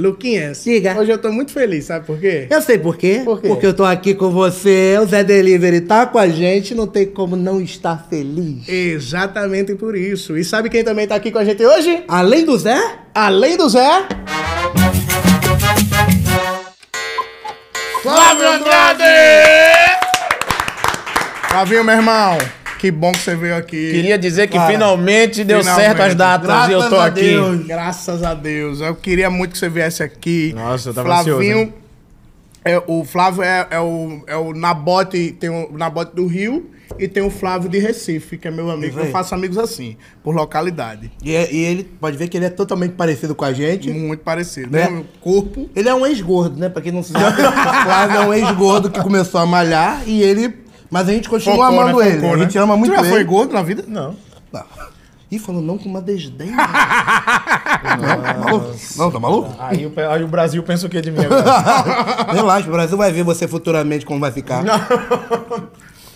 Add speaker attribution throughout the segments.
Speaker 1: Luquinhas,
Speaker 2: Diga.
Speaker 1: hoje eu tô muito feliz, sabe por quê?
Speaker 2: Eu sei por quê.
Speaker 1: Por quê?
Speaker 2: Porque eu tô aqui com você, o Zé Delivery tá com a gente, não tem como não estar feliz.
Speaker 1: Exatamente por isso. E sabe quem também tá aqui com a gente hoje?
Speaker 2: Além do Zé,
Speaker 1: Além do Zé. Flávio Andrade! Flavinho, meu irmão, que bom que você veio aqui.
Speaker 3: Queria dizer que
Speaker 1: Cara,
Speaker 3: finalmente deu
Speaker 1: Finalmente.
Speaker 3: certo as datas
Speaker 1: Graças
Speaker 3: e eu tô
Speaker 1: a
Speaker 3: aqui.
Speaker 1: Deus, graças a Deus. Eu queria muito que você viesse aqui.
Speaker 3: Nossa, eu tava
Speaker 1: Flavinho,
Speaker 3: ansioso, hein?
Speaker 1: é, o Flávio é, é o, é o Nabote, tem o Nabote do Rio e tem o Flávio de Recife, que é meu amigo.
Speaker 2: Isso aí.
Speaker 1: Eu faço amigos assim, por localidade.
Speaker 2: e, e ele pode ver que ele é totalmente parecido com a gente.
Speaker 1: Muito parecido.
Speaker 2: Né?
Speaker 1: Meu corpo.
Speaker 2: Ele é um ex-gordo, né? Pra quem não se sabe, o Flávio é um ex-gordo que começou a malhar e ele. Mas a gente continua
Speaker 1: Focou, né?
Speaker 2: amando ele.
Speaker 1: Focou,
Speaker 2: a
Speaker 1: né?
Speaker 2: gente ama muito
Speaker 1: tu já
Speaker 2: ele.
Speaker 1: foi gordo na vida?
Speaker 3: Não.
Speaker 2: Tá. Ih, falou não com uma desdém. né? não, tá maluco? Não, tá maluco?
Speaker 3: Aí o, pe- aí o Brasil pensa o que de mim agora?
Speaker 2: Relaxa, o Brasil vai ver você futuramente como vai ficar.
Speaker 3: Por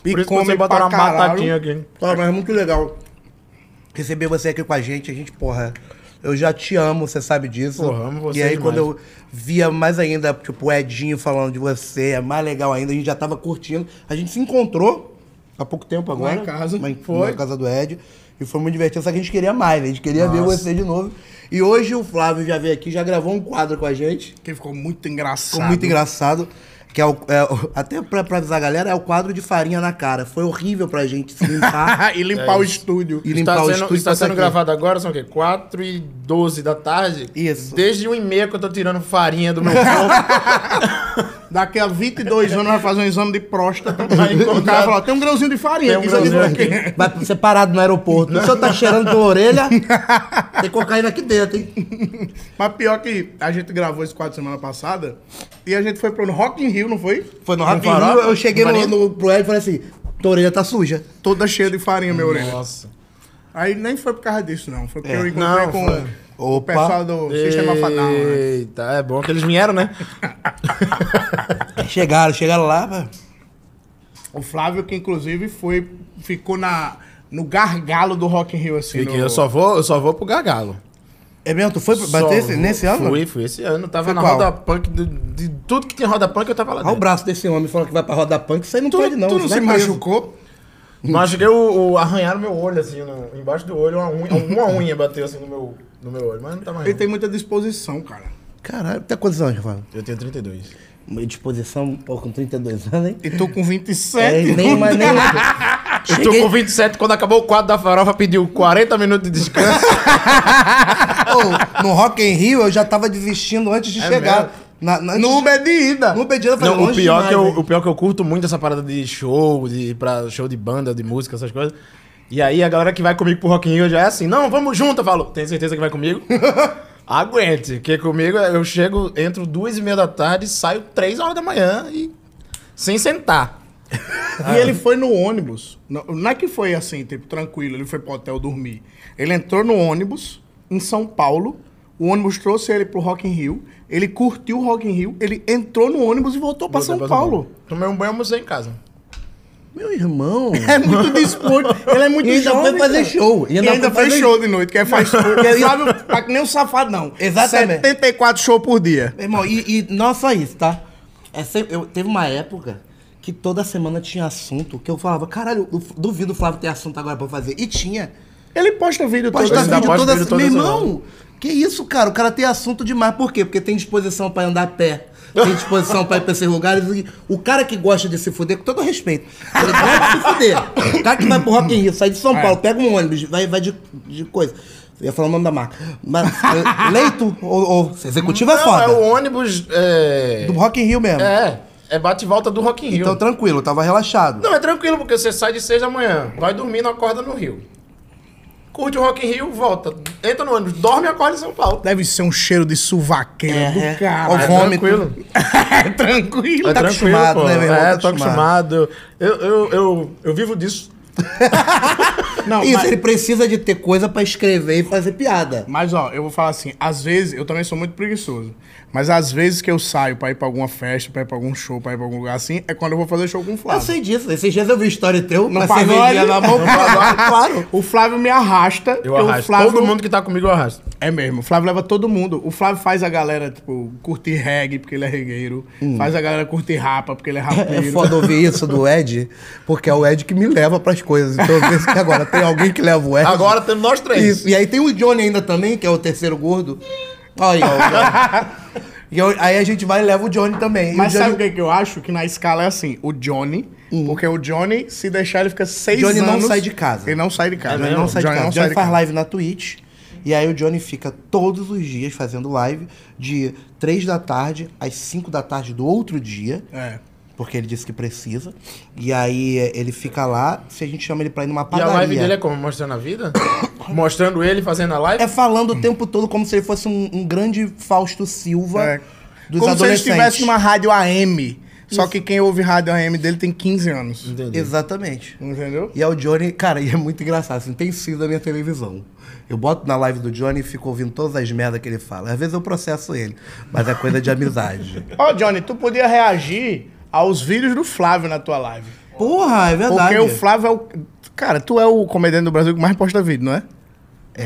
Speaker 1: E
Speaker 3: isso que você
Speaker 1: come
Speaker 3: botar
Speaker 1: pra
Speaker 3: uma
Speaker 1: caralho.
Speaker 3: batatinha aqui.
Speaker 2: Cara, mas é muito legal receber você aqui com a gente. A gente, porra, eu já te amo, você sabe disso.
Speaker 3: Porra, amo você
Speaker 2: E aí,
Speaker 3: demais.
Speaker 2: quando eu via mais ainda, tipo, o Edinho falando de você, é mais legal ainda, a gente já tava curtindo. A gente se encontrou há pouco tempo agora.
Speaker 1: em casa,
Speaker 2: Lá em-
Speaker 1: foi.
Speaker 2: Na casa do Ed. E foi muito divertido, só que a gente queria mais, a gente queria ver você de novo. E hoje o Flávio já veio aqui, já gravou um quadro com a gente.
Speaker 1: Que ficou muito engraçado.
Speaker 2: Ficou muito engraçado. Que é o, é o- até pra, pra avisar a galera, é o quadro de farinha na cara. Foi horrível pra gente se limpar.
Speaker 1: e limpar o estúdio.
Speaker 2: E limpar
Speaker 3: Está
Speaker 2: o
Speaker 3: sendo,
Speaker 2: estúdio tá
Speaker 3: está
Speaker 2: pra
Speaker 3: sendo
Speaker 2: sair.
Speaker 3: gravado agora, são o quê? 4 e 12 da tarde?
Speaker 2: Isso.
Speaker 3: Desde 1 e meia que eu tô tirando farinha do meu corpo.
Speaker 1: Daqui a 22 anos vai fazer um exame de próstata. o cara fala, tem um grãozinho de farinha.
Speaker 3: Tem um
Speaker 1: isso aqui
Speaker 3: grãozinho
Speaker 1: pra quê?"
Speaker 2: Vai ser parado no aeroporto. O senhor tá cheirando pela orelha, tem cocaína aqui dentro, hein?
Speaker 1: Mas pior que a gente gravou esse quadro semana passada e a gente foi pro Rock in Rio, não foi?
Speaker 2: Foi no
Speaker 3: Com
Speaker 2: Rock in
Speaker 3: farofa?
Speaker 2: Rio, eu cheguei no,
Speaker 3: Farinha?
Speaker 2: no, pro Ed e falei assim, tua orelha tá suja.
Speaker 1: Toda cheia de farinha, meu orelha.
Speaker 3: Nossa.
Speaker 1: Aí nem foi por causa disso, não. Foi porque eu encontrei
Speaker 3: Não,
Speaker 1: com
Speaker 3: foi.
Speaker 1: o
Speaker 2: É. Opa.
Speaker 1: pessoal do Sistema
Speaker 2: é
Speaker 1: Fatal. Né?
Speaker 3: Eita, é bom que eles vieram, né?
Speaker 2: Chegaram, chegaram lá, pá.
Speaker 1: O Flávio, que inclusive foi, ficou na, no gargalo do Rock in Rio, assim.
Speaker 3: Fiquei-
Speaker 1: no-
Speaker 3: eu, só vou, eu só vou pro Gagalo.
Speaker 2: É mesmo, tu foi pra-
Speaker 3: Só
Speaker 2: bater esse-
Speaker 3: vou-
Speaker 2: nesse ano?
Speaker 3: Fui, fui esse ano. Tava
Speaker 2: Foi
Speaker 3: na
Speaker 2: qual?
Speaker 3: roda punk, do- de, tudo que tinha roda punk eu tava lá
Speaker 2: Olha o
Speaker 3: dentro.
Speaker 2: braço desse homem falando que vai pra roda punk, isso aí não
Speaker 1: Tu,
Speaker 2: pode não. é
Speaker 1: tu não é
Speaker 2: isso
Speaker 1: se
Speaker 2: vai preso.
Speaker 1: machucou?
Speaker 3: Machuquei o, o arranharam meu olho, assim, no- embaixo do olho, uma unha, uma unha bateu assim no meu, no meu olho, mas não tá mais.
Speaker 1: Ele
Speaker 3: não.
Speaker 1: tem muita disposição, cara.
Speaker 2: Caralho, tá quantos anos, Rafael?
Speaker 3: Eu tenho 32.
Speaker 2: Minha disposição, pô, com 32 anos, hein?
Speaker 1: E tô com
Speaker 2: É,
Speaker 1: 27.
Speaker 2: nem mais, nem mais.
Speaker 3: Eu tô com 27, quando acabou o quadro da farofa, pediu 40 minutos de descanso.
Speaker 2: Ô, no Rock in Rio eu já tava desistindo antes de
Speaker 3: É
Speaker 2: chegar.
Speaker 3: mesmo?
Speaker 2: Na, na,
Speaker 1: No
Speaker 2: antes,
Speaker 1: Uber de ida.
Speaker 2: no pedido eu falei,
Speaker 3: Não, o
Speaker 2: longe
Speaker 3: pior, que eu,
Speaker 2: demais,
Speaker 3: o pior que eu curto muito essa parada de show, de pra show de banda, de música, essas coisas. E aí a galera que vai comigo pro Rock in Rio já é assim, não, vamos junto, eu falo, tem certeza que vai comigo? Aguente, porque comigo eu chego, entro duas e meia da tarde, saio três horas da manhã e sem sentar.
Speaker 1: E ele foi no ônibus. Não, não é que foi assim, tipo, tranquilo, ele foi pro hotel dormir. Ele entrou no ônibus em São Paulo. O ônibus trouxe ele pro Rock in Rio. Ele curtiu o Rock in Rio. Ele entrou no ônibus e voltou pra São
Speaker 3: Depois eu
Speaker 1: Paulo.
Speaker 3: vou. Tomei um banho e almocei em casa.
Speaker 2: Meu irmão.
Speaker 1: É muito desporto. Ele é muito
Speaker 2: E ainda
Speaker 1: jovem,
Speaker 2: foi fazer
Speaker 1: cara.
Speaker 2: show.
Speaker 1: E ainda,
Speaker 2: foi
Speaker 1: fez
Speaker 2: fazer-
Speaker 1: show de noite, que é faz
Speaker 2: E-
Speaker 1: Sabe, tá que nem um safado, não.
Speaker 2: Exatamente.
Speaker 1: 74 shows por dia.
Speaker 2: Meu irmão, e, e não só isso, tá? É sempre- eu, teve uma época que toda semana tinha assunto que eu falava, caralho, eu duvido o Flávio ter assunto agora pra fazer. E tinha.
Speaker 1: Ele posta vídeo
Speaker 2: Posta
Speaker 3: Ele ainda
Speaker 2: vídeo
Speaker 3: posta
Speaker 2: toda,
Speaker 3: vídeo toda
Speaker 2: Meu
Speaker 3: semana.
Speaker 2: irmão, que isso, cara? O cara tem assunto demais. Por quê? Porque tem disposição pra andar a pé. Tem disposição pra ir pra esses lugares. E O cara que gosta de se fuder, com todo respeito, ele gosta de se fuder. O cara que vai pro Rock in Rio, sai de São
Speaker 3: É.
Speaker 2: Paulo, pega um ônibus, vai, vai de, de coisa. Eu ia falar o nome da marca. Mas, eh, leito ou, ou executiva é
Speaker 3: Não,
Speaker 2: foda.
Speaker 3: é o ônibus. É,
Speaker 2: Do Rock in Rio mesmo.
Speaker 3: é, é bate e volta do Rock in Rio.
Speaker 2: Então tranquilo, eu tava relaxado.
Speaker 3: Não, é tranquilo, porque você sai de seis da manhã, vai dormindo, acorda no Rio. Curte o Rock in Rio, volta. Entra no ônibus, dorme e acorda em São Paulo.
Speaker 1: Deve ser um cheiro de suvaqueiro
Speaker 2: É, é.
Speaker 1: do
Speaker 2: Ó,
Speaker 1: cara.
Speaker 2: o vômito.
Speaker 3: tranquilo.
Speaker 1: É tranquilo.
Speaker 3: É
Speaker 2: Tá
Speaker 3: tranquilo,
Speaker 2: acostumado,
Speaker 3: pô.
Speaker 2: né, meu irmão?
Speaker 3: É,
Speaker 2: Tá
Speaker 3: tô acostumado. Eu, eu, eu, eu vivo disso.
Speaker 1: Não,
Speaker 2: Isso,
Speaker 1: mas-
Speaker 2: ele precisa de ter coisa pra escrever e fazer piada.
Speaker 1: Mas, ó, eu vou falar assim, às vezes, eu também sou muito preguiçoso, mas às vezes que eu saio pra ir pra alguma festa, pra ir pra algum show, pra ir pra algum lugar assim, é quando eu vou fazer show com o
Speaker 2: Eu
Speaker 1: Flávio.
Speaker 2: sei disso. Esses dias eu vi história teu,
Speaker 1: No
Speaker 2: mas você
Speaker 1: pagode.
Speaker 2: vendia na mão,
Speaker 1: No
Speaker 2: claro.
Speaker 1: O Flávio me arrasta, porque
Speaker 3: Eu
Speaker 1: o
Speaker 3: arrasto.
Speaker 1: Flávio...
Speaker 3: Todo mundo que tá comigo eu arrasto.
Speaker 1: É mesmo. O Flávio leva todo mundo. O Flávio faz a galera, tipo, curtir reggae porque ele é regueiro. Faz a galera curtir rapa porque ele é
Speaker 2: Hum. É
Speaker 1: rapeiro.
Speaker 2: foda ouvir isso do Ed, porque é o Ed que me leva pras coisas. Então eu penso que agora tem alguém que leva o Ed.
Speaker 3: Agora temos nós três.
Speaker 2: É. Isso. E aí tem o Johnny ainda também, que é o terceiro gordo. Olha aí, ó, o Johnny. E eu- aí a gente vai e leva o Johnny também. E
Speaker 1: Mas
Speaker 2: o Johnny,
Speaker 1: sabe o que, que eu acho? Que na escala é assim, o Johnny, porque o Johnny, se deixar, ele fica seis
Speaker 2: Hum. Johnny
Speaker 1: anos...
Speaker 2: não sai de casa.
Speaker 1: Ele não sai de casa. É,
Speaker 2: Johnny não sai de casa. Johnny faz live na Twitch. E aí o Johnny fica todos os dias fazendo live de 3 da tarde às 5 da tarde do outro dia.
Speaker 1: É.
Speaker 2: Porque ele disse que precisa. E aí eh, ele fica lá, se a gente chama ele pra ir numa
Speaker 3: E a
Speaker 2: padaria.
Speaker 3: live dele é como? Mostrando a vida? Mostrando ele fazendo a live?
Speaker 2: É falando o tempo todo como se ele fosse um, um grande Fausto Silva
Speaker 1: É. Como se
Speaker 2: dos
Speaker 1: ele
Speaker 2: adolescentes.
Speaker 1: estivesse numa rádio AM. Só que quem ouve rádio AM dele tem 15 anos.
Speaker 3: Entendi.
Speaker 2: Exatamente.
Speaker 1: Entendeu?
Speaker 2: E é o Johnny, cara, e é muito engraçado, assim, tem sido a minha televisão. Eu boto na live do Johnny e fico ouvindo todas as merdas que ele fala. Às vezes eu processo ele, mas é coisa de amizade.
Speaker 1: Ó, Johnny, tu podia reagir aos vídeos do Flávio na tua live.
Speaker 2: Porra, é
Speaker 1: Porque
Speaker 2: verdade.
Speaker 1: o Flávio é o... Cara, tu é o comediante do Brasil que mais posta vídeo, não é?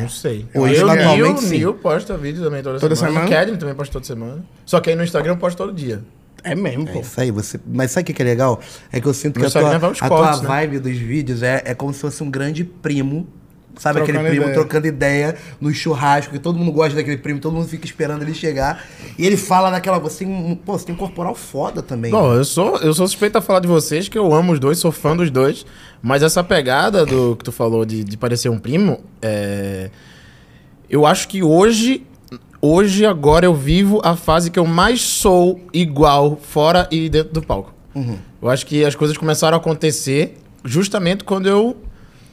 Speaker 3: Não sei.
Speaker 2: Hoje,
Speaker 3: eu,
Speaker 2: atualmente,
Speaker 3: Nil,
Speaker 2: sim.
Speaker 3: Nil posta vídeo também toda,
Speaker 1: Toda
Speaker 3: semana.
Speaker 1: semana?
Speaker 3: O Kedrin também posta toda semana. Só que aí no Instagram eu posto todo dia.
Speaker 1: É mesmo,
Speaker 2: É
Speaker 1: pô.
Speaker 2: isso aí, você... mas sabe o que que é legal? É que eu sinto que
Speaker 3: No
Speaker 2: a tua,
Speaker 3: Instagram vai os
Speaker 2: a
Speaker 3: cortes,
Speaker 2: tua
Speaker 3: né?
Speaker 2: vibe dos vídeos é, é como se fosse um grande primo. Sabe
Speaker 1: Trocando
Speaker 2: aquele primo
Speaker 1: ideia.
Speaker 2: trocando ideia no churrasco, que todo mundo gosta daquele primo, todo mundo fica esperando ele chegar. E ele fala daquela. Você tem, um- pô, você tem um corporal foda também.
Speaker 3: Bom, eu sou, eu sou suspeito a falar de vocês, que eu amo os dois, sou fã dos dois. Mas essa pegada do que tu falou de, de parecer um primo, é... eu acho que hoje, hoje, agora eu vivo a fase que eu mais sou igual fora e dentro do palco. Eu acho que as coisas começaram a acontecer justamente quando eu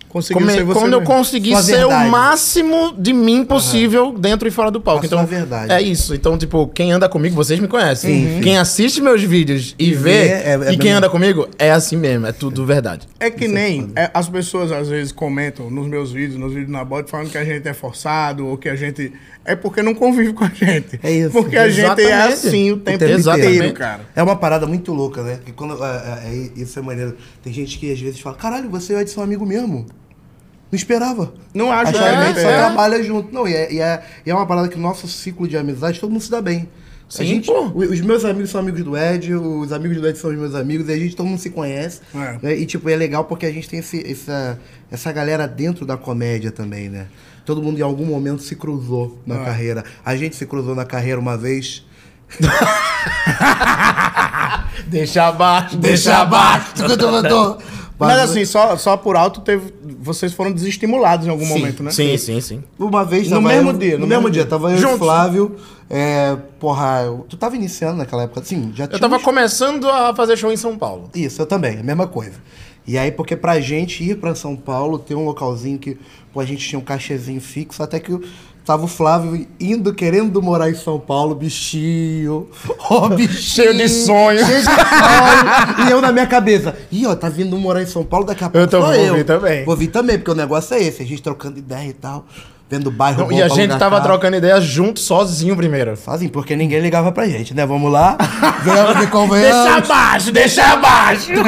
Speaker 1: Conseguiu
Speaker 3: Come-
Speaker 1: ser você
Speaker 3: quando eu
Speaker 1: mesmo.
Speaker 3: consegui
Speaker 2: Sua
Speaker 3: ser
Speaker 2: verdade.
Speaker 3: o máximo de mim possível dentro e fora do palco.
Speaker 2: A
Speaker 3: então,
Speaker 2: sua verdade.
Speaker 3: É isso. Então, tipo, quem anda comigo, vocês me conhecem. Quem assiste meus vídeos e, vê,
Speaker 2: vê, é- é
Speaker 3: e quem
Speaker 2: mesmo.
Speaker 3: anda comigo, é assim mesmo. É tudo verdade.
Speaker 1: É que nem é, as pessoas às vezes comentam nos meus vídeos, nos vídeos na bode, falando que a gente é forçado ou que a gente. É porque não convive com a gente.
Speaker 2: É isso.
Speaker 1: Porque a gente é
Speaker 3: Exatamente.
Speaker 1: assim o tempo,
Speaker 3: tempo
Speaker 1: inteiro,
Speaker 3: inteiro.
Speaker 1: cara.
Speaker 2: É uma parada muito louca, né? Que quando, é, é, é, isso é maneiro. Tem gente que às vezes fala: caralho, você e o Ed são amigo mesmo. Não esperava.
Speaker 1: Não acho que
Speaker 2: Achava que
Speaker 1: é,
Speaker 2: a gente só
Speaker 1: é.
Speaker 2: trabalha junto. Não, e é, e é- e é uma parada que o nosso ciclo de amizade, todo mundo se dá bem. A
Speaker 3: Sim,
Speaker 2: gente-
Speaker 3: pô.
Speaker 2: o- Os meus amigos são amigos do Ed, os amigos do Ed são os meus amigos, e a gente todo mundo se conhece.
Speaker 1: É.
Speaker 2: né? E, tipo, é legal porque a gente tem esse- essa, essa galera dentro da comédia também, né? Todo mundo em algum momento se cruzou na
Speaker 1: É.
Speaker 2: carreira. A gente se cruzou na carreira uma vez.
Speaker 3: Deixa abaixo,
Speaker 1: Mas
Speaker 2: um-
Speaker 1: assim, só, só por alto, teve, vocês foram desestimulados em algum momento, né?
Speaker 3: Sim, sim, sim.
Speaker 2: Uma vez
Speaker 1: No
Speaker 2: tava
Speaker 1: mesmo
Speaker 2: eu-
Speaker 1: dia,
Speaker 2: No, mesmo dia, tava eu e
Speaker 3: Juntos.
Speaker 2: o Flávio. É, porra, eu- tu tava iniciando naquela época, assim, já
Speaker 3: Eu
Speaker 2: tinha
Speaker 3: tava
Speaker 2: uns-
Speaker 3: começando a fazer show em São Paulo.
Speaker 2: Isso, eu também, a mesma coisa. E aí, porque pra gente ir pra São Paulo, tem um localzinho que pô, a gente tinha um cachezinho fixo, até que eu- tava o Flávio indo, querendo morar em São Paulo, bichinho. Ó, bichinho.
Speaker 1: Cheio de sonho.
Speaker 2: Cheio de sonho. e eu na minha cabeça, ih, ó, tá vindo morar em São Paulo, daqui a pouco
Speaker 3: tô-
Speaker 2: sou
Speaker 3: vou vir também.
Speaker 2: Vou vir também, porque o negócio é esse, a gente trocando ideia e tal, vendo o bairro
Speaker 3: Então,
Speaker 2: bom
Speaker 3: e a
Speaker 2: pra tá?
Speaker 3: gente
Speaker 2: alugar
Speaker 3: tava
Speaker 2: carro.
Speaker 3: trocando ideia junto, sozinho primeiro.
Speaker 2: Sozinho, assim, porque ninguém ligava pra gente, né? Vamos lá, vamos e
Speaker 3: Deixa
Speaker 2: convenhamos.
Speaker 3: abaixo, deixa abaixo!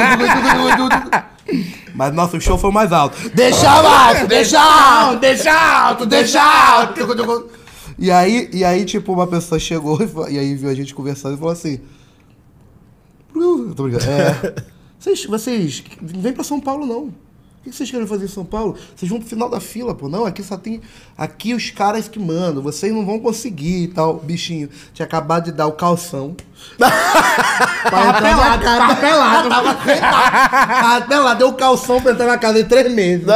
Speaker 2: Mas nosso show foi o mais alto. Deixa abaixo, deixa alto, deixa alto, deixa alto. E aí, e aí, tipo, uma pessoa chegou e, fa- e aí viu a gente conversando e falou assim. "Uh, Tô brincando. É, vocês, vocês, não vem pra São Paulo, não. O que vocês querem fazer em São Paulo? Vocês vão pro final da fila, pô. Não, aqui só tem. Aqui os caras que mandam. Vocês não vão conseguir e tal, bichinho. Tinha acabado de dar o calção. Tava pelado, tava pelado. Tava pelado. Deu calção pra entrar na casa em três meses.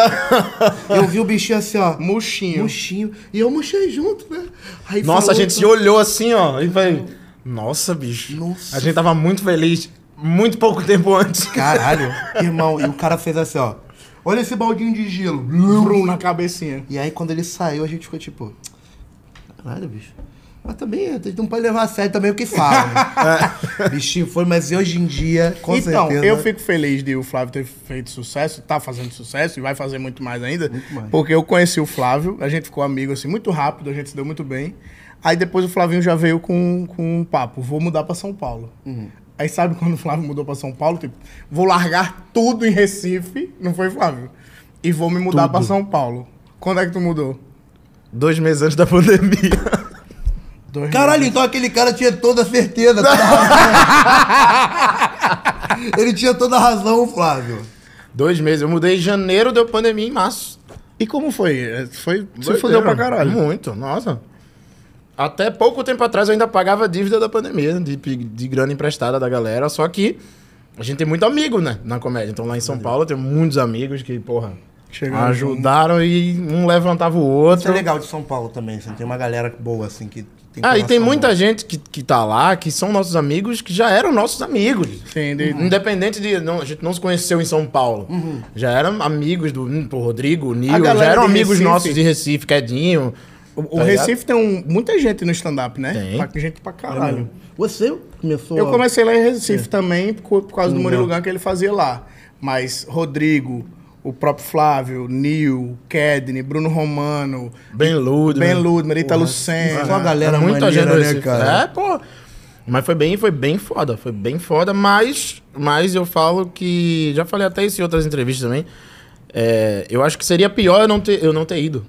Speaker 2: Eu vi o bichinho assim, ó.
Speaker 1: Murchinho.
Speaker 2: Murchinho. E eu murchei junto, né? Aí
Speaker 3: Nossa,
Speaker 2: falou-
Speaker 3: a gente se olhou assim, ó, e foi. Nossa, bicho.
Speaker 2: Nossa.
Speaker 3: A gente tava muito feliz muito pouco tempo antes.
Speaker 2: Caralho. Irmão, e o cara fez assim, ó. Olha esse baldinho de gelo.
Speaker 1: Brum na cabecinha.
Speaker 2: E aí, quando ele saiu, a gente ficou tipo... Caralho, bicho. Mas também, a gente não pode levar a sério também o que fala, né?
Speaker 4: É.
Speaker 2: Bichinho foi, mas hoje em dia, com
Speaker 1: então,
Speaker 2: certeza...
Speaker 1: eu fico feliz de o Flávio ter feito sucesso, tá fazendo sucesso e vai fazer muito mais ainda.
Speaker 2: mais.
Speaker 1: Porque eu conheci o Flávio, a gente ficou amigo assim muito rápido, a gente se deu muito bem. Aí depois o Flavinho já veio com, com um papo, vou mudar pra São Paulo.
Speaker 2: Uhum.
Speaker 1: Aí sabe quando o Flávio mudou pra São Paulo, tipo, vou largar tudo em Recife, não foi Flávio? E vou me mudar pra São Paulo. Quando é que tu mudou?
Speaker 3: Dois meses antes da pandemia.
Speaker 1: Dois
Speaker 4: Caralho, então aquele cara tinha toda a certeza.
Speaker 2: tá?
Speaker 4: Ele tinha toda a razão, Flávio.
Speaker 3: Dois meses. Eu mudei em janeiro, deu pandemia em março.
Speaker 1: E como foi? É, Foi. Se fodeu pra caralho.
Speaker 2: Uhum.
Speaker 3: Muito, nossa. Até pouco tempo atrás eu ainda pagava a dívida da pandemia, de, pe- de grana emprestada da galera, só que a gente tem muito amigo, né, na comédia. Então lá em São Paulo eu tenho muitos amigos que, porra,
Speaker 1: Chegaram
Speaker 3: ajudaram e um levantava o outro.
Speaker 4: Isso é legal de São Paulo também. Assim, tem uma galera boa, assim, que tem
Speaker 3: Ah, e tem
Speaker 4: coração
Speaker 3: muita
Speaker 4: bom.
Speaker 3: gente que, que tá lá, que são nossos amigos, que já eram nossos amigos.
Speaker 2: Uhum.
Speaker 1: Entendi.
Speaker 3: Independente de. não, a gente não se conheceu em São Paulo. Já eram amigos do hum, pô, Rodrigo, Nil, já
Speaker 1: Uhum. galera
Speaker 3: eram
Speaker 1: de
Speaker 3: amigos
Speaker 1: Recife-
Speaker 3: nossos de Recife, Quedinho.
Speaker 1: O, o
Speaker 3: Tá ligado?
Speaker 1: Recife tem um- muita gente no stand-up, né?
Speaker 3: Tem.
Speaker 1: Pra- Gente pra caralho.
Speaker 4: Você começou.
Speaker 1: Eu
Speaker 4: a-
Speaker 1: comecei lá em Recife também, por, por causa do Murilo Gun que ele fazia lá. Mas Rodrigo, o próprio Flávio, Nil, Kedney, Bruno Romano,
Speaker 3: Bem Ludo.
Speaker 1: Ben Ludmer, Ita Lucena.
Speaker 4: Só a galera
Speaker 3: muita
Speaker 4: maneira,
Speaker 3: gente do
Speaker 4: né,
Speaker 3: Recife.
Speaker 4: cara?
Speaker 3: É, pô. Mas foi bem, foi bem foda, foi bem foda, mas, mas eu falo que. Já falei até isso em outras entrevistas também. é, eu acho que seria pior eu não ter, eu não ter ido.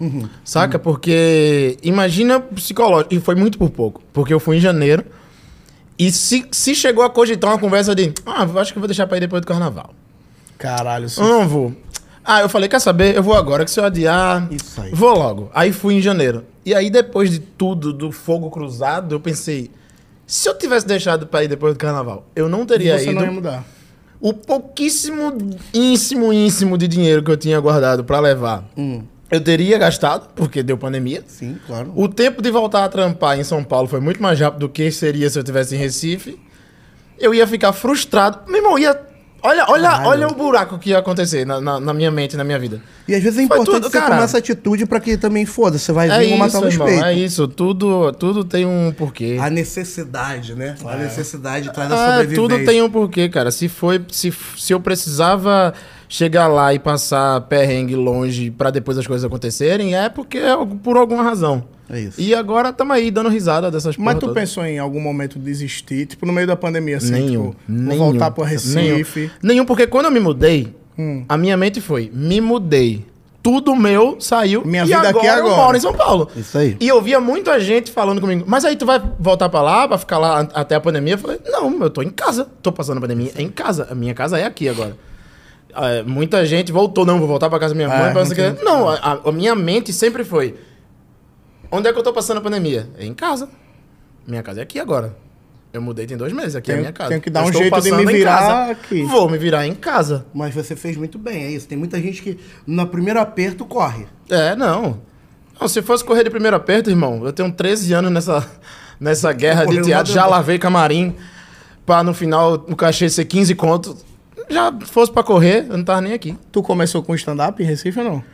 Speaker 4: Uhum.
Speaker 3: Saca? Porque imagina psicológico. E foi muito por pouco. Porque eu fui em janeiro. E se, se chegou a cogitar uma conversa de. Ah, eu acho que eu vou deixar pra ir depois do carnaval.
Speaker 1: Caralho,
Speaker 3: Eu não vou. Ah, eu falei, quer saber? Eu vou agora, que se eu adiar.
Speaker 4: Isso aí.
Speaker 3: Vou logo. Aí fui em janeiro. E aí, depois de tudo, do fogo cruzado, eu pensei. Se eu tivesse deixado pra ir depois do carnaval, eu não teria
Speaker 1: você
Speaker 3: ido.
Speaker 1: não ia mudar.
Speaker 3: O pouquíssimo, ínsimo, ínsimo de dinheiro que eu tinha guardado pra levar,
Speaker 1: Hum.
Speaker 3: eu teria gastado, porque deu pandemia.
Speaker 4: Sim, claro.
Speaker 3: O tempo de voltar a trampar em São Paulo foi muito mais rápido do que seria se eu tivesse em Recife. Eu ia ficar frustrado. Meu irmão, ia. Olha, olha, olha o buraco que ia acontecer na, na- na minha mente, na minha vida.
Speaker 4: E às vezes é
Speaker 3: Foi
Speaker 4: importante
Speaker 3: tudo,
Speaker 4: você
Speaker 3: cara.
Speaker 4: tomar essa atitude pra que também foda. Você vai
Speaker 3: É
Speaker 4: vir e matar
Speaker 3: isso,
Speaker 4: no
Speaker 3: irmão,
Speaker 4: peito.
Speaker 3: é isso. Tudo, tudo tem um porquê.
Speaker 4: A necessidade, né? A necessidade traz a
Speaker 3: Ah,
Speaker 4: sobrevivência.
Speaker 3: tudo tem um porquê, cara. Se foi, se, f- se eu precisava chegar lá e passar perrengue longe pra depois as coisas acontecerem, é porque é algo- por alguma razão.
Speaker 4: É isso.
Speaker 3: E agora estamos aí dando risada dessas
Speaker 1: Mas
Speaker 3: porra
Speaker 1: tu
Speaker 3: toda.
Speaker 1: pensou em algum momento desistir, tipo, no meio da pandemia, assim,
Speaker 3: nenhum,
Speaker 1: tipo,
Speaker 3: nenhum.
Speaker 1: vou voltar pro Recife. Hum.
Speaker 3: Nenhum, Nenhum, porque quando eu me mudei, a minha mente foi, me mudei. Tudo meu saiu.
Speaker 1: Minha
Speaker 3: e
Speaker 1: vida aqui é
Speaker 3: eu
Speaker 1: agora.
Speaker 3: moro em São Paulo.
Speaker 4: Isso aí.
Speaker 3: E eu via muita gente falando comigo, mas aí tu vai voltar pra lá, pra ficar lá an- até a pandemia? Eu falei, não, eu tô em casa. Tô passando a pandemia em casa. A minha casa é aqui agora. É, muita gente voltou, não, vou voltar pra casa da minha
Speaker 1: Ah,
Speaker 3: mãe. pra não, sei o quê. não a- a- a minha mente sempre foi, Onde é que eu tô passando a pandemia? É em casa. Minha casa é aqui agora. Eu mudei tem dois meses, aqui é a
Speaker 1: Tenho-
Speaker 3: minha casa.
Speaker 1: tenho que dar
Speaker 3: Eu
Speaker 1: um
Speaker 3: estou
Speaker 1: jeito de
Speaker 3: passando
Speaker 1: me
Speaker 3: em
Speaker 1: virar
Speaker 3: casa.
Speaker 1: aqui.
Speaker 3: Vou me virar em casa.
Speaker 4: Mas você fez muito bem, é isso. Tem muita gente que, no primeiro aperto, corre.
Speaker 3: É, não. Não, se fosse correr de primeiro aperto, irmão, eu tenho 13 anos nessa, nessa guerra de
Speaker 4: correu
Speaker 3: teatro.
Speaker 4: nada
Speaker 3: Já
Speaker 4: não.
Speaker 3: lavei camarim pra no final o cachê ser 15 conto. Já fosse pra correr, eu não tava nem aqui.
Speaker 1: Tu começou com stand-up em Recife ou não?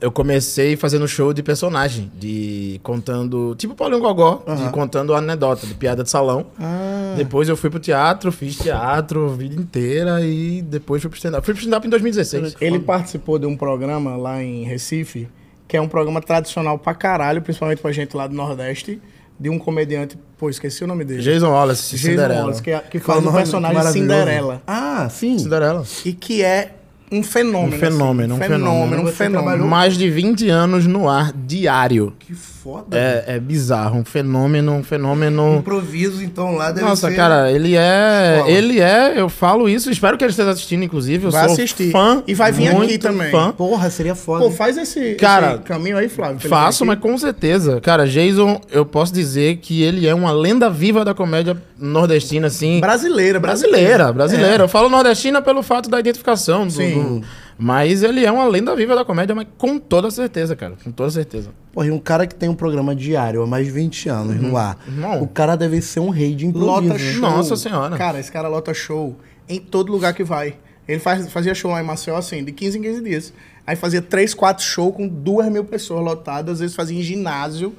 Speaker 3: Eu comecei fazendo show de personagem, de contando, tipo Paulinho Gogó, de contando anedota, de piada de salão.
Speaker 1: Ah.
Speaker 3: Depois eu fui pro teatro, fiz teatro a vida inteira e depois fui pro stand-up. Fui pro stand-up em 2016.
Speaker 1: Ele participou de um programa lá em Recife, que é um programa tradicional pra caralho, principalmente pra gente lá do Nordeste, de um comediante, pô, esqueci o nome dele.
Speaker 3: Jason Wallace,
Speaker 1: Jason
Speaker 3: Cinderela.
Speaker 1: Wallace, que, é- que
Speaker 4: Qual
Speaker 1: faz
Speaker 4: o
Speaker 1: o
Speaker 4: nome?
Speaker 1: personagem
Speaker 4: Maravilhoso.
Speaker 1: Cinderela.
Speaker 4: Ah, sim.
Speaker 3: Cinderela.
Speaker 1: E que é um fenômeno.
Speaker 3: Um fenômeno,
Speaker 1: assim,
Speaker 3: um fenômeno.
Speaker 1: um
Speaker 4: Você trabalhou-
Speaker 1: fenômeno.
Speaker 3: Mais de 20 anos no ar, diário.
Speaker 4: Que foda.
Speaker 3: É, é bizarro, um fenômeno, um fenômeno...
Speaker 4: Improviso, então, lá deve
Speaker 3: Nossa,
Speaker 4: ser-
Speaker 1: né?
Speaker 3: cara, ele é.
Speaker 4: Escola.
Speaker 3: Ele é, eu falo isso, espero que ele esteja assistindo, inclusive. Eu
Speaker 1: Vai
Speaker 3: sou
Speaker 1: assistir.
Speaker 3: fã.
Speaker 1: E vai vir aqui
Speaker 3: muito
Speaker 1: também.
Speaker 3: Fã.
Speaker 4: Porra, seria foda.
Speaker 1: Pô,
Speaker 4: hein?
Speaker 1: faz esse,
Speaker 3: Cara,
Speaker 1: esse caminho aí, Flávio. pra ele
Speaker 3: Faço,
Speaker 1: vir
Speaker 3: mas
Speaker 1: aqui.
Speaker 3: com certeza. Cara, Jason, eu posso dizer que ele é uma lenda viva da comédia nordestina, assim.
Speaker 1: Brasileira, brasileira. é.
Speaker 3: Brasileira, brasileira. Eu falo nordestina pelo fato da identificação. do-
Speaker 1: Sim.
Speaker 3: do- Mas ele é uma lenda viva da comédia, mas com toda certeza, cara. Com toda certeza.
Speaker 4: Porra, e um cara que tem um programa diário há mais de 20 anos no ar.
Speaker 3: Uhum. Irmão.
Speaker 4: O cara deve ser um rei de improviso.
Speaker 1: Lota
Speaker 4: né?
Speaker 1: show.
Speaker 3: Nossa Senhora.
Speaker 1: Cara, esse cara lota show em todo lugar que vai. Ele faz- fazia show lá em Maceió, assim, de 15 em 15 dias. Aí fazia 3, 4 shows com 2 mil pessoas lotadas, às vezes fazia em ginásio.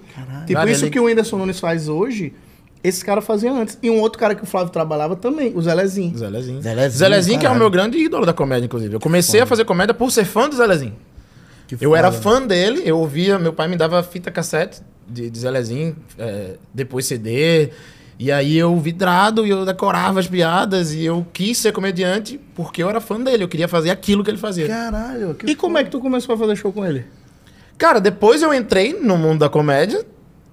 Speaker 1: Tipo,
Speaker 3: Cara,
Speaker 1: isso
Speaker 3: ele-
Speaker 1: que o Whindersson Nunes faz hoje, esse cara fazia antes. E um outro cara que o Flávio trabalhava também, o Zé Lezinho.
Speaker 3: Zé Lezinho.
Speaker 4: Zé Lezinho,
Speaker 3: Zé Lezinho, que é o
Speaker 4: caralho.
Speaker 3: meu grande ídolo da comédia, inclusive. Eu comecei a fazer comédia por ser fã do Zé Lezinho.
Speaker 4: Que
Speaker 3: Eu era
Speaker 4: foda.
Speaker 3: fã dele, eu ouvia, meu pai me dava fita cassete de, de Zé Lezinho, é, depois CD. E aí eu vidrado e eu decorava as piadas e eu quis ser comediante porque eu era fã dele, eu queria fazer aquilo que ele fazia.
Speaker 4: Caralho. Que...
Speaker 1: E como é que tu começou a fazer show com ele?
Speaker 3: Cara, depois eu entrei no mundo da comédia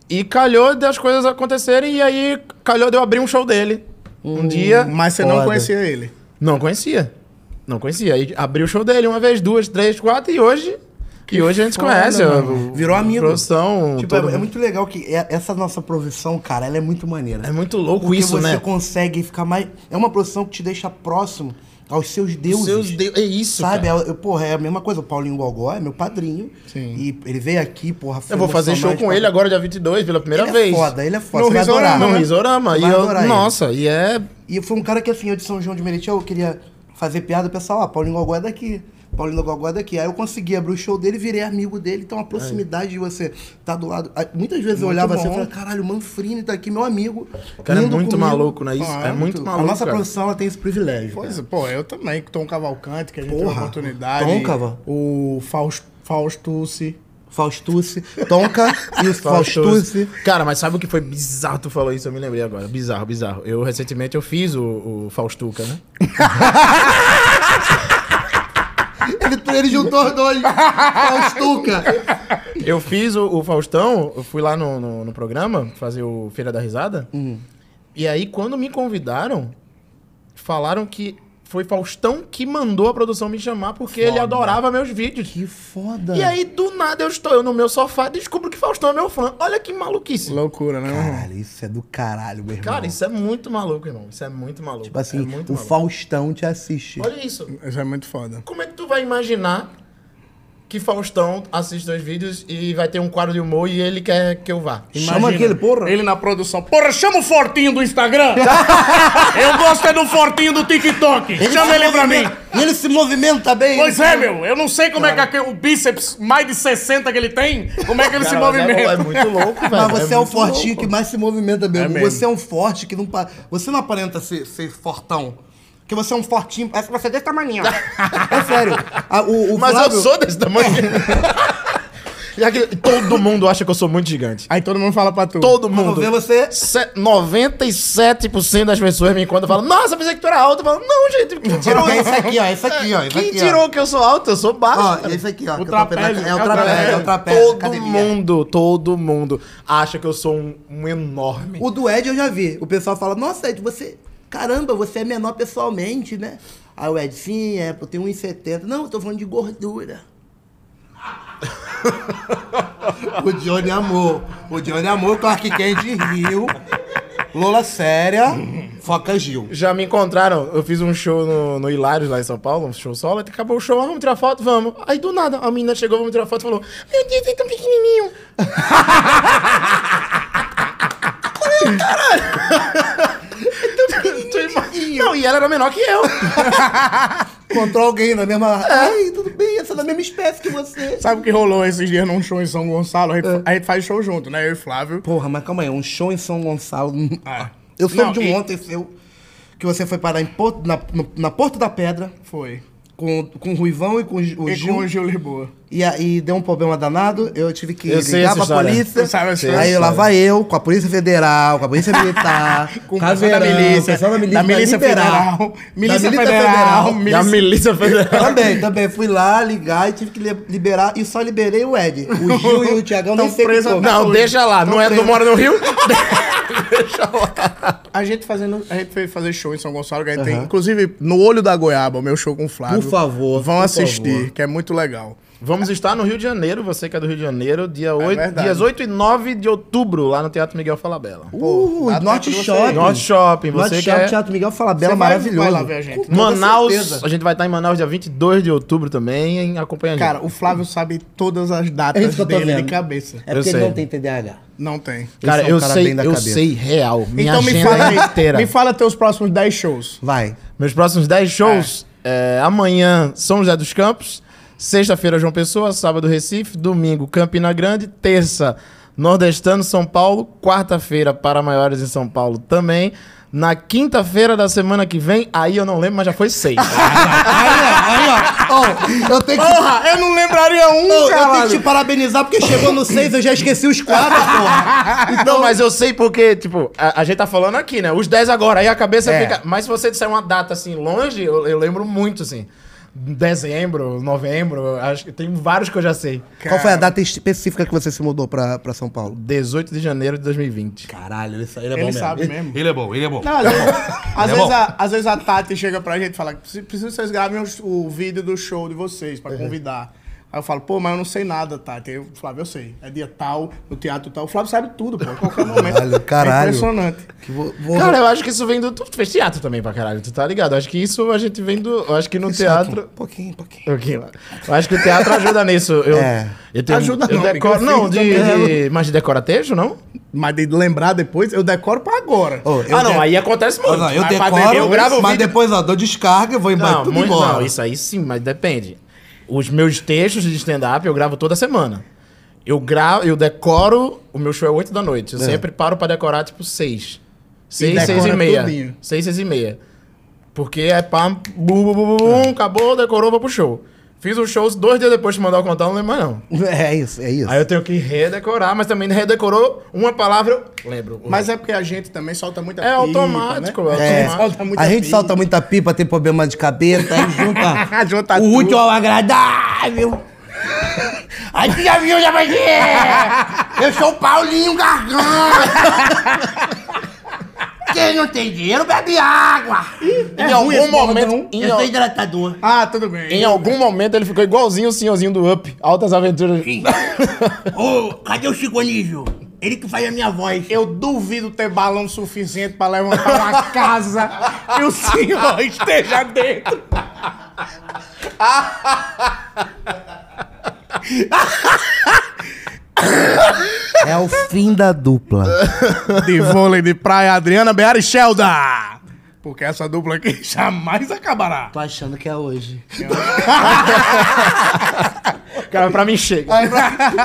Speaker 3: e calhou das coisas acontecerem e aí calhou de eu abrir um show dele. Um dia.
Speaker 1: Mas você não
Speaker 2: Foda.
Speaker 1: conhecia ele.
Speaker 3: Não conhecia. Não conhecia. Aí abri o show dele uma vez, duas, três, quatro e hoje. e hoje a gente se
Speaker 1: foda,
Speaker 3: conhece.
Speaker 1: mano.
Speaker 3: ó,
Speaker 2: Virou amigo.
Speaker 3: Produção.
Speaker 2: Tipo,
Speaker 3: todo
Speaker 2: é, é
Speaker 3: mundo.
Speaker 2: muito legal que é- essa nossa profissão, cara, ela é muito maneira.
Speaker 3: É muito louco
Speaker 2: Porque
Speaker 3: isso,
Speaker 2: você
Speaker 3: né?
Speaker 2: consegue ficar mais. É uma profissão que te deixa próximo aos seus deuses.
Speaker 3: Seus Deus- É isso.
Speaker 2: Sabe?
Speaker 3: cara.
Speaker 2: Eu, eu, porra, é a mesma coisa. O Paulinho Gogó é meu padrinho.
Speaker 1: Sim.
Speaker 2: E ele veio aqui, porra. foi
Speaker 3: Eu vou fazer show
Speaker 2: emocionante
Speaker 3: com
Speaker 2: pra-
Speaker 3: ele agora, dia 22, pela primeira
Speaker 2: Ele
Speaker 3: vez.
Speaker 2: é foda, ele é foda.
Speaker 1: No
Speaker 2: você vai
Speaker 1: Risorama,
Speaker 2: adorar.
Speaker 1: né?
Speaker 3: Não, risorama. E
Speaker 2: Vai
Speaker 3: eu,
Speaker 2: adorar ele.
Speaker 3: nossa, e é.
Speaker 2: E foi um cara que, assim, eu de São João de Meriti, eu queria fazer piada, o pessoal, ah, Paulinho Gogó é daqui. Paulinho Gogó é daqui. Aí eu consegui abrir o show dele, virei amigo dele. Então a proximidade de você tá do lado. Aí, Muitas vezes eu
Speaker 1: Muito
Speaker 2: olhava assim e
Speaker 1: bom.
Speaker 2: falava, caralho, o Manfrini tá aqui, meu amigo.
Speaker 3: O cara é
Speaker 2: lindo
Speaker 3: muito
Speaker 2: comigo."
Speaker 3: maluco, né? Isso é
Speaker 1: Claro,
Speaker 3: muito
Speaker 1: tu- a
Speaker 3: maluco.
Speaker 2: a nossa
Speaker 3: cara.
Speaker 2: profissão, ela tem esse privilégio.
Speaker 1: Pois
Speaker 2: cara.
Speaker 1: é, pô, eu também, que Tom Cavalcante, que a gente teve
Speaker 2: Porra,
Speaker 1: a oportunidade.
Speaker 2: Tom Caval-
Speaker 1: O Faust, Faustucci.
Speaker 3: é.
Speaker 2: Faustucci, Tonka e o Faustucci.
Speaker 3: Cara, mas sabe o que foi bizarro? Tu falou isso, eu me lembrei agora. Bizarro, bizarro. Eu recentemente eu fiz o, o Faustuca, né?
Speaker 2: Ele, ele juntou os dois. Faustuca.
Speaker 3: Eu fiz o, o Faustão, eu fui lá no, no, no programa fazer o Feira da Risada.
Speaker 2: Hum.
Speaker 3: E aí, quando me convidaram, falaram que foi Faustão que mandou a produção me chamar porque ele adorava meus vídeos.
Speaker 2: Que foda.
Speaker 3: E aí, do nada, eu estou eu no meu sofá e descubro que Faustão é meu fã. Olha que maluquice.
Speaker 1: Loucura, né, meu irmão?
Speaker 2: Caralho, isso é do caralho, meu irmão.
Speaker 3: Cara, isso é muito maluco, irmão. Isso é muito maluco.
Speaker 2: Tipo assim,
Speaker 3: é muito
Speaker 2: o
Speaker 3: maluco.
Speaker 2: Faustão te assiste.
Speaker 3: Olha isso.
Speaker 1: Isso é muito foda.
Speaker 3: Como é que tu vai imaginar que Faustão assiste os vídeos e vai ter um quadro de humor e ele quer que eu vá?
Speaker 2: Chama aquele, porra.
Speaker 1: Ele na produção. Porra, chama o Fortinho do Instagram. eu gosto é do Fortinho do TikTok. chama ele pra mim.
Speaker 2: E ele se movimenta bem.
Speaker 1: Pois é, meu. Eu não sei como é que aquele- o bíceps mais de 60 que ele tem, como é que ele se
Speaker 3: Cara, mas é- É,
Speaker 1: movimenta.
Speaker 3: muito louco, velho.
Speaker 2: Mas você é, o
Speaker 3: muito
Speaker 2: fortinho
Speaker 3: louco.
Speaker 2: que mais se movimenta mesmo.
Speaker 1: mesmo.
Speaker 2: Você é um forte que não... pa- Você não aparenta ser, ser fortão. Porque você é um fortinho... Parece que você é desse tamanho, ó. É sério. A- o, o
Speaker 3: Mas
Speaker 2: Flávio-
Speaker 3: eu sou desse tamanho. Já que todo mundo acha que eu sou muito gigigante.
Speaker 1: Aí todo mundo fala pra tu.
Speaker 3: Todo
Speaker 2: Quando
Speaker 3: mundo.
Speaker 2: vê você...
Speaker 3: Se- 97% das pessoas me encontram e falam, nossa, pensei que tu era alto. Eu falo, não, gente, quem tirou?
Speaker 2: Porque é isso aqui, ó. É isso aqui, ó. é isso
Speaker 3: Quem
Speaker 2: aqui, ó.
Speaker 3: tirou que eu sou alto? Eu sou baixo.
Speaker 2: Ó,
Speaker 3: cara.
Speaker 2: é isso aqui, ó.
Speaker 1: O
Speaker 2: que eu tô pegando-
Speaker 1: trapézio,
Speaker 2: É o
Speaker 1: é o
Speaker 2: trapézio, é o
Speaker 1: trapézio.
Speaker 2: trapézio.
Speaker 3: todo
Speaker 2: academia.
Speaker 3: mundo, todo mundo acha que eu sou um, um enorme.
Speaker 2: O do Ed eu já vi. O pessoal fala, nossa, Ed, você. Caramba, você é menor pessoalmente, né? Aí o Ed, sim, é, eu tenho 1,70. Não, eu tô falando de gordura. o Johnny amou. O Johnny amou com Arquiquente Rio. Lola Séria, Foca Gil.
Speaker 3: Já me encontraram, eu fiz um show no, no Hilários lá em São Paulo, um show solo, acabou o show, ah, vamos tirar foto, vamos. Aí do nada, a menina chegou, vamos tirar foto e falou: Meu Deus, é tão pequenininho.
Speaker 2: é
Speaker 3: Caralho! Tu ima- Não, e ela era menor que eu.
Speaker 2: Encontrou alguém na mesma.
Speaker 1: Ah,
Speaker 2: Ai, tudo bem, essa é da mesma espécie que você.
Speaker 1: Sabe o que rolou esses dias num show em São Gonçalo? A
Speaker 2: É.
Speaker 1: gente, a gente faz show junto, né? Eu e Flávio.
Speaker 2: Porra, mas calma aí, um show em São Gonçalo. hum,
Speaker 1: Ah.
Speaker 2: Eu soube
Speaker 1: Não,
Speaker 2: de um
Speaker 1: e-
Speaker 2: ontem seu que você foi parar em Porto, na, no- na Porto da Pedra.
Speaker 1: Foi.
Speaker 2: com, com o Ruivão e com o Gil.
Speaker 1: E com o
Speaker 2: Gil.
Speaker 1: Gil Lisboa.
Speaker 2: E aí deu um problema danado, eu tive que
Speaker 3: Eu sei
Speaker 2: ligar
Speaker 3: essa
Speaker 2: pra
Speaker 3: história.
Speaker 2: polícia.
Speaker 1: Eu sabe essa
Speaker 2: aí
Speaker 1: história.
Speaker 2: lá vai eu, com a Polícia Federal, com a Polícia Militar,
Speaker 1: Com o pessoal
Speaker 2: Caveirão,
Speaker 1: da milícia,
Speaker 2: pessoal da milícia,
Speaker 1: da milícia
Speaker 2: pra liberar.
Speaker 1: federal, milícia
Speaker 2: Da
Speaker 1: federal,
Speaker 3: E a milícia federal.
Speaker 2: Também, também. Fui lá ligar e tive que li- liberar e só liberei o Ed. O Gil e o Tiagão
Speaker 1: Tão
Speaker 2: nem sei o que
Speaker 1: preso
Speaker 2: foi.
Speaker 1: na-
Speaker 3: Não, deixa lá, não é, não mora no Rio?
Speaker 1: A gente
Speaker 2: um
Speaker 1: fazendo. A gente foi fazer show em São Gonçalo, que a gente tem. Inclusive, no Olho da Goiaba, o meu show com o Flávio.
Speaker 2: Por favor,
Speaker 1: Vão
Speaker 2: por
Speaker 1: assistir,
Speaker 2: favor.
Speaker 1: que é muito legal.
Speaker 3: Vamos estar no Rio de Janeiro, você que é do Rio de Janeiro, dia 8,
Speaker 1: verdade.
Speaker 3: dias 8 e 9 de outubro, lá no Teatro Miguel Falabella.
Speaker 1: Pô, dá
Speaker 2: Uh, Norte
Speaker 1: tempo de você
Speaker 2: Shopping.
Speaker 1: ir.
Speaker 3: Norte Shopping,
Speaker 2: Norte
Speaker 3: você que
Speaker 2: Shopping,
Speaker 3: é...
Speaker 2: Teatro Miguel Falabella,
Speaker 1: Você vai-
Speaker 2: maravilhoso.
Speaker 1: vai lá ver a gente.
Speaker 2: Com toda
Speaker 3: Manaus,
Speaker 2: certeza.
Speaker 3: a gente vai estar em Manaus dia 22 de outubro também, hein? acompanha a gente.
Speaker 1: Cara, o Flávio sabe todas as datas
Speaker 2: Hum. É isso que eu tô
Speaker 1: dele
Speaker 2: vendo.
Speaker 1: de cabeça.
Speaker 2: É
Speaker 3: Eu
Speaker 2: porque ele
Speaker 3: sei.
Speaker 2: não tem TDAH.
Speaker 1: Não tem.
Speaker 3: Cara,
Speaker 2: esse é um
Speaker 3: eu
Speaker 2: cara
Speaker 3: sei,
Speaker 2: bem da
Speaker 3: eu
Speaker 2: cabeça.
Speaker 3: sei real, minha
Speaker 1: então me
Speaker 3: agenda
Speaker 2: é
Speaker 3: é
Speaker 1: fala
Speaker 3: inteira.
Speaker 1: aí. Me fala teus próximos 10 shows.
Speaker 2: Vai.
Speaker 3: Meus próximos 10 shows, é, amanhã São José dos Campos, sexta-feira João Pessoa, sábado Recife, domingo Campina Grande, terça Nordestano São Paulo, quarta-feira para maiores em São Paulo também. Na quinta-feira da semana que vem, aí eu não lembro, mas já foi seis.
Speaker 2: Ó, eu tenho que
Speaker 1: Porra, eu não lembraria um,
Speaker 2: Ô, eu tenho
Speaker 1: caralho.
Speaker 2: que te parabenizar porque chegou no 6, eu já esqueci os quatro, porra.
Speaker 3: não, mas eu sei porque, tipo, a, a gente tá falando aqui, né? Os 10 agora, aí a cabeça
Speaker 2: É.
Speaker 3: fica. Mas se você disser uma data assim longe, eu, eu lembro muito, assim. dezembro, novembro, acho que tem vários que eu já sei.
Speaker 2: Qual foi a data específica que você se mudou pra, pra São Paulo?
Speaker 3: 18 de janeiro de 2020.
Speaker 2: Caralho, isso aí é
Speaker 1: Ele sabe né? mesmo.
Speaker 5: Ele é bom, ele é bom.
Speaker 1: Não, às vezes, às,
Speaker 5: Ele é
Speaker 1: vezes
Speaker 5: bom.
Speaker 1: a, às vezes a Tati chega pra gente e fala: "Preciso- preciso que vocês gravem o, o vídeo do show de vocês
Speaker 2: Uhum.
Speaker 1: pra convidar. Aí eu falo, pô, mas eu não sei nada, Tati. Aí o Flávio, eu sei. É dia tal, no teatro tal. O Flávio sabe tudo, pô. a Qualquer momento.
Speaker 2: Caralho, caralho.
Speaker 1: É impressionante.
Speaker 2: Que vou, vou-
Speaker 3: Cara, eu acho que isso vem do. Tu fez teatro também pra caralho, tu tá ligado? Eu acho que isso a gente vem do. Eu acho que no teatro.
Speaker 2: Um pouquinho, um pouquinho.
Speaker 3: Um pouquinho lá. Eu acho que o teatro ajuda nisso. Eu,
Speaker 2: É.
Speaker 3: eu tenho,
Speaker 1: Ajuda
Speaker 3: eu
Speaker 1: não,
Speaker 3: decoro,
Speaker 1: amigo, eu
Speaker 3: não,
Speaker 1: fiz
Speaker 3: de,
Speaker 1: também.
Speaker 3: de- mas de decora texto, não?
Speaker 1: Mas de lembrar depois, eu decoro pra agora.
Speaker 2: Ô, eu
Speaker 3: ah, não,
Speaker 2: de-
Speaker 3: aí acontece muito.
Speaker 2: Ah, não, eu
Speaker 3: Mas pra
Speaker 2: decoro,
Speaker 3: de- eu gravo o
Speaker 2: mas
Speaker 3: vídeo.
Speaker 2: depois ó, dou descarga, vou embora,
Speaker 3: Não,
Speaker 2: tudo
Speaker 3: muito,
Speaker 2: embora.
Speaker 3: não, isso aí sim, mas depende. Os meus textos de stand-up eu gravo toda semana. Eu gravo, eu decoro, o meu show é 8 da noite. Eu sempre paro pra decorar, tipo, 6. 6, 6 e
Speaker 1: decora
Speaker 3: meia.
Speaker 1: tudinho.
Speaker 3: 6, 6 e meia. Porque é pá, bum, bum, bum, bum,
Speaker 2: É.
Speaker 3: bum, acabou, decorou, vou pro show. Fiz o show, dois dias depois de mandar o contar, não lembro mais não.
Speaker 2: É isso, é isso.
Speaker 3: Aí eu tenho que redecorar, mas também redecorou uma palavra, eu lembro.
Speaker 1: Mas tá, é porque a gente também solta muita
Speaker 3: É automático,
Speaker 1: né?
Speaker 3: é
Speaker 2: É,
Speaker 1: A gente solta muita
Speaker 2: a gente
Speaker 1: pipa.
Speaker 2: solta muita pipa, tem problema de cabeça, aí junta,
Speaker 1: Junta
Speaker 2: o
Speaker 1: tudo.
Speaker 2: útil ao agradável. Aí tu já viu, já vai ver. Eu sou o Paulinho Garganta. Quem não tem dinheiro bebe água.
Speaker 3: em
Speaker 1: ruim
Speaker 3: algum
Speaker 1: esse
Speaker 3: momento,
Speaker 1: bordão.
Speaker 3: em,
Speaker 2: Eu
Speaker 3: al-
Speaker 2: sou hidratador.
Speaker 1: Ah, tudo bem.
Speaker 3: em algum momento ele ficou igualzinho o senhorzinho do Up, Altas Aventuras.
Speaker 2: Ô, cadê o Chico Anísio? Ele que faz a minha voz.
Speaker 1: Eu duvido ter balão suficiente pra levantar uma casa e o senhor esteja dentro.
Speaker 2: É o fim da dupla.
Speaker 1: De vôlei de praia, Adriana Beara e Shelda. Porque essa dupla aqui jamais acabará.
Speaker 2: Tô achando que é hoje.
Speaker 3: Cara, pra mim chega.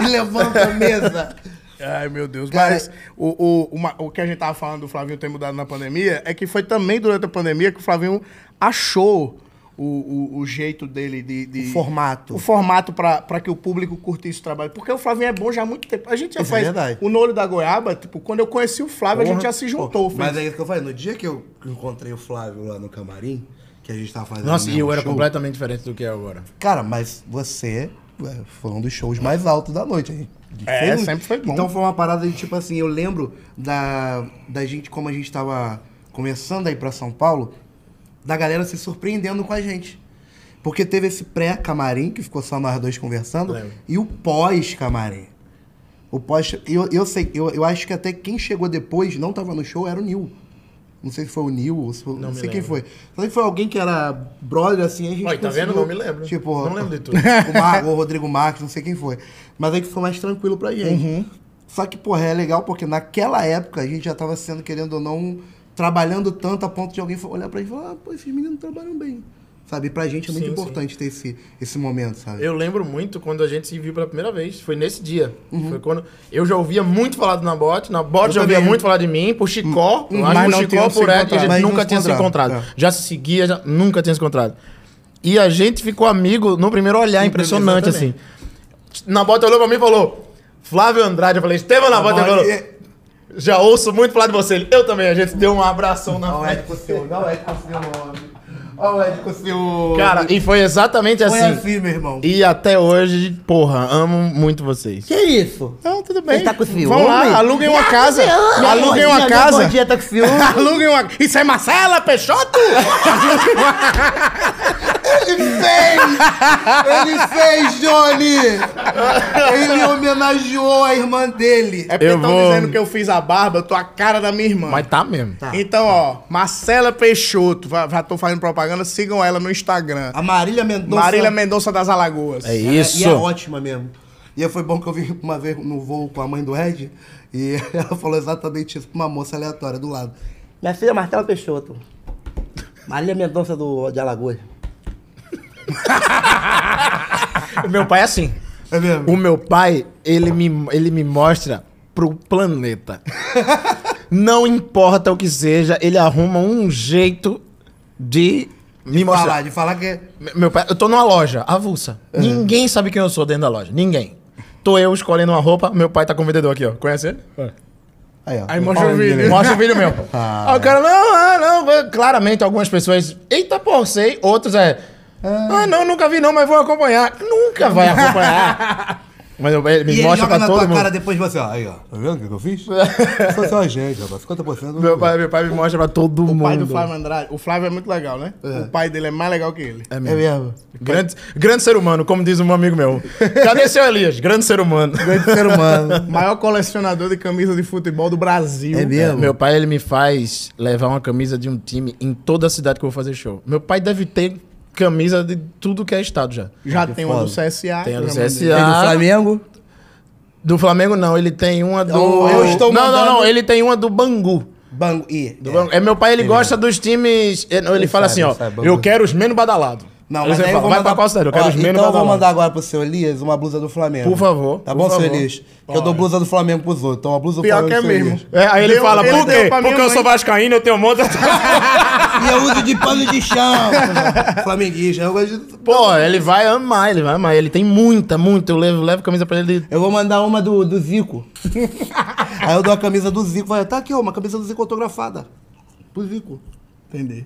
Speaker 2: Levanta a mesa.
Speaker 1: Ai, meu Deus.
Speaker 2: Cara,
Speaker 1: Mas o, o, uma- o que a gente tava falando do Flavinho ter mudado na pandemia é que foi também durante a pandemia que o Flavinho achou o, o, o jeito dele de, de-
Speaker 2: O formato.
Speaker 1: O formato pra pra que o público curtisse o trabalho. Porque o Flavinho é bom já há muito tempo. A gente já
Speaker 2: Isso é
Speaker 1: faz
Speaker 2: verdade.
Speaker 1: o No Olho da Goiaba, tipo, quando eu conheci o Flávio, a gente já se juntou. fez.
Speaker 2: Mas é isso que eu falei. No dia que eu encontrei o Flávio lá no camarim, que a gente tava fazendo. o
Speaker 3: Nossa, e eu
Speaker 2: mesmo
Speaker 3: era
Speaker 2: show.
Speaker 3: completamente diferente do que é agora.
Speaker 2: Cara, mas você é, foi um dos shows mais altos da noite aí.
Speaker 1: É, sempre foi bom.
Speaker 2: Então foi uma parada de tipo assim, eu lembro da, da gente, como a gente tava começando a ir pra São Paulo, da galera se surpreendendo com a gente. Porque teve esse pré-camarim, que ficou só nós dois conversando,
Speaker 3: Lembro.
Speaker 2: e o pós-camarim. O pós. Eu, eu sei, eu, eu acho que até quem chegou depois, não tava no show, era o Nil. Não sei se foi o Nil, ou se foi- não,
Speaker 3: me
Speaker 2: sei quem
Speaker 3: lembro.
Speaker 2: foi. Só sei que foi alguém que era brother, assim, a gente.
Speaker 3: Olha, tá
Speaker 2: conseguiu,
Speaker 3: vendo? Não me lembro.
Speaker 2: Tipo,
Speaker 3: Não lembro de tudo.
Speaker 2: o, Mar, o Rodrigo Marques, não sei quem foi. Mas aí que foi mais tranquilo pra gente.
Speaker 3: Uhum.
Speaker 2: Só que, porra, é legal porque naquela época a gente já tava sendo, querendo ou não, trabalhando tanto a ponto de alguém olhar pra gente e falar, ah, pô, esses meninos trabalham bem. Sabe? E pra gente é muito
Speaker 3: Sim,
Speaker 2: importante ter esse, esse momento, sabe?
Speaker 3: Eu lembro muito quando a gente se viu pela primeira vez. Foi nesse dia. Foi quando eu já ouvia muito falar do Nabote. Nabote já ouvia
Speaker 2: também.
Speaker 3: muito falar de mim, por Chicó. Eu
Speaker 1: mas
Speaker 3: acho que
Speaker 1: não
Speaker 3: por
Speaker 1: tinham
Speaker 3: Chicó,
Speaker 1: se
Speaker 3: por Ed, e a
Speaker 1: encontrado.
Speaker 3: gente
Speaker 2: Mas não
Speaker 3: nunca tinha se
Speaker 2: encontrado,
Speaker 3: encontrado. Já se seguia, já- nunca tinha se encontrado. E a gente ficou amigo no primeiro olhar, impressionante, assim. Nabote olhou pra mim e falou: Flávio Andrade. Eu falei: Estevam Nabote. Ele falou:
Speaker 2: é,
Speaker 3: Já ouço muito falar de você. Ele, Eu também. A gente deu um abração na
Speaker 2: Olha o Ed com seu, olha o Ed com seu nome. Olha o Ed com seu.
Speaker 3: Cara, e foi exatamente
Speaker 2: é foi
Speaker 3: assim.
Speaker 2: assim, meu irmão.
Speaker 3: E até hoje, porra, amo muito vocês.
Speaker 2: Que isso?
Speaker 1: Então, tudo bem.
Speaker 2: Ele tá com ciúme?
Speaker 1: Vão lá, aluguem uma casa.
Speaker 2: Ah,
Speaker 1: Aluguem uma casa.
Speaker 2: tá com ciúme.
Speaker 1: Aluguem uma... Isso é Marcela Peixoto?
Speaker 2: Ele fez! Ele fez, Johnny! Ele homenageou a irmã dele.
Speaker 1: É porque
Speaker 3: Eu
Speaker 1: estão
Speaker 3: vou-
Speaker 1: dizendo que eu fiz a barba, eu tô a cara da minha irmã.
Speaker 3: Mas tá mesmo.
Speaker 2: Tá.
Speaker 1: Então, ó, Marcela Peixoto, já, já tô fazendo propaganda, sigam ela no Instagram.
Speaker 2: A Marília Mendonça.
Speaker 1: Marília Mendonça das Alagoas.
Speaker 3: É
Speaker 2: Ela-
Speaker 3: isso.
Speaker 2: E é ótima mesmo. E foi bom que eu vim uma vez no voo com a mãe do Ed e ela falou exatamente isso pra uma moça aleatória do lado.
Speaker 6: Minha filha Martela Peixoto. Marília Mendonça do, de Alagoas.
Speaker 3: O meu pai é assim.
Speaker 2: É mesmo?
Speaker 3: O meu pai, ele me, ele me mostra pro planeta. Não importa o que seja, ele arruma um jeito de me mostrar.
Speaker 2: Falar, de falar que. é-
Speaker 3: Me- Meu pai, eu tô numa loja, avulsa. Ninguém sabe quem eu sou dentro da loja. Ninguém. Tô eu escolhendo uma roupa, meu pai tá com o vendedor aqui, ó. Conhece ele?
Speaker 2: Aí, ó.
Speaker 1: Aí mostra o vídeo.
Speaker 3: Mostra o vídeo meu. Aí o cara, não, ah, não. Claramente, algumas pessoas. Eita, pô, sei. Outros é. Ah, não, nunca vi não, mas vou acompanhar. Nunca vai acompanhar. mas eu, ele me
Speaker 2: E ele
Speaker 3: mostra
Speaker 2: joga
Speaker 3: pra
Speaker 2: na
Speaker 3: todo
Speaker 2: tua
Speaker 3: mundo.
Speaker 2: cara depois você, ó, aí ó, tá vendo o que que eu fiz? Sou só a gente, rapaz, 50%.
Speaker 3: Meu, pai, meu pai me mostra pra todo
Speaker 7: O
Speaker 3: mundo.
Speaker 7: pai do Flávio Andrade. O Flávio é muito legal, né? O pai dele é mais legal que ele.
Speaker 3: É mesmo. Grande, grande ser humano, como diz um amigo meu. Cadê seu Elias? Grande ser humano.
Speaker 4: Grande ser humano.
Speaker 7: Maior colecionador de camisa de futebol do Brasil.
Speaker 4: É mesmo?
Speaker 3: Meu pai, ele me faz levar uma camisa de um time em toda a cidade que eu vou fazer show. Meu pai deve ter camisa de tudo que é estado já.
Speaker 7: Já tem uma do CSA.
Speaker 3: Tem a do
Speaker 7: já mandei.
Speaker 3: CSA.
Speaker 4: Tem do Flamengo.
Speaker 3: Do Flamengo, não. Ele tem uma do...
Speaker 4: Eu- eu estou
Speaker 3: não, não, não.
Speaker 4: mandando-
Speaker 3: Ele tem uma do Bangu.
Speaker 4: Bango. E.
Speaker 3: Do Bangu. É, meu pai, ele gosta dos times... Ele, ele fala
Speaker 2: sabe,
Speaker 3: assim, ó.
Speaker 2: ele sabe, Bangu.
Speaker 3: eu quero os menos badalados.
Speaker 4: Não,
Speaker 3: Ele
Speaker 4: mas
Speaker 3: sempre
Speaker 4: aí eu
Speaker 3: fala,
Speaker 4: vou
Speaker 3: vai
Speaker 4: mandar...
Speaker 3: pra qual cidade? Eu quero
Speaker 4: Ó,
Speaker 3: os menos
Speaker 4: Então eu vou
Speaker 3: badalados.
Speaker 4: mandar agora pro seu Elias uma blusa do Flamengo.
Speaker 3: Por favor,
Speaker 4: Tá
Speaker 3: por
Speaker 4: bom, seu
Speaker 3: favor.
Speaker 4: Elias? Que eu dou blusa do Flamengo pros outros. Então a blusa do
Speaker 7: Pior que é
Speaker 4: Flamengo pro seu
Speaker 7: mesmo.
Speaker 4: Elias.
Speaker 3: É, aí ele
Speaker 7: Deu-
Speaker 3: fala,
Speaker 7: ele
Speaker 3: por
Speaker 7: deu
Speaker 3: quê?
Speaker 7: pra minha
Speaker 3: Porque eu
Speaker 7: mãe.
Speaker 3: sou vascaíno, eu tenho um monte...
Speaker 4: E eu uso de pano de chão. Flamenguista. Eu gosto de...
Speaker 3: Pô, ele vai amar, ele vai amar. Ele tem muita, muita. Eu levo, levo camisa pra ele de
Speaker 4: Eu vou mandar uma do, do Zico. Aí eu dou a camisa do Zico. Vai, tá aqui, ó, uma camisa do Zico autografada. Pro Zico.
Speaker 7: Entendi.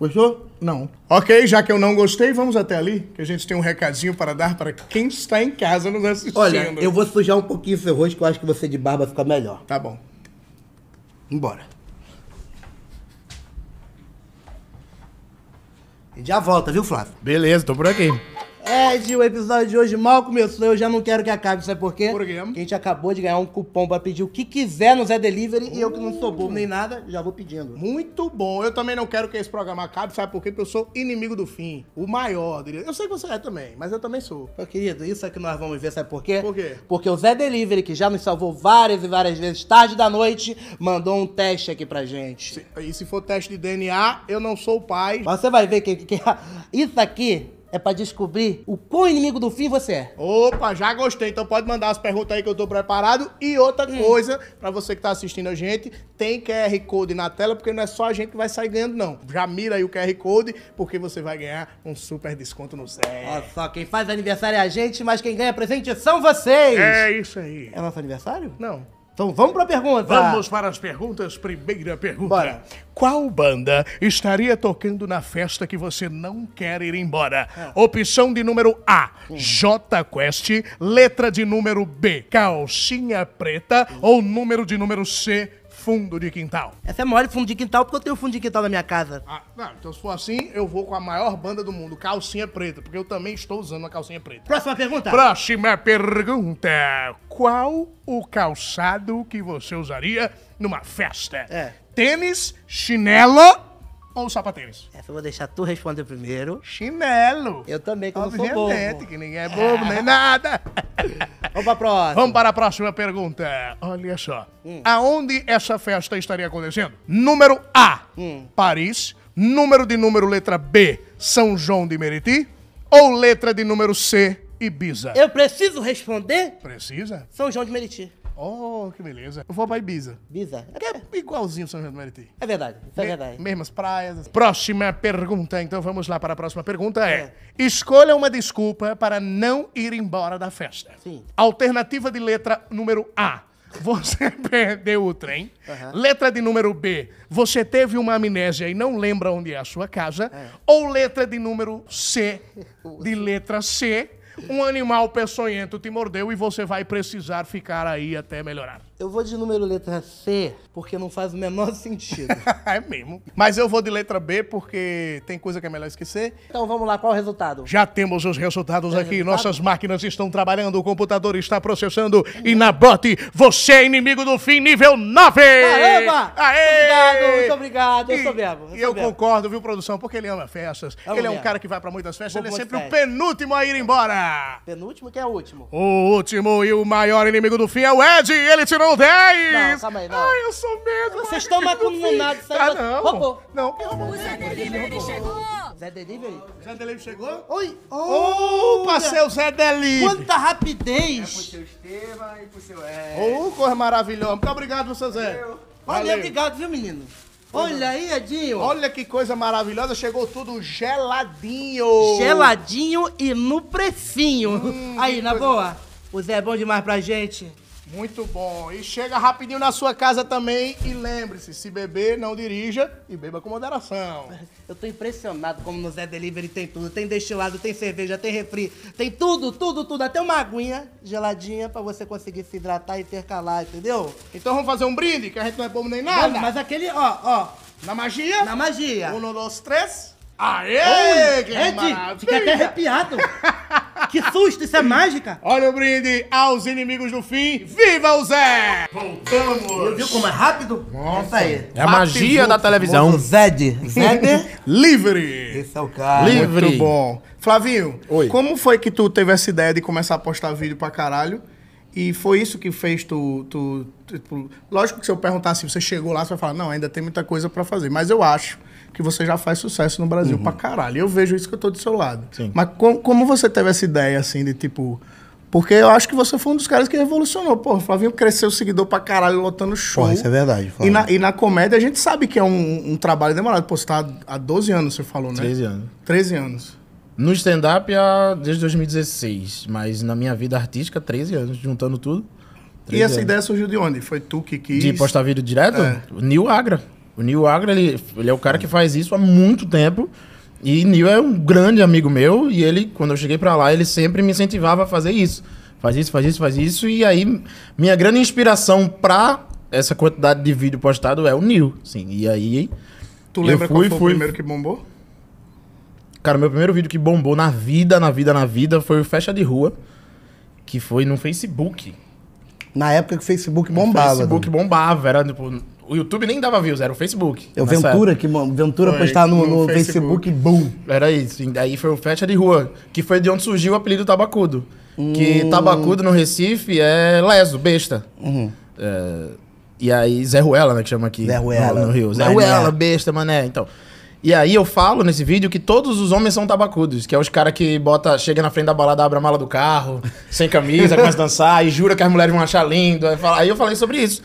Speaker 4: Gostou?
Speaker 7: Não. Ok, já que eu não gostei, vamos até ali, que a gente tem um recadinho para dar para quem está em casa nos assistindo.
Speaker 4: Olha, eu vou sujar um pouquinho seu rosto, que eu acho que você de barba fica melhor.
Speaker 7: Tá bom.
Speaker 4: Embora. E já volta, viu, Flávio?
Speaker 3: Beleza, tô por aqui.
Speaker 4: É, Gil, o episódio de hoje mal começou, eu já não quero que acabe, sabe por quê?
Speaker 7: Por quê?
Speaker 4: Porque a gente acabou de ganhar um cupom pra pedir o que quiser no Zé Delivery e eu que não sou bobo nem nada, já vou pedindo.
Speaker 7: Muito bom. Eu também não quero que esse programa acabe, sabe por quê? Porque eu sou inimigo do fim. O maior, diria. Eu sei que você é também, mas eu também sou.
Speaker 4: Meu querido, isso é que nós vamos ver, sabe por quê?
Speaker 7: Por quê?
Speaker 4: Porque o Zé Delivery, que já nos salvou várias e várias vezes, tarde da noite, mandou um teste aqui pra gente.
Speaker 7: Se- E se for teste de DNA, eu não sou o pai.
Speaker 4: Mas Você vai ver que, que- isso aqui é pra descobrir o quão inimigo do fim você é.
Speaker 7: Opa, já gostei. Então pode mandar as perguntas aí que eu tô preparado. E outra coisa, pra você que tá assistindo a gente, tem QR Code na tela, porque não é só a gente que vai sair ganhando, não. Já mira aí o QR Code, porque você vai ganhar um super desconto no Zé.
Speaker 4: Olha só, quem faz aniversário é a gente, mas quem ganha presente são vocês.
Speaker 7: É isso aí.
Speaker 4: É nosso aniversário?
Speaker 7: Não.
Speaker 4: Então vamos pra pergunta.
Speaker 7: Vamos para as perguntas. Primeira pergunta.
Speaker 4: Bora.
Speaker 7: Qual banda estaria tocando na festa que você não quer ir embora? Opção de número A, J Quest. Letra de número B, Calcinha Preta. Ou número de número C, Fundo de Quintal.
Speaker 4: Essa é mole fundo de quintal, porque eu tenho fundo de quintal na minha casa.
Speaker 7: Ah, não, então se for assim, eu vou com a maior banda do mundo, Calcinha Preta, porque eu também estou usando uma calcinha preta.
Speaker 4: Próxima pergunta.
Speaker 7: Próxima pergunta. Qual o calçado que você usaria numa festa?
Speaker 4: É.
Speaker 7: Tênis, chinelo ou sapatênis?
Speaker 4: Essa eu vou deixar tu responder primeiro.
Speaker 7: Chinelo.
Speaker 4: Eu também, que eu não sou bobo. É.
Speaker 7: Obviamente, que ninguém é bobo nem nada.
Speaker 4: Vamos pra próxima.
Speaker 7: Vamos para a próxima pergunta. Olha só.
Speaker 4: Hum.
Speaker 7: Aonde essa festa estaria acontecendo? Número A,
Speaker 4: Hum.
Speaker 7: Paris. Número de número letra B, São João de Meriti. Ou letra de número C, Ibiza?
Speaker 4: Eu preciso responder
Speaker 7: Precisa?
Speaker 4: São João de Meriti.
Speaker 7: Oh, que beleza. Eu vou pra Ibiza.
Speaker 4: Bisa.
Speaker 7: Que é igualzinho São João do Meriti.
Speaker 4: É verdade, isso é
Speaker 7: Me-
Speaker 4: verdade.
Speaker 7: Mesmas praias. Próxima pergunta, então vamos lá para a próxima pergunta é, Escolha uma desculpa para não ir embora da festa.
Speaker 4: Sim.
Speaker 7: Alternativa de letra número A. Você perdeu o trem. Letra de número B. Você teve uma amnésia e não lembra onde é a sua casa. Ou letra de número C. De letra C. Um animal peçonhento te mordeu e você vai precisar ficar aí até melhorar.
Speaker 4: Eu vou de número letra C, porque não faz o menor sentido.
Speaker 7: é mesmo. Mas eu vou de letra B porque tem coisa que é melhor esquecer.
Speaker 4: então vamos lá, qual o resultado?
Speaker 7: Já temos os resultados aqui. Nossas máquinas estão trabalhando, o computador está processando. E na bot, você é inimigo do fim, nível 9!
Speaker 4: Caramba! Obrigado,
Speaker 7: Aê!
Speaker 4: muito obrigado. Eu
Speaker 7: E-
Speaker 4: sou mesmo.
Speaker 7: E
Speaker 4: sou
Speaker 7: eu
Speaker 4: mesmo.
Speaker 7: concordo, viu, produção? Porque ele ama festas.
Speaker 4: Amo
Speaker 7: ele é um
Speaker 4: mesmo.
Speaker 7: cara que vai pra muitas festas.
Speaker 4: Vou
Speaker 7: ele é
Speaker 4: pra
Speaker 7: sempre o
Speaker 4: muitas festas.
Speaker 7: penúltimo a ir embora.
Speaker 4: Penúltimo que é o último.
Speaker 7: O último e o maior inimigo do fim é o Ed. Ele tirou 10.
Speaker 4: Não, calma aí, não. é
Speaker 7: Ai, eu sou mesmo.
Speaker 4: Vocês estão maculando nada, isso aí
Speaker 7: Ah,
Speaker 4: você-
Speaker 7: não.
Speaker 4: Roubou.
Speaker 7: Não, quem roubou?
Speaker 4: Zé Delivery?
Speaker 7: Zé Delivery chegou?
Speaker 4: Oi!
Speaker 7: Ô,
Speaker 4: Olha,
Speaker 7: parceiro Zé Delivery.
Speaker 4: Quanta
Speaker 7: É
Speaker 4: rapidez!
Speaker 7: Ô, coisa maravilhosa. Muito obrigado, seu Zé.
Speaker 4: Olha,
Speaker 7: Valeu.
Speaker 4: obrigado, viu, menino? Olha aí, Edinho.
Speaker 7: Olha que coisa maravilhosa. Chegou tudo geladinho. Hum,
Speaker 4: Geladinho e no precinho. aí, na boa. O Zé é bom demais pra gente.
Speaker 1: Muito bom. E chega rapidinho na sua casa também. E lembre-se, se beber, não dirija e beba com moderação.
Speaker 8: Eu tô impressionado como no Zé Delivery tem tudo. Tem destilado, tem cerveja, tem refri, tem tudo, tudo, tudo. Até uma aguinha geladinha pra você conseguir se hidratar e intercalar, entendeu?
Speaker 1: Então vamos fazer um brinde, que a gente não é bobo nem nada.
Speaker 8: Mas, mas aquele, ó, ó,
Speaker 1: Na magia?
Speaker 8: na magia.
Speaker 1: Um, dois, três. Aê! que
Speaker 8: Ed, fica até
Speaker 1: maravilha.
Speaker 8: arrepiado. que susto, isso é mágica.
Speaker 1: Olha o brinde aos inimigos do fim. Viva o Zé! Voltamos.
Speaker 8: Viu como é rápido? Nossa. É isso aí.
Speaker 3: É a magia da televisão.
Speaker 8: Zed. Zed.
Speaker 1: Livre.
Speaker 8: Esse é o cara.
Speaker 3: Livre.
Speaker 1: Muito bom. Flavinho,
Speaker 3: Oi.
Speaker 1: como foi que tu teve essa ideia de começar a postar vídeo pra caralho? E foi isso que fez tu, tu, tipo, Lógico que se eu perguntar se você chegou lá, você vai falar, não, ainda tem muita coisa pra fazer. Mas eu acho que você já faz sucesso no Brasil pra caralho. E eu vejo isso que eu tô do seu lado.
Speaker 3: Sim.
Speaker 1: Mas com- como você teve essa ideia, assim, de tipo... Porque eu acho que você foi um dos caras que revolucionou. Pô, o Flavinho cresceu seguidor pra caralho, lotando show.
Speaker 4: Porra, isso é verdade,
Speaker 1: E
Speaker 4: Flavinho.
Speaker 1: na, e na comédia a gente sabe que é um, um trabalho demorado. Pô, você tá há 12 anos, você falou, né?
Speaker 3: 13 anos.
Speaker 1: 13 anos.
Speaker 3: No stand-up há- desde 2016, mas na minha vida artística, 13 anos, juntando tudo.
Speaker 1: E
Speaker 3: 13
Speaker 1: essa
Speaker 3: anos.
Speaker 1: ideia surgiu de onde? Foi tu que quis?
Speaker 3: De postar vídeo direto?
Speaker 1: É.
Speaker 3: O Nil Agra. O Nil Agra, ele, ele é o cara que faz isso há muito tempo. E Nil é um grande amigo meu. E ele, quando eu cheguei pra lá, ele sempre me incentivava a fazer isso. Faz isso, faz isso, faz isso. E aí, minha grande inspiração pra essa quantidade de vídeo postado é o Nil. Sim, e aí...
Speaker 1: Tu
Speaker 3: eu
Speaker 1: lembra qual
Speaker 3: fui,
Speaker 1: foi
Speaker 3: fui.
Speaker 1: o primeiro que bombou?
Speaker 3: Cara, meu primeiro vídeo que bombou na vida, na vida, na vida, foi o Fecha de Rua. Que foi no Facebook.
Speaker 4: Na época que o Facebook
Speaker 3: O
Speaker 4: bombava.
Speaker 3: Facebook bombava. Era, tipo, o YouTube nem dava views, era o Facebook.
Speaker 4: Eu
Speaker 3: nessa
Speaker 4: Ventura, que mo- Ventura
Speaker 1: Foi,
Speaker 4: postar no,
Speaker 1: no
Speaker 4: no Facebook, boom.
Speaker 3: Era isso. E Daí foi o Fecha de Rua, que foi de onde surgiu o apelido Tabacudo. Que
Speaker 4: Hum.
Speaker 3: Tabacudo no Recife é leso, besta. É, e aí, Zé Ruela, né, que chama aqui.
Speaker 4: Uhum. Zé Ruela. é
Speaker 3: No, no Rio. Zé
Speaker 4: Mané.
Speaker 3: Ruela, besta, mané, então. E aí eu falo nesse vídeo que todos os homens são tabacudos, que é os caras que bota, chega na frente da balada, abre a mala do carro, sem camisa, começa a dançar e jura que as mulheres vão achar lindo. Aí fala- aí eu falei sobre isso.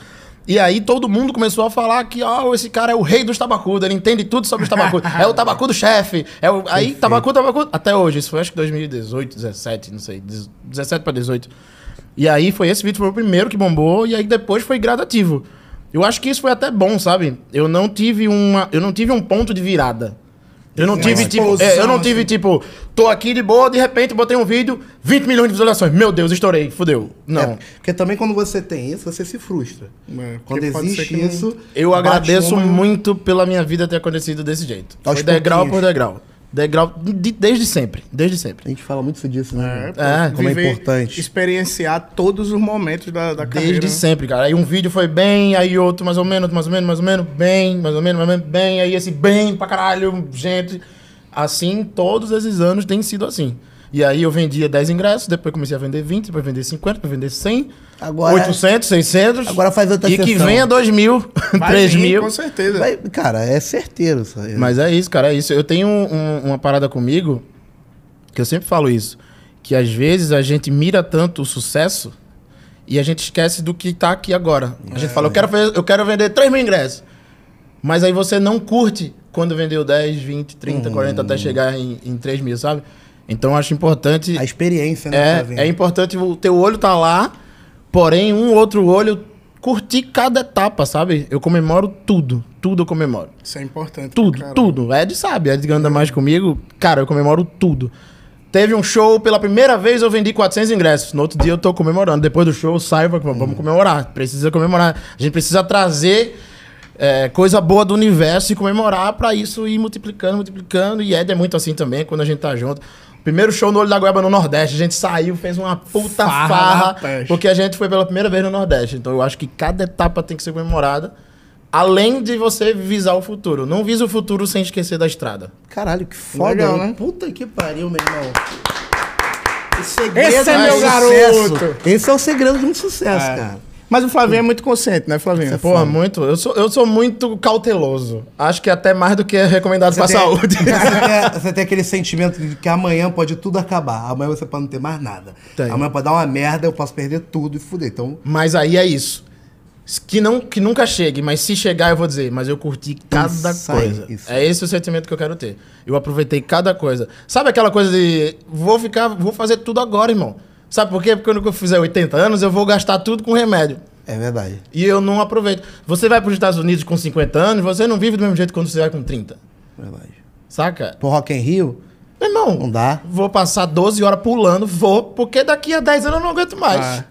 Speaker 3: E aí todo mundo começou a falar que, ó, esse cara é o rei dos tabacudos, ele entende tudo sobre os tabacudos. É o tabacudo chefe. É o... Aí, tabacudo, tabacudo. Até hoje, isso foi acho que 2018, 17, não sei, 17 pra 18. E aí foi esse vídeo foi o primeiro que bombou e aí depois foi gradativo. Eu acho que isso foi até bom, sabe? Eu não tive uma, eu não tive um ponto de virada. Eu não tive tipo,
Speaker 1: exposição,
Speaker 3: é, eu não tive tipo, tô aqui de boa, de repente botei um vídeo, 20 milhões de visualizações. Meu Deus, estourei, fudeu. Não.
Speaker 4: É, porque também quando você tem isso, você se frustra.
Speaker 1: É, porque pode
Speaker 4: quando
Speaker 1: ser
Speaker 4: existe
Speaker 1: que não-
Speaker 4: isso.
Speaker 3: Eu
Speaker 4: bate
Speaker 3: agradeço
Speaker 4: uma-
Speaker 3: muito pela minha vida ter acontecido desse jeito.
Speaker 4: Aos
Speaker 3: Foi degrau por
Speaker 4: pouquinhos.
Speaker 3: degrau. Degrau de- desde sempre, desde
Speaker 4: A
Speaker 3: sempre.
Speaker 4: gente fala muito disso, né?
Speaker 3: É,
Speaker 4: como é importante.
Speaker 1: Experienciar todos os momentos da, da carreira.
Speaker 3: Desde sempre, cara. Aí um vídeo foi bem, aí outro mais ou menos, outro mais ou menos, mais ou menos, bem, mais ou menos, mais ou menos, bem, aí esse bem pra caralho, gente. Assim, todos esses anos tem sido assim. E aí eu vendia 10 ingressos, depois comecei a vender 20, depois vender 50, depois vender 100,
Speaker 4: Agora-
Speaker 3: 800, 600.
Speaker 4: Agora faz outra
Speaker 3: E que
Speaker 4: sessão.
Speaker 3: venha 2 mil,
Speaker 1: Vai
Speaker 3: 3
Speaker 1: vir,
Speaker 3: mil.
Speaker 1: Com certeza.
Speaker 4: Vai- cara, é certeiro. Isso aí.
Speaker 3: Mas é isso, cara, é isso. Eu tenho um- uma parada comigo, que eu sempre falo isso, que às vezes a gente mira tanto o sucesso e a gente esquece do que tá aqui agora. A gente fala, eu quero, fazer- eu quero vender 3 mil ingressos. Mas aí você não curte quando vendeu 10, 20, 30, 40 até chegar em, em 3 mil, sabe? Então eu acho importante.
Speaker 4: A experiência, né?
Speaker 3: É,
Speaker 4: Flavinho?
Speaker 3: é importante o teu olho tá lá, porém um outro olho curtir cada etapa, sabe? Eu comemoro tudo, tudo eu comemoro.
Speaker 1: Isso é importante.
Speaker 3: Tudo,
Speaker 1: cara.
Speaker 3: tudo. Ed sabe, Ed anda mais comigo. Cara, eu comemoro tudo. Teve um show, pela primeira vez eu vendi 400 ingressos. No outro dia eu tô comemorando. Depois do show, eu saio, pra- vamos comemorar. Precisa comemorar. A gente precisa trazer é, coisa boa do universo e comemorar pra isso ir multiplicando, multiplicando. E Ed é muito assim também, quando a gente tá junto. Primeiro show no Olho da Goiaba no Nordeste. A gente saiu, fez uma puta
Speaker 1: Farra
Speaker 3: farra.
Speaker 1: na peste.
Speaker 3: porque a gente foi pela primeira vez no Nordeste. Então eu acho que cada etapa tem que ser comemorada. Além de você visar o futuro. Não visa o futuro sem esquecer da estrada.
Speaker 4: Caralho, que foda.
Speaker 1: Legal,
Speaker 4: hein?
Speaker 1: né?
Speaker 4: Puta que pariu, meu irmão. O segredo
Speaker 1: Esse é
Speaker 4: do
Speaker 1: meu
Speaker 4: sucesso.
Speaker 1: garoto.
Speaker 4: Esse é o segredo de um sucesso,
Speaker 1: É.
Speaker 4: cara.
Speaker 1: Mas o Flavinho é muito consciente, né, Flavinho?
Speaker 3: Pô, muito. Eu sou, eu sou muito cauteloso. Acho que até mais do que é recomendado pra
Speaker 4: Você tem-
Speaker 3: saúde.
Speaker 4: Você tem, você tem aquele sentimento de que amanhã pode tudo acabar. Amanhã você pode não ter mais nada.
Speaker 3: Tem.
Speaker 4: Amanhã pode dar uma merda, eu posso perder tudo e fuder. Então,
Speaker 3: Mas aí é isso. Que, não, que nunca chegue, mas se chegar eu vou dizer, mas eu curti cada
Speaker 4: Isso aí,
Speaker 3: coisa.
Speaker 4: isso.
Speaker 3: É esse o sentimento que eu quero ter. Eu aproveitei cada coisa. Sabe aquela coisa de vou ficar, vou fazer tudo agora, irmão. Sabe por quê? Porque quando eu fizer 80 anos, eu vou gastar tudo com remédio.
Speaker 2: É verdade.
Speaker 3: E eu não aproveito. Você vai para os Estados Unidos com 50 anos, você não vive do mesmo jeito quando você vai com 30.
Speaker 2: é Verdade.
Speaker 3: Saca?
Speaker 2: Pro Rock in Rio,
Speaker 3: Meu irmão,
Speaker 2: não dá.
Speaker 3: vou passar 12 horas pulando, vou, porque daqui a 10 anos eu não aguento mais.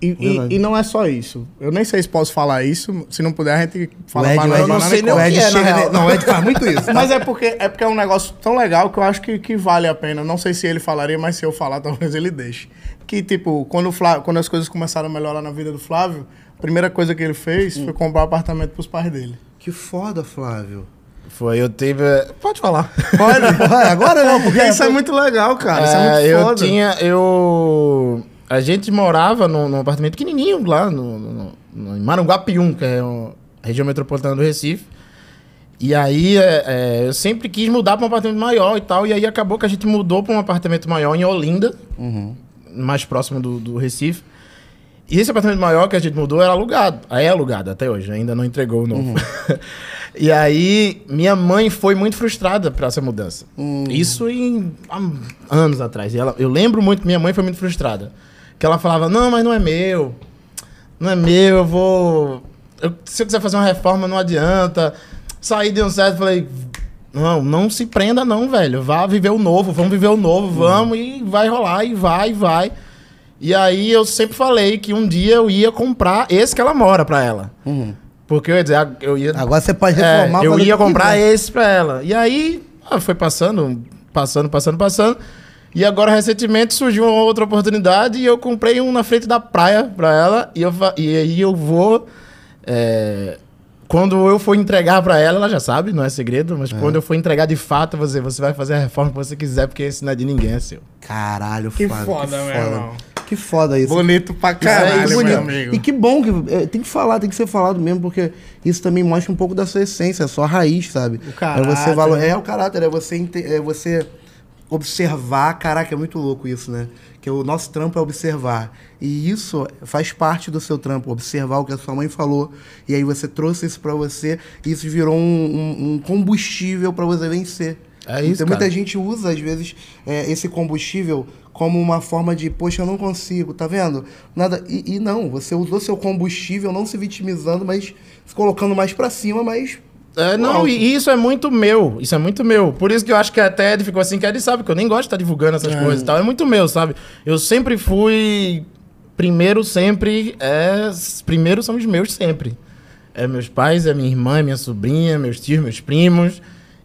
Speaker 1: E, e- e não é só isso. Eu nem sei se posso falar isso. Se não puder, a gente fala
Speaker 2: O Ed-
Speaker 1: banana,
Speaker 2: o Ed-
Speaker 1: banana
Speaker 3: eu não sei
Speaker 1: e
Speaker 3: nem o
Speaker 1: corta.
Speaker 3: que é, na
Speaker 2: chega-
Speaker 3: real.
Speaker 2: Não, o Ed faz muito isso.
Speaker 1: Mas é porque, é porque é um negócio tão legal que eu acho que, que vale a pena. Não sei se ele falaria, mas se eu falar, talvez ele deixe. Que, tipo, quando, o Flá- quando as coisas começaram a melhorar na vida do Flávio, a primeira coisa que ele fez foi comprar um apartamento pros pais dele.
Speaker 2: Que foda, Flávio.
Speaker 3: Foi, eu tive. Pode falar.
Speaker 2: Olha, vai, agora não, porque
Speaker 1: isso é muito legal, cara. isso
Speaker 3: É,
Speaker 1: é muito
Speaker 3: eu
Speaker 1: foda.
Speaker 3: tinha. Eu. A gente morava num, num apartamento pequenininho lá no, no, no- em Maranguapium, que é uma região metropolitana do Recife. E aí é, é, eu sempre quis mudar para um apartamento maior e tal. E aí acabou que a gente mudou para um apartamento maior em Olinda,
Speaker 1: Uhum.
Speaker 3: mais próximo do, do Recife. E esse apartamento maior que a gente mudou era alugado. Aí é alugado até hoje, ainda não entregou o novo. e aí, minha mãe foi muito frustrada pra essa mudança. Isso em há anos atrás. E ela- eu lembro muito, minha mãe foi muito frustrada. Que ela falava, não, mas não é meu. Não é meu, eu vou. eu- se eu quiser fazer uma reforma, não adianta. Saí de um certo, falei. Não, não se prenda, não, velho. Vá viver o novo, vamos viver o novo, vamos, e vai rolar, e vai, e vai. E aí eu sempre falei que um dia eu ia comprar esse que ela mora pra ela. Porque eu ia dizer, ah, eu ia.
Speaker 2: Agora você pode
Speaker 3: É,
Speaker 2: reformar.
Speaker 3: eu
Speaker 2: fazer
Speaker 3: ia
Speaker 2: o que
Speaker 3: comprar
Speaker 2: quiser.
Speaker 3: esse pra ela. E aí, ah, foi passando, passando, passando, passando. E agora, recentemente, surgiu uma outra oportunidade e eu comprei um na frente da praia pra ela. E, eu, fa- e aí eu vou. é, quando eu for entregar pra ela, ela já sabe, não é segredo, mas quando eu for entregar de fato, você, você vai fazer a reforma que você quiser, porque esse não é de ninguém, é seu.
Speaker 2: Caralho,
Speaker 1: Que
Speaker 2: Flávio.
Speaker 1: foda, meu irmão.
Speaker 2: Que foda isso.
Speaker 1: Bonito pra
Speaker 2: Isso é
Speaker 1: caralho,
Speaker 2: isso,
Speaker 1: meu
Speaker 2: bonito.
Speaker 1: amigo.
Speaker 2: E que bom que é, tem que falar, tem que ser falado mesmo, porque isso também mostra um pouco da sua essência, a sua raiz, sabe? O
Speaker 1: caráter,
Speaker 2: É você valor,
Speaker 1: né?
Speaker 2: é o caráter, é você inte- é você observar, caraca, é muito louco isso, né? Que o nosso trampo é observar. E isso faz parte do seu trampo, observar o que a sua mãe falou, e aí você trouxe isso pra você, e isso virou um, um- um combustível pra você vencer.
Speaker 3: É isso,
Speaker 2: Então, muita
Speaker 3: cara.
Speaker 2: gente gente usa, às vezes, é, esse combustível como uma forma de, poxa, eu não consigo, tá vendo? Nada. E, e não, você usou seu combustível não se vitimizando, mas se colocando mais pra cima, mas.
Speaker 3: É, não, e e isso é muito meu. Isso é muito meu. Por isso que eu acho que até ele ficou assim, que ele sabe que eu nem gosto de estar divulgando essas coisas e tal. É muito meu, sabe? Eu sempre fui. Primeiro sempre é. Primeiro são os meus sempre. É meus pais, é minha irmã, é minha sobrinha, meus tios, meus primos.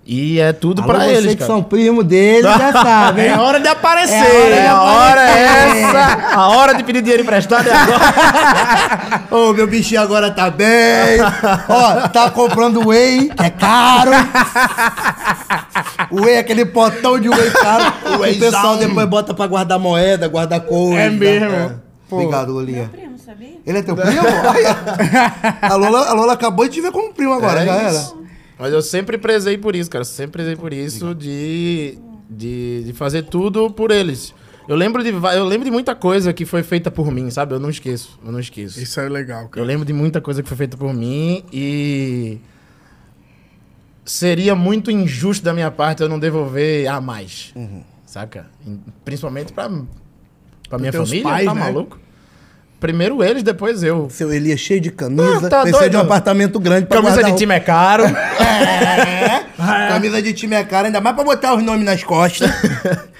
Speaker 3: E é tudo
Speaker 2: Alô,
Speaker 3: pra
Speaker 2: você
Speaker 3: eles.
Speaker 2: que
Speaker 3: cara.
Speaker 2: são primo dele, já sabe, hein?
Speaker 3: É hora de aparecer.
Speaker 2: É
Speaker 3: É
Speaker 2: a
Speaker 3: a
Speaker 2: hora
Speaker 3: hora,
Speaker 2: de
Speaker 3: é essa. A hora de pedir dinheiro emprestado é agora.
Speaker 2: Ô, meu bichinho agora tá bem. Ó, tá comprando whey, que é caro. Whey, é aquele potão de whey caro. o
Speaker 1: Wheyzão.
Speaker 2: pessoal depois bota pra guardar moeda, guardar coisa.
Speaker 1: É mesmo. Pô.
Speaker 2: Obrigado, Lulinha.
Speaker 9: primo, sabia?
Speaker 2: Ele é teu primo? Olha. a, Lola, a Lola acabou de te ver como primo agora,
Speaker 3: É
Speaker 2: já
Speaker 3: isso.
Speaker 2: era.
Speaker 3: Mas eu sempre prezei por isso, cara. Sempre prezei por isso de, de, de fazer tudo por eles. Eu lembro, de, va- eu lembro de muita coisa que foi feita por mim, sabe? Eu não esqueço. Eu não esqueço.
Speaker 1: Isso é legal,
Speaker 3: Eu
Speaker 1: cara.
Speaker 3: lembro de muita coisa que foi feita por mim e. Seria muito injusto da minha parte eu não devolver a mais. Saca? Em- Principalmente pra, pra minha
Speaker 1: teus
Speaker 3: família,
Speaker 1: pais,
Speaker 3: tá
Speaker 1: né?
Speaker 3: maluco? Primeiro eles, depois eu.
Speaker 2: Seu Elias cheio de camisa.
Speaker 3: Ah, tá
Speaker 2: Precisa
Speaker 3: doido.
Speaker 2: de um apartamento grande pra
Speaker 3: Camisa
Speaker 2: guardar
Speaker 3: de time é caro.
Speaker 2: roupa. Camisa de time é cara, ainda mais pra botar os nomes nas costas.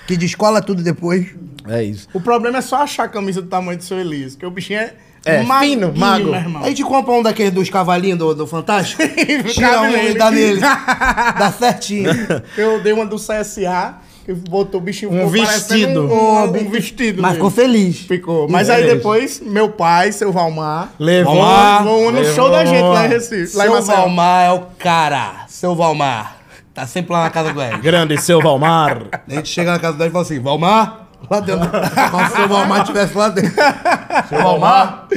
Speaker 2: que descola tudo depois.
Speaker 3: é isso.
Speaker 1: O problema é só achar a camisa do tamanho do seu Elias, porque o bichinho é,
Speaker 3: É,
Speaker 1: maguinho,
Speaker 3: fino, mago.
Speaker 1: meu irmão.
Speaker 2: A gente compra um daqueles dos cavalinhos do, do Fantástico. Tira
Speaker 1: Cabe
Speaker 2: um e
Speaker 1: nele.
Speaker 2: dá nele. dá certinho.
Speaker 1: Eu dei uma do CSA, que botou o bichinho
Speaker 3: Um
Speaker 1: ficou parecendo
Speaker 3: vestido.
Speaker 1: Um, um, um vestido.
Speaker 2: Mas ficou
Speaker 1: mesmo.
Speaker 2: feliz.
Speaker 1: Ficou. Mas aí depois, meu pai, seu Valmar,
Speaker 3: Levou.
Speaker 1: vão no
Speaker 3: Levou.
Speaker 1: show da gente
Speaker 3: É
Speaker 1: lá em Recife. Lá em
Speaker 2: Seu
Speaker 1: Maceió.
Speaker 2: Valmar é o cara. Seu Valmar. Tá sempre lá na casa do Ed.
Speaker 3: Grande seu Valmar.
Speaker 2: A gente chega na casa dele e fala assim, Valmar, lá dentro. Como se o Valmar estivesse lá dentro. Seu Valmar?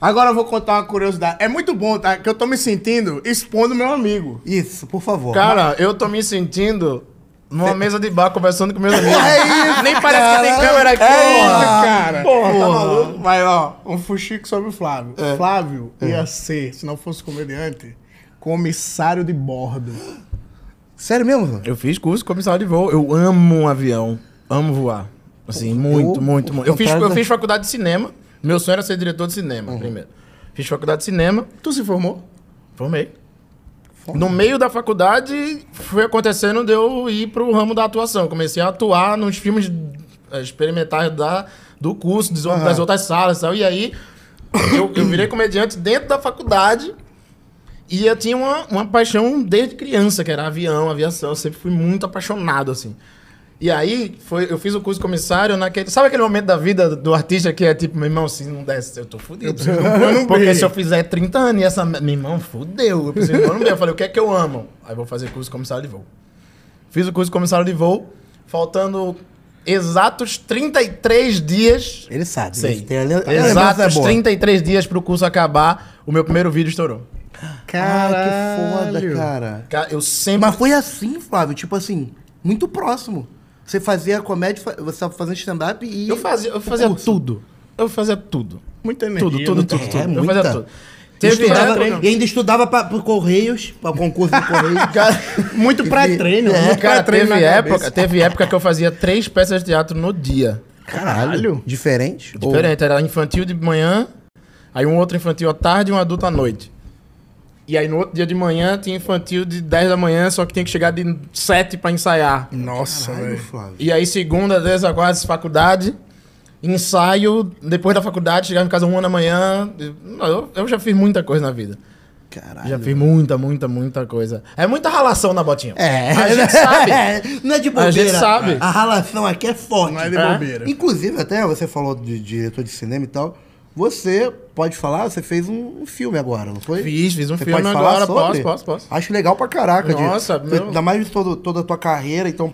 Speaker 1: Agora eu vou contar uma curiosidade. É muito bom, tá? Que eu tô me sentindo expondo meu amigo.
Speaker 2: Isso, por favor.
Speaker 3: Cara, eu tô me sentindo numa mesa de bar conversando com meus
Speaker 1: É
Speaker 3: amigos.
Speaker 2: isso,
Speaker 3: Nem parece que tem
Speaker 2: é
Speaker 3: câmera aqui.
Speaker 1: Porra,
Speaker 3: É porra. É.
Speaker 1: cara. Tá maluco? Mas, ó, um fuxico sobre o Flávio. Flávio ia ser, se não fosse comediante, comissário de bordo.
Speaker 2: Sério mesmo?
Speaker 3: Eu fiz curso de comissário de voo. Eu amo um avião. Amo voar. Assim, muito,
Speaker 2: eu-
Speaker 3: muito, muito. Eu fiz,
Speaker 2: Fantasma-
Speaker 3: eu fiz faculdade de cinema. Meu sonho era ser diretor de cinema, primeiro. Fiz faculdade de cinema,
Speaker 1: Uhum. Tu se formou?
Speaker 3: formei. No meio da faculdade, foi acontecendo de eu ir pro ramo da atuação. Comecei a atuar nos filmes eh, experimentais da, do curso, das, ou- das outras salas e tal. E aí, eu, eu virei comediante dentro da faculdade. E eu tinha uma, uma paixão desde criança, que era avião, aviação. Eu sempre fui muito apaixonado, assim. E aí, foi, eu fiz o curso de comissário naquele... Sabe aquele momento da vida do artista que é tipo, meu irmão, se não der, eu tô fudido. Porque se eu fizer 30 anos e essa... me- Meu irmão, fudeu. Eu preciso de um ano mesmo. Eu falei, o que é que eu amo? Aí vou fazer curso de comissário de voo. Fiz o curso de comissário de voo, faltando exatos 33 dias...
Speaker 2: Ele sabe.
Speaker 3: Sei.
Speaker 2: Ele tem a le- a lembrança é
Speaker 3: Exatos
Speaker 2: boa.
Speaker 3: 33 dias pro curso acabar, o meu primeiro vídeo estourou.
Speaker 2: Cara, que foda, cara.
Speaker 3: Cara, eu sempre.
Speaker 2: Mas foi assim, Flávio, tipo assim, muito próximo. Você fazia comédia, fa- você tava fazendo stand-up e...
Speaker 3: eu fazia, eu fazia
Speaker 2: Concurso.
Speaker 3: tudo. Eu fazia tudo.
Speaker 1: Muita energia.
Speaker 3: Tudo, tudo, tudo,
Speaker 2: é,
Speaker 3: tudo. Eu
Speaker 2: muita.
Speaker 3: fazia tudo.
Speaker 2: E
Speaker 3: Teve
Speaker 2: estudava-
Speaker 3: época-
Speaker 2: e ainda estudava pra, pro Correios, pra concurso do Correios.
Speaker 1: Muito pré-treino.
Speaker 3: É,
Speaker 1: muito
Speaker 3: cara,
Speaker 1: pré-treino
Speaker 3: teve
Speaker 1: na
Speaker 3: época,
Speaker 1: cabeça.
Speaker 3: teve época que eu fazia três peças de teatro no dia.
Speaker 2: Caralho. Diferente? Ou-
Speaker 3: Diferente, era infantil de manhã, aí um outro infantil à tarde e um adulto à noite. E aí no outro dia de manhã tinha infantil de 10 da manhã, só que tinha que chegar de 7 pra ensaiar.
Speaker 1: Nossa, velho.
Speaker 3: E aí, segunda, terça, quarta, faculdade, ensaio, depois da faculdade, chegava em casa uma da manhã. Eu, eu já fiz muita coisa na vida.
Speaker 2: Caralho.
Speaker 3: já fiz muita, muita, muita coisa. É muita ralação na botinha.
Speaker 2: É,
Speaker 3: A gente sabe.
Speaker 2: Não é de bobeira.
Speaker 3: A gente sabe.
Speaker 2: A relação aqui é forte.
Speaker 1: Não é de
Speaker 3: É.
Speaker 1: bobeira.
Speaker 2: Inclusive, até você falou de diretor de cinema e tal. Você pode falar, você fez um um filme agora, não foi?
Speaker 3: Fiz, fiz um
Speaker 2: Você
Speaker 3: filme
Speaker 2: pode falar
Speaker 3: agora.
Speaker 2: sobre?
Speaker 3: Posso, posso, posso.
Speaker 2: Acho legal pra caraca, Di.
Speaker 3: Nossa,
Speaker 2: Você-
Speaker 3: meu-
Speaker 2: Ainda mais de todo, toda a tua carreira, então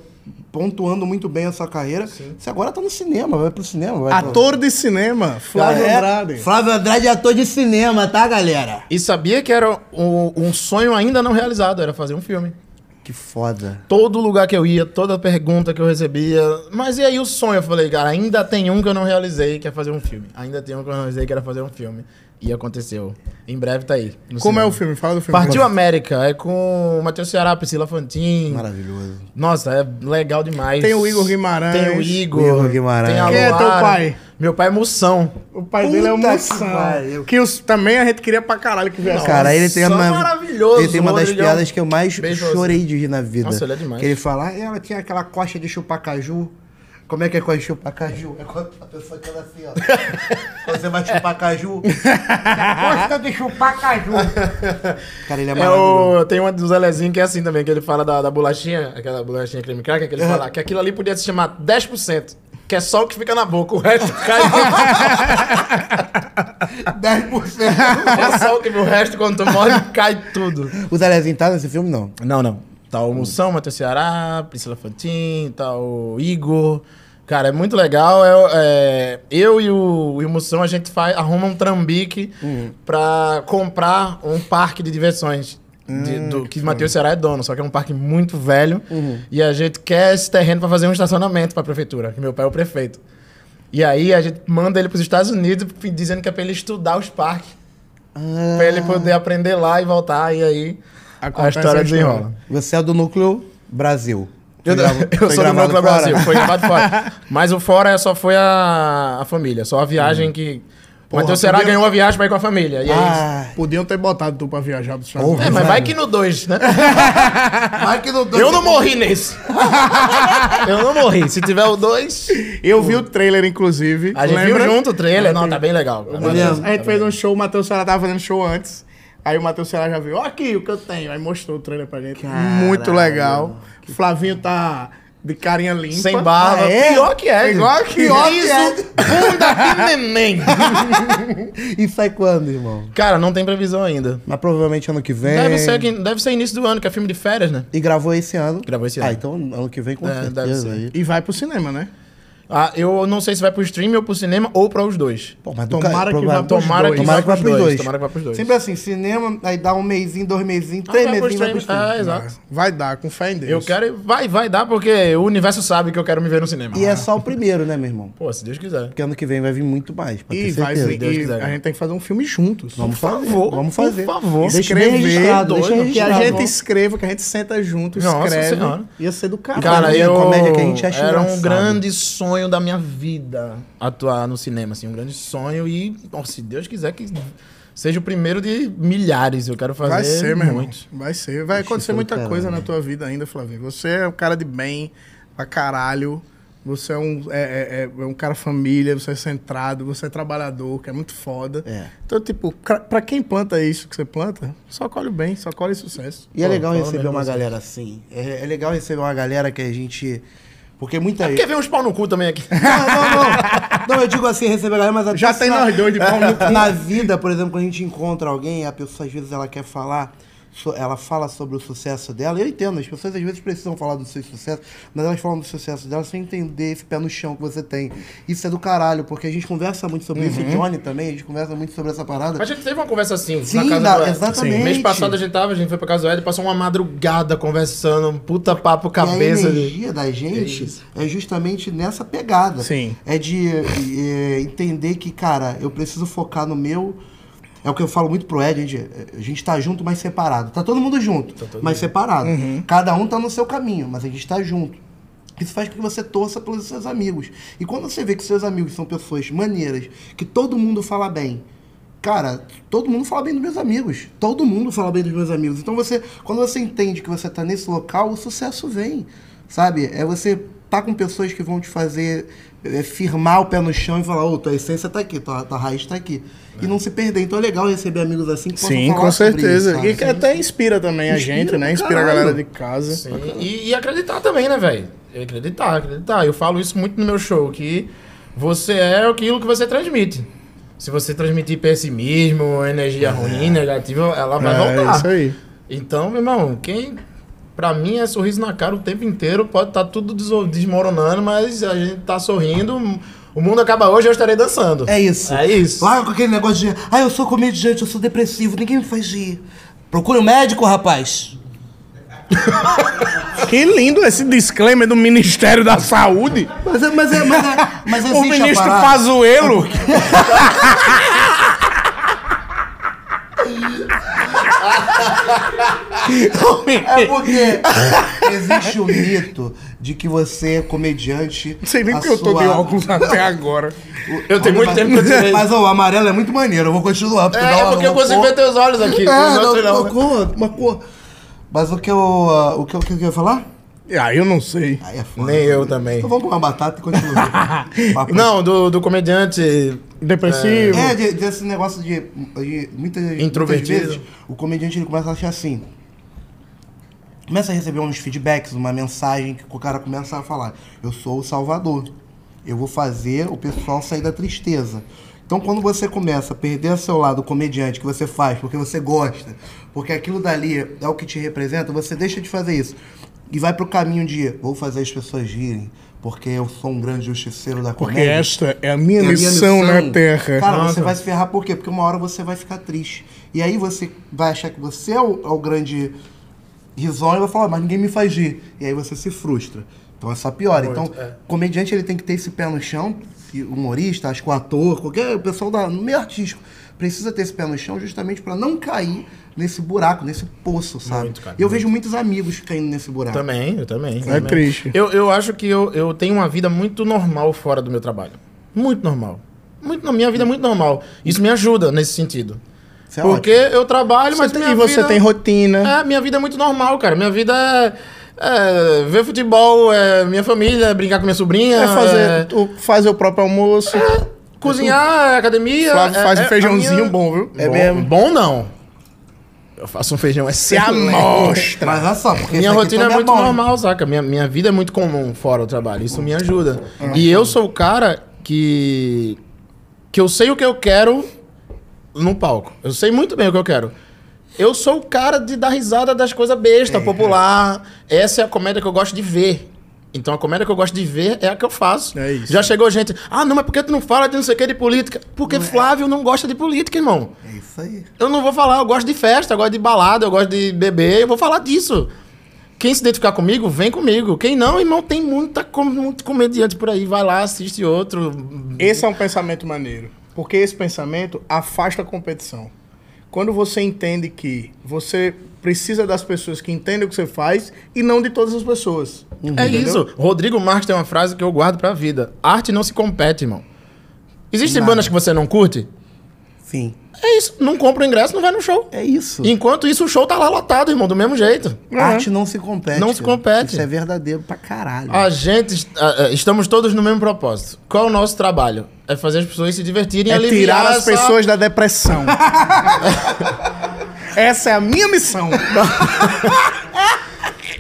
Speaker 2: pontuando muito bem a sua carreira. Você agora tá no cinema, vai pro cinema. Vai pro-
Speaker 1: Ator de cinema, Flávio
Speaker 2: É,
Speaker 1: Andrade.
Speaker 2: Flávio Andrade é ator de cinema, tá, galera?
Speaker 3: E sabia que era um, um sonho ainda não realizado, era fazer um filme.
Speaker 2: Que foda.
Speaker 3: Todo lugar que eu ia, toda pergunta que eu recebia. Mas e aí o sonho? Eu falei, cara, ainda tem um que eu não realizei, que é fazer um filme. Ainda tem um que eu não realizei, que era fazer um filme. E aconteceu. Em breve tá aí. no
Speaker 1: Como é
Speaker 3: cinema.
Speaker 1: o filme? Fala do filme.
Speaker 3: Partiu América, é com o Matheus Ceará, Priscila Fantin.
Speaker 2: Maravilhoso.
Speaker 3: Nossa, é legal demais.
Speaker 1: Tem o Igor Guimarães.
Speaker 3: Tem o Igor.
Speaker 2: Igor Guimarães.
Speaker 3: Tem a
Speaker 1: Quem é teu
Speaker 3: Luara.
Speaker 1: pai?
Speaker 3: Meu pai é Moção.
Speaker 1: O pai dele é o
Speaker 2: Puta que
Speaker 1: Moção.
Speaker 2: pariu.
Speaker 1: Que, os, também a gente queria pra caralho que viesse.
Speaker 2: Cara, ele tem
Speaker 3: Nossa,
Speaker 2: uma.
Speaker 3: maravilhoso,
Speaker 2: Ele tem uma das
Speaker 3: Rodrigão.
Speaker 2: piadas que eu mais
Speaker 3: Beijo,
Speaker 2: chorei de rir na vida.
Speaker 3: Nossa, ele é demais.
Speaker 2: Que ele fala, "Ah, ela tinha aquela coxa de chupar caju. Como é que é coxa de chupar caju? É quando a pessoa que ela assim, ó. Quando você vai chupar caju. "A Costa de chupar caju. Cara, ele é
Speaker 3: É
Speaker 2: maravilhoso.
Speaker 3: o, tem uma do Zelezinho que é assim também, que ele fala da, da bolachinha, aquela bolachinha creme cracker,
Speaker 2: É.
Speaker 3: que ele fala que aquilo ali podia se chamar 10%, que é só o que fica na boca, o resto cai.
Speaker 2: 10%.
Speaker 3: é só o que o resto, quando tu morre, cai tudo.
Speaker 2: o Zelezinho tá nesse filme, não.
Speaker 3: Não, não. Tá o Moção, Matheus Ceará, Priscila Fantin, tá o Igor. Cara, é muito legal. É, é, eu e o, e o Moção, a gente faz, arruma um trambique pra comprar um parque de diversões. de- do, que Uhum. Matheus Ceará é dono, só que é um parque muito velho. E a gente quer esse terreno pra fazer um estacionamento pra prefeitura, que meu pai é o prefeito. E aí a gente manda ele pros Estados Unidos p- dizendo que é pra ele estudar os parques. Pra ele poder aprender lá e voltar. E aí a
Speaker 1: Acontece
Speaker 3: história
Speaker 1: a história.
Speaker 3: desenrola.
Speaker 2: Você é do núcleo Brasil.
Speaker 3: Eu,
Speaker 2: Foi grava-
Speaker 3: eu
Speaker 2: foi
Speaker 3: sou do
Speaker 2: gravado
Speaker 3: Núcleo
Speaker 2: fora?
Speaker 3: Brasil, foi gravado fora. Mas o fora só foi a, a família, só a viagem que. Matheus Será
Speaker 1: podia-
Speaker 3: ganhou a viagem pra ir com a família. E aí.
Speaker 2: Ah,
Speaker 1: Podiam ter botado tu pra viajar pros Estados
Speaker 3: É,
Speaker 1: Unidos.
Speaker 3: mas vai que no 2, né?
Speaker 2: vai que não dou-
Speaker 3: Eu não morri nesse. Eu não morri. Se tiver o 2,
Speaker 1: Eu vi o trailer, inclusive.
Speaker 3: a gente
Speaker 1: Lembra?
Speaker 3: viu junto o trailer. né? Não, tá bem legal. cara.
Speaker 1: Matheus- a gente fez um show, o Matheus Ceará tava fazendo show antes. Aí o Matheus Ceará já viu, ó aqui o que eu tenho. Aí mostrou o trailer pra gente. Muito legal. O Flavinho tá de carinha limpa.
Speaker 3: Sem barba.
Speaker 1: Ah, é?
Speaker 3: Pior que é.
Speaker 1: Igual
Speaker 3: gente.
Speaker 1: que pior que
Speaker 3: Isso,
Speaker 1: é.
Speaker 3: bunda de neném. é.
Speaker 2: E sai quando, irmão?
Speaker 3: Cara, não tem previsão ainda.
Speaker 2: Mas provavelmente ano que vem.
Speaker 3: Deve ser, que- deve ser início do ano, que é filme de férias, né?
Speaker 2: E gravou esse ano.
Speaker 3: Gravou esse
Speaker 2: Ah,
Speaker 3: ano.
Speaker 2: então ano que vem com
Speaker 3: É, deve
Speaker 2: certeza
Speaker 3: ser.
Speaker 2: aí.
Speaker 1: E vai pro cinema, né?
Speaker 3: Ah, eu não sei se vai pro stream ou pro cinema ou pra os dois.
Speaker 2: Pô, mas
Speaker 1: Tomara que vá pros
Speaker 3: Tomara que,
Speaker 1: dois.
Speaker 2: Tomara
Speaker 3: vá
Speaker 2: que vá
Speaker 3: pros
Speaker 2: pros
Speaker 3: dois.
Speaker 2: dois.
Speaker 3: Tomara que vá pros dois.
Speaker 2: Sempre assim, cinema, aí dá um mêsinho, dois mêsinhos,
Speaker 3: Ah,
Speaker 2: três
Speaker 3: vai pros
Speaker 2: mesinhos, vai pro
Speaker 3: três.
Speaker 2: streaming.
Speaker 3: É, exato.
Speaker 1: Vai dar, com fé em Deus.
Speaker 3: Eu quero, e vai, vai dar porque o universo sabe que eu quero me ver no cinema.
Speaker 2: E é só o primeiro, né, meu irmão?
Speaker 3: Pô, se Deus quiser.
Speaker 2: Porque ano que vem vai vir muito mais, pra
Speaker 1: E
Speaker 2: ter
Speaker 1: vai
Speaker 2: certeza.
Speaker 1: vir.
Speaker 3: Deus
Speaker 1: e
Speaker 3: quiser.
Speaker 1: a gente tem que fazer um filme juntos.
Speaker 2: Vamos
Speaker 3: Por
Speaker 2: fazer,
Speaker 3: favor,
Speaker 2: vamos
Speaker 3: por
Speaker 2: fazer.
Speaker 3: favor.
Speaker 2: Deixa bem
Speaker 1: Escrever,
Speaker 2: registrado, deixa
Speaker 3: doido,
Speaker 1: Que a
Speaker 2: registrado.
Speaker 1: gente escreva, que a gente senta junto,
Speaker 3: Nossa
Speaker 1: escreve.
Speaker 3: Senhora.
Speaker 1: Ia ser do caralho.
Speaker 3: Cara,
Speaker 2: fazer
Speaker 3: eu
Speaker 2: né? é comédia que a gente acha
Speaker 3: era um
Speaker 2: engraçado.
Speaker 3: grande sonho sonho da minha vida atuar no cinema, assim, um grande sonho. E, ó, se Deus quiser que seja o primeiro de milhares, eu quero fazer
Speaker 1: Vai ser, meu irmão.
Speaker 3: muitos.
Speaker 1: Vai ser. Vai acontecer muita coisa na tua vida ainda, Flavinho. Você é um cara de bem pra caralho. Você é um, é, é- é um cara família, você é centrado, você é trabalhador, que é muito foda.
Speaker 2: É.
Speaker 1: Então, tipo, pra- pra quem planta isso que você planta, só colhe o bem, só colhe sucesso.
Speaker 2: E é
Speaker 3: Pô,
Speaker 2: legal
Speaker 3: fala
Speaker 2: receber
Speaker 3: mesmo
Speaker 2: uma
Speaker 3: isso.
Speaker 2: galera assim. É, é legal receber uma galera que a gente. Porque muita
Speaker 3: Quer ver uns pau no cu também aqui?
Speaker 2: Não, não, não. Não, eu digo assim, receber a galera, mas até
Speaker 1: Já
Speaker 2: se
Speaker 1: tem
Speaker 2: na-
Speaker 1: nós dois de pau no cu.
Speaker 2: Na vida, por exemplo, quando a gente encontra alguém, a pessoa às vezes ela quer falar, so- ela fala sobre o sucesso dela. Eu entendo, as pessoas às vezes precisam falar do seu sucesso, mas elas falam do sucesso dela sem entender esse pé no chão que você tem. Isso é do caralho, porque a gente conversa muito sobre isso, o
Speaker 1: Uhum.
Speaker 2: Johnny também, a gente conversa muito sobre essa parada.
Speaker 3: A gente teve uma conversa assim,
Speaker 2: Sim,
Speaker 3: na casa
Speaker 2: na-
Speaker 3: do Ed.
Speaker 2: exatamente.
Speaker 3: Mês passado a gente tava, a gente foi pra casa do Ed, passou uma madrugada conversando, um puta papo cabeça.
Speaker 2: E a
Speaker 3: de-
Speaker 2: energia da gente
Speaker 3: Isso.
Speaker 2: é, justamente nessa pegada.
Speaker 1: Sim.
Speaker 2: É de é, entender que, cara, eu preciso focar no meu. É o que eu falo muito pro Ed, Ed, a gente tá junto, mas separado. Tá todo mundo junto, mas separado. Cada um tá no seu caminho, mas a gente tá junto. Isso faz com que você torça pelos seus amigos. E quando você vê que seus amigos são pessoas maneiras, que todo mundo fala bem, Cara, todo mundo fala bem dos meus amigos. Todo mundo fala bem dos meus amigos. Então você, quando você entende que você tá nesse local, o sucesso vem. Sabe? É você tá com pessoas que vão te fazer é, firmar o pé no chão e falar, ô, tua essência tá aqui, tua, tua raiz tá aqui. E não se perder. Então é legal receber amigos assim que possam
Speaker 1: Sim,
Speaker 2: falar
Speaker 1: com
Speaker 2: sobre
Speaker 1: certeza.
Speaker 2: isso, sabe?
Speaker 1: e que até inspira também a
Speaker 2: Inspira
Speaker 1: gente, né?
Speaker 2: pra
Speaker 1: Inspira a
Speaker 2: caralho.
Speaker 1: galera de casa.
Speaker 3: Sim, E, e acreditar também, né, velho? Eu Acreditar, acreditar. Eu falo isso muito no meu show, que você é aquilo que você transmite. Se você transmitir pessimismo, energia ruim, negativa, ela vai
Speaker 1: É
Speaker 3: voltar.
Speaker 1: isso aí.
Speaker 3: Então, meu irmão, quem. Pra mim é sorriso na cara o tempo inteiro, pode estar tudo deso- desmoronando, mas a gente tá sorrindo. O mundo acaba hoje, eu estarei dançando.
Speaker 2: É isso.
Speaker 3: É isso.
Speaker 2: Larga com aquele negócio de, ah, eu sou comediante, eu sou depressivo, ninguém me faz rir. Procure um médico, rapaz.
Speaker 1: Que lindo esse disclaimer do Ministério da Saúde.
Speaker 2: Mas, é- mas, é- mas, é- mas
Speaker 1: O
Speaker 2: existe a
Speaker 1: ministro
Speaker 2: parada.
Speaker 1: Pazuello.
Speaker 3: Ah,
Speaker 2: É porque existe o mito de que você é comediante.
Speaker 1: Não sei nem
Speaker 2: a
Speaker 1: porque eu tô de
Speaker 2: sua-
Speaker 1: óculos até agora.
Speaker 3: Eu tenho muito
Speaker 2: Mas-
Speaker 3: tempo que eu tirei.
Speaker 2: Mas ó, o amarelo é muito maneiro, eu vou continuar. Porque dá
Speaker 3: É,
Speaker 2: uma-
Speaker 3: porque eu
Speaker 2: uma
Speaker 3: consigo
Speaker 2: cor-
Speaker 3: ver teus olhos aqui. os
Speaker 2: É, dá
Speaker 3: outros
Speaker 2: uma,
Speaker 3: não.
Speaker 2: cor, uma cor. Mas o que eu. ah, O que eu, o que eu ia falar?
Speaker 1: Ah, eu não sei.
Speaker 2: Aí é foda.
Speaker 3: Nem eu também.
Speaker 2: Então vamos pra uma batata e continua. Papo.
Speaker 3: Não, do, do comediante.
Speaker 1: Depressivo.
Speaker 2: É, de- desse negócio de. de muitas,
Speaker 3: Introvertido.
Speaker 2: muitas vezes o comediante ele começa a achar assim. Começa a receber uns feedbacks, uma mensagem que o cara começa a falar: Eu sou o salvador. Eu vou fazer o pessoal sair da tristeza. Então, quando você começa a perder seu lado comediante que você faz porque você gosta, porque aquilo dali é o que te representa, você deixa de fazer isso. E vai pro caminho de vou fazer as pessoas rirem, porque eu sou um grande justiceiro da
Speaker 1: Porque
Speaker 2: comédia.
Speaker 1: esta é a minha,
Speaker 2: É a minha
Speaker 1: missão, né? na
Speaker 2: missão.
Speaker 1: Terra.
Speaker 2: Cara, você vai se ferrar por quê? Porque uma hora você vai ficar triste. E aí você vai achar que você é o, é o grande risonho e vai falar, "Ah, mas ninguém me faz rir. E aí você se frustra. Então é só pior. então, comediante ele tem que ter esse pé no chão, e humorista, acho que o ator, qualquer o pessoal da, no meio artístico, precisa ter esse pé no chão justamente pra não cair nesse buraco, nesse poço, sabe?
Speaker 3: Muito, cara,
Speaker 2: e eu vejo muitos amigos caindo nesse buraco.
Speaker 3: Também, eu também. É
Speaker 1: triste.
Speaker 3: Eu, eu acho que eu, eu tenho uma vida muito normal fora do meu trabalho. Muito normal. Muito, na minha vida é muito normal. Isso me ajuda nesse sentido.
Speaker 2: Isso é
Speaker 3: Porque eu trabalho, mas
Speaker 1: Você tem-
Speaker 3: minha
Speaker 1: e você
Speaker 3: vida-
Speaker 1: tem rotina.
Speaker 3: É, minha vida é muito normal, cara. Minha vida é, é ver futebol, é minha família, brincar com minha sobrinha,
Speaker 1: É
Speaker 3: é
Speaker 1: fazer, o, fazer o próprio almoço.
Speaker 3: cozinhar, é academia.
Speaker 1: Flávio
Speaker 3: é-
Speaker 1: faz
Speaker 3: é-
Speaker 1: um
Speaker 3: a
Speaker 1: feijãozinho
Speaker 3: minha-
Speaker 1: bom, viu?
Speaker 3: É mesmo? Bom não. Eu faço um feijão
Speaker 1: Se
Speaker 3: excelente.
Speaker 1: amostra.
Speaker 2: Mas olha só, porque esse
Speaker 3: Minha
Speaker 2: aqui
Speaker 3: rotina é
Speaker 2: também
Speaker 3: muito
Speaker 2: bom.
Speaker 3: normal, saca? Minha, minha vida é muito comum fora o trabalho. Isso me ajuda. E eu sou o cara que. que eu sei o que eu quero no palco. Eu sei muito bem o que eu quero. Eu sou o cara de dar risada das coisas besta, popular. Essa é a comédia que eu gosto de ver. Então a comédia que eu gosto de ver é a que eu faço.
Speaker 1: É isso.
Speaker 3: Já chegou gente. Ah, não, mas por que tu não fala de não sei o que de política? Porque Flávio não gosta de política, irmão.
Speaker 2: É isso aí.
Speaker 3: Eu não vou falar, eu gosto de festa, eu gosto de balada, eu gosto de beber, eu vou falar disso. Quem se identificar comigo, vem comigo. Quem não, irmão, tem muita, com- muito comediante por aí. Vai lá, assiste outro.
Speaker 1: Esse é um pensamento maneiro. Porque esse pensamento afasta a competição. Quando você entende que você precisa das pessoas que entendem o que você faz e não de todas as pessoas.
Speaker 3: É isso. Rodrigo Marques tem uma frase que eu guardo pra vida. Arte não se compete, irmão. Existem bandas que você não curte?
Speaker 2: Sim.
Speaker 3: É isso. Não compra o ingresso, não vai no show.
Speaker 2: É isso.
Speaker 3: Enquanto isso, o show tá lá lotado, irmão, do mesmo jeito.
Speaker 2: Arte não se compete.
Speaker 3: É. Não se
Speaker 2: cara.
Speaker 3: compete. Ah,
Speaker 2: Isso é verdadeiro pra caralho.
Speaker 3: A gente. est- a- a- Estamos todos no mesmo propósito. Qual é o nosso trabalho? É fazer as pessoas se divertirem e
Speaker 1: É
Speaker 3: aliviar
Speaker 1: tirar as
Speaker 3: essa-
Speaker 1: pessoas da depressão. Essa é a minha missão.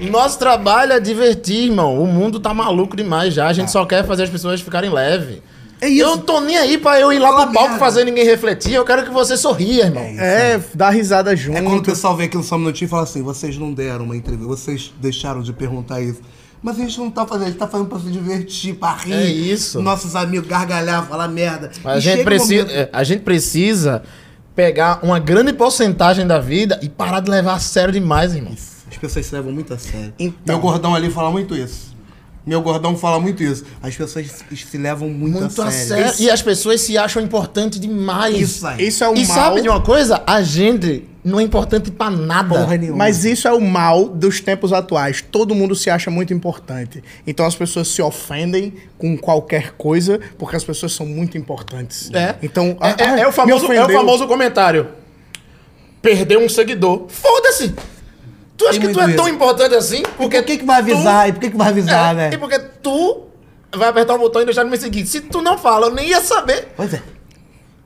Speaker 3: Nosso trabalho é divertir, irmão. O mundo tá maluco demais já. A gente só quer fazer as pessoas ficarem leve.
Speaker 2: Ah. É isso.
Speaker 3: Eu não tô nem aí pra eu ir lá
Speaker 2: Fala
Speaker 3: pro palco
Speaker 2: merda.
Speaker 3: fazer ninguém refletir. Eu quero que você sorria, irmão.
Speaker 1: É, dar risada junto.
Speaker 2: É quando o pessoal vem aqui no Some Notícia e fala assim: vocês não deram uma entrevista, vocês deixaram de perguntar isso. Mas a gente não tá fazendo, a gente tá fazendo pra se divertir, pra rir.
Speaker 3: É isso.
Speaker 2: Nossos amigos gargalhar, falar merda.
Speaker 3: A
Speaker 2: E
Speaker 3: gente,
Speaker 2: chega um
Speaker 3: precisa,
Speaker 2: momento-
Speaker 3: é, a gente precisa pegar uma grande porcentagem da vida e parar de levar a sério demais, irmão.
Speaker 2: As pessoas se levam muito a sério.
Speaker 1: Então.
Speaker 2: Meu gordão ali fala muito isso. Meu gordão fala muito isso. As pessoas se- se levam muito,
Speaker 3: Muito
Speaker 2: a sério.
Speaker 3: É, E as pessoas se acham importantes demais.
Speaker 2: Isso aí.
Speaker 1: Isso é o
Speaker 3: E
Speaker 1: mal.
Speaker 3: sabe de uma coisa? A gente não é importante pra nada.
Speaker 2: Porra nenhuma.
Speaker 1: Mas isso é o mal dos tempos atuais. Todo mundo se acha muito importante. Então as pessoas se ofendem com qualquer coisa porque as pessoas são muito importantes.
Speaker 3: É.
Speaker 1: Então
Speaker 3: é, é-
Speaker 1: ah,
Speaker 3: é o
Speaker 1: me
Speaker 3: famoso, é o
Speaker 1: ofendeu.
Speaker 3: famoso comentário. Perdeu um seguidor. Foda-se! Tu acha
Speaker 2: Tem
Speaker 3: que tu
Speaker 2: muito
Speaker 3: é tão
Speaker 2: isso.
Speaker 3: importante assim? Porque
Speaker 2: Por que, que vai avisar? E por que, que vai avisar,
Speaker 3: é,
Speaker 2: né?
Speaker 3: E porque tu vai apertar o botão e deixar de me seguir. Se tu não fala, eu nem ia saber.
Speaker 2: Pois é.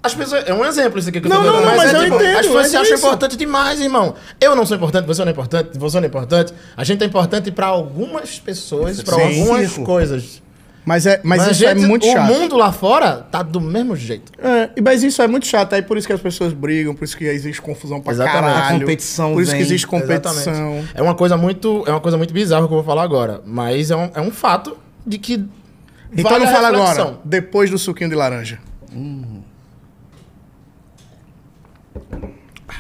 Speaker 3: As pessoas. É um exemplo isso aqui que
Speaker 1: Não,
Speaker 3: eu tô
Speaker 1: não,
Speaker 3: dando,
Speaker 1: não, mas
Speaker 3: é,
Speaker 1: eu entendo,
Speaker 3: As pessoas
Speaker 1: mas
Speaker 3: se
Speaker 1: é
Speaker 3: acham
Speaker 1: isso.
Speaker 3: importante demais, irmão. Eu não sou importante, você não é importante, você não é importante. A gente é importante pra algumas pessoas, pra
Speaker 1: Sim.
Speaker 3: algumas
Speaker 1: Circo.
Speaker 3: coisas.
Speaker 1: Mas, é, mas, isso
Speaker 3: a
Speaker 1: é
Speaker 3: gente-
Speaker 1: muito
Speaker 3: o
Speaker 1: chato.
Speaker 3: mundo lá fora tá do mesmo jeito.
Speaker 1: É, e mas isso é muito chato. Aí por isso que as pessoas brigam, por isso que existe confusão pra
Speaker 3: Exatamente.
Speaker 1: caralho.
Speaker 2: A competição
Speaker 1: Por isso que
Speaker 2: vem.
Speaker 1: existe competição.
Speaker 3: Exatamente. É uma coisa muito, é uma coisa muito bizarra que eu vou falar agora, mas é um, é um fato de que
Speaker 1: Então
Speaker 3: vale
Speaker 1: não
Speaker 3: a
Speaker 1: fala
Speaker 3: reflexão.
Speaker 1: agora. Depois do suquinho de laranja.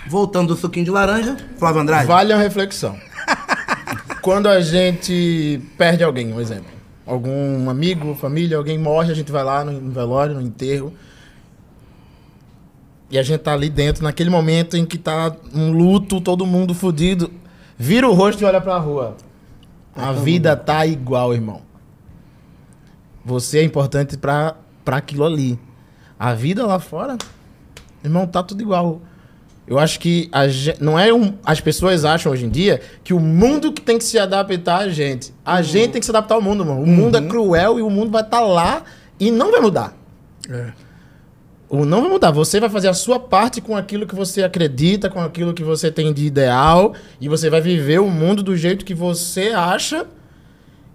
Speaker 2: Voltando do suquinho de laranja, Flávio Andrade.
Speaker 3: Vale a reflexão. Quando a gente perde alguém, um exemplo. Algum amigo, família, alguém morre, a gente vai lá no- no velório, no enterro. E a gente tá ali dentro, naquele momento em que tá um luto, todo mundo fudido. Vira o rosto e olha pra rua. A vida tá igual, irmão. Você é importante pra, pra aquilo ali. A vida lá fora, irmão, tá tudo igual. Eu acho que a gen- não é um, as pessoas acham hoje em dia que o mundo que tem que se adaptar a gente.
Speaker 2: Uhum.
Speaker 3: A gente tem que se adaptar ao mundo, mano. O mundo é cruel e o mundo vai estar lá e não vai mudar.
Speaker 2: É.
Speaker 3: O não vai mudar. Você vai fazer a sua parte com aquilo que você acredita, com aquilo que você tem de ideal. E você vai viver o mundo do jeito que você acha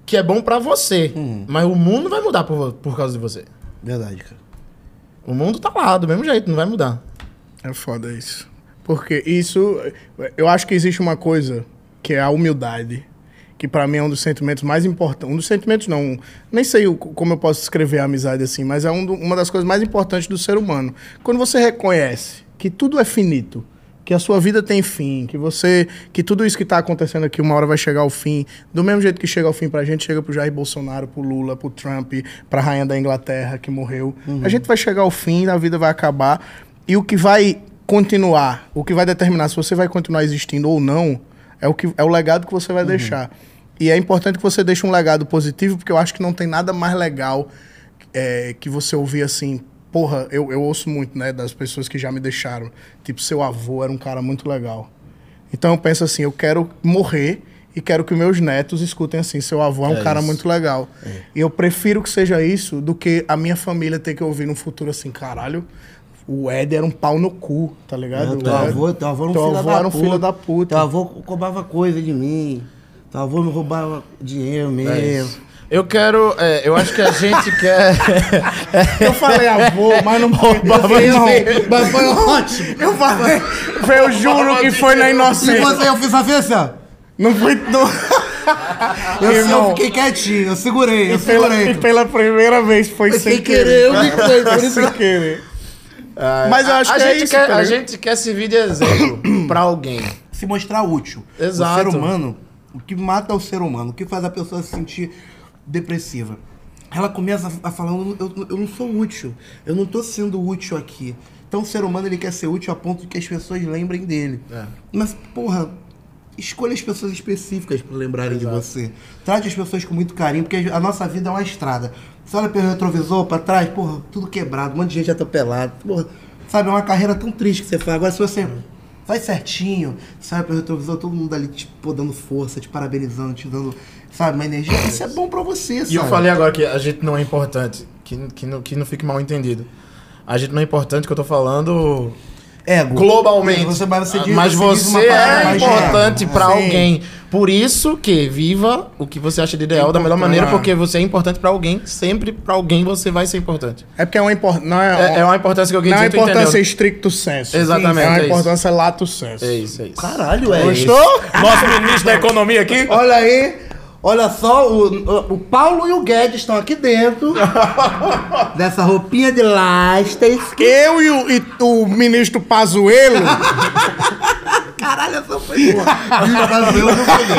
Speaker 3: que é bom pra você. Mas o mundo vai mudar por, vo- por causa de você.
Speaker 2: Uhum. Verdade, cara.
Speaker 3: O mundo tá lá, do mesmo jeito, não vai mudar.
Speaker 1: É foda isso. Porque isso. Eu acho que existe uma coisa que é a humildade. Que pra mim é um dos sentimentos mais importantes. Um dos sentimentos, não. Nem sei o- como eu posso descrever a amizade assim, mas é um do- uma das coisas mais importantes do ser humano. Quando você reconhece que tudo é finito, que a sua vida tem fim, que você. que tudo isso que tá acontecendo aqui uma hora vai chegar ao fim. Do mesmo jeito que chega ao fim pra gente, chega pro Jair Bolsonaro, pro Lula, pro Trump, pra rainha da Inglaterra que morreu. A gente vai chegar ao fim, a vida vai acabar. E o que vai continuar, o que vai determinar se você vai continuar existindo ou não, é o, que, é o legado que você vai deixar. E é importante que você deixe um legado positivo, porque eu acho que não tem nada mais legal é, que você ouvir assim. Porra, eu, eu ouço muito, né, das pessoas que já me deixaram. Tipo, seu avô era um cara muito legal. Então eu penso assim, eu quero morrer e quero que meus netos escutem assim, seu avô é um cara muito legal.
Speaker 2: É.
Speaker 1: E eu prefiro que seja isso do que a minha família ter que ouvir no futuro assim, caralho, o Ed era um pau no cu, tá ligado?
Speaker 2: Teu avô, teu avô era um
Speaker 1: Teu
Speaker 2: filho
Speaker 1: avô
Speaker 2: da
Speaker 1: era um
Speaker 2: puta.
Speaker 1: filho da puta.
Speaker 2: Teu avô cobrava coisa de mim. Teu avô me roubava
Speaker 1: É
Speaker 2: dinheiro mesmo.
Speaker 3: É Eu quero. é, eu acho que a gente quer.
Speaker 1: Eu falei avô, mas não
Speaker 3: Roubava
Speaker 1: Eu sei,
Speaker 3: dinheiro.
Speaker 1: não. Mas foi ótimo. Eu falei, eu juro que foi na
Speaker 2: E
Speaker 1: inocência.
Speaker 2: você, eu fiz a vez assim, ó.
Speaker 1: Não foi não.
Speaker 2: Eu,
Speaker 1: Irmão.
Speaker 2: eu fiquei quietinho, eu segurei, eu
Speaker 1: E pela,
Speaker 2: segurei.
Speaker 1: e pela primeira vez foi
Speaker 2: Foi
Speaker 1: sem,
Speaker 2: sem
Speaker 1: querer.
Speaker 2: querer, eu vi que foi, por isso-
Speaker 1: sem querer. Mas eu acho
Speaker 3: a,
Speaker 1: que
Speaker 3: gente
Speaker 1: é isso,
Speaker 3: quer,
Speaker 1: tá
Speaker 3: a
Speaker 1: ligado?
Speaker 3: gente quer servir de exemplo pra alguém.
Speaker 2: Se mostrar útil.
Speaker 3: Exato.
Speaker 2: O ser humano, o que mata é o ser humano, o que faz a pessoa se sentir depressiva. Ela começa a falar, eu, eu- eu não sou útil, eu não tô sendo útil aqui. Então o ser humano ele quer ser útil a ponto de que as pessoas lembrem dele. Mas, porra, Escolha as pessoas específicas para lembrarem de você. Trate as pessoas com muito carinho, porque a nossa vida é uma estrada. Você olha pelo retrovisor, para trás, porra, tudo quebrado, um monte de gente atropelado. Porra, sabe, é uma carreira tão triste que você faz. Agora, se você faz certinho, você olha pelo retrovisor, todo mundo ali, tipo, pô, dando força, te parabenizando, te dando, sabe, uma energia, isso é bom para você, sabe?
Speaker 3: E eu falei agora que a gente não é importante, que, que, não, que não fique mal entendido. A gente não é importante, que eu tô falando
Speaker 2: Ego.
Speaker 3: globalmente.
Speaker 2: É,
Speaker 3: ah,
Speaker 2: Você, mas você diz-
Speaker 3: mas
Speaker 2: você diz uma
Speaker 3: você
Speaker 2: parada
Speaker 3: é
Speaker 2: mais
Speaker 3: importante
Speaker 2: ego.
Speaker 3: pra
Speaker 2: Sim.
Speaker 3: alguém. Por isso que viva o que você acha de ideal da melhor maneira, porque você é importante pra alguém. Sempre pra alguém você vai ser importante.
Speaker 1: É porque é uma impor- não é,
Speaker 3: É, é uma importância que alguém
Speaker 1: não é uma
Speaker 3: diz, tu entendeu?
Speaker 1: importância stricto senso.
Speaker 3: Exatamente,
Speaker 1: É uma
Speaker 3: é isso.
Speaker 1: importância lato senso.
Speaker 3: É isso, é isso.
Speaker 2: Caralho, é.
Speaker 3: Gostou? Nosso ministro da economia aqui.
Speaker 2: Olha aí, olha só, o, o Paulo e o Guedes estão aqui dentro dessa roupinha de lastras.
Speaker 1: Eu e o, e o ministro Pazuello,
Speaker 2: Caralho, essa foi boa. Minas Pazuello não foi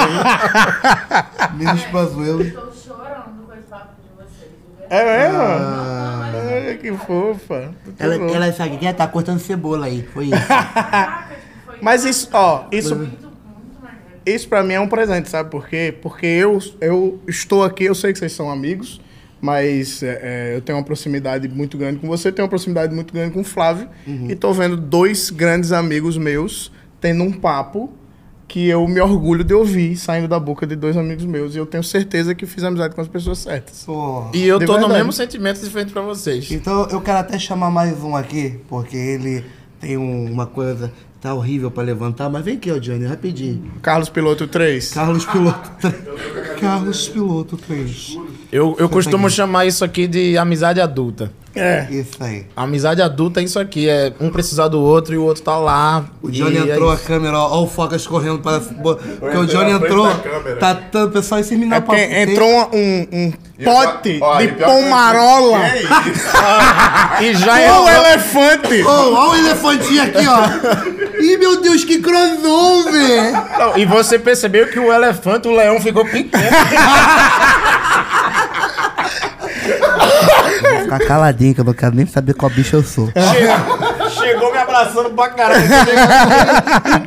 Speaker 2: não. Minas Pazuello.
Speaker 10: Estou chorando com esse papo de vocês. de verdade.
Speaker 1: é mesmo? Ai, que fofa. Muito
Speaker 2: Ela,
Speaker 1: bom.
Speaker 2: ela sabe o que é? Tá cortando cebola aí, foi isso.
Speaker 10: Caraca, tipo, foi
Speaker 1: Mas isso, ó, isso,
Speaker 10: muito, muito maneiro.
Speaker 1: isso pra mim é um presente, sabe por quê? Porque eu, eu estou aqui, eu sei que vocês são amigos, mas é, é, eu tenho uma proximidade muito grande com você, tenho uma proximidade muito grande com o Flávio,
Speaker 11: Uhum.
Speaker 1: e tô vendo dois grandes amigos meus tendo um papo que eu me orgulho de ouvir saindo da boca de dois amigos meus, e eu tenho certeza que fiz amizade com as pessoas certas.
Speaker 2: Pô.
Speaker 3: E eu
Speaker 1: De
Speaker 3: tô no
Speaker 1: verdade.
Speaker 3: mesmo sentimento diferente pra vocês.
Speaker 2: Então eu quero até chamar mais um aqui, porque ele tem um- uma coisa tá horrível pra levantar, mas vem aqui, ó, Johnny, rapidinho.
Speaker 1: Carlos Piloto 3.
Speaker 2: Carlos Piloto 3. Carlos Piloto 3.
Speaker 3: Eu, eu costumo chamar isso aqui de amizade adulta.
Speaker 1: É.
Speaker 2: Isso aí.
Speaker 3: Amizade adulta é isso aqui, é um precisar do outro e o outro tá lá.
Speaker 2: O Johnny
Speaker 3: e é
Speaker 2: entrou a
Speaker 3: isso.
Speaker 2: câmera, ó, ó o Focas correndo para. Porque o Johnny entrou. Tá, tá, pessoal, esse menino
Speaker 1: É porque entrou um, um- um pote
Speaker 11: Ó,
Speaker 1: de
Speaker 11: e pior que-
Speaker 1: pomarola
Speaker 11: Que isso?
Speaker 3: E já
Speaker 1: com o
Speaker 3: entrou...
Speaker 1: elefante.
Speaker 2: Ó, ó o elefantinho aqui, ó. Ih, meu Deus, que crossover!
Speaker 3: Não, e você percebeu que o elefante, o leão ficou pequeno.
Speaker 2: Tá caladinho, que eu não quero nem saber qual bicho eu sou.
Speaker 3: Chegou, chegou me abraçando pra caralho.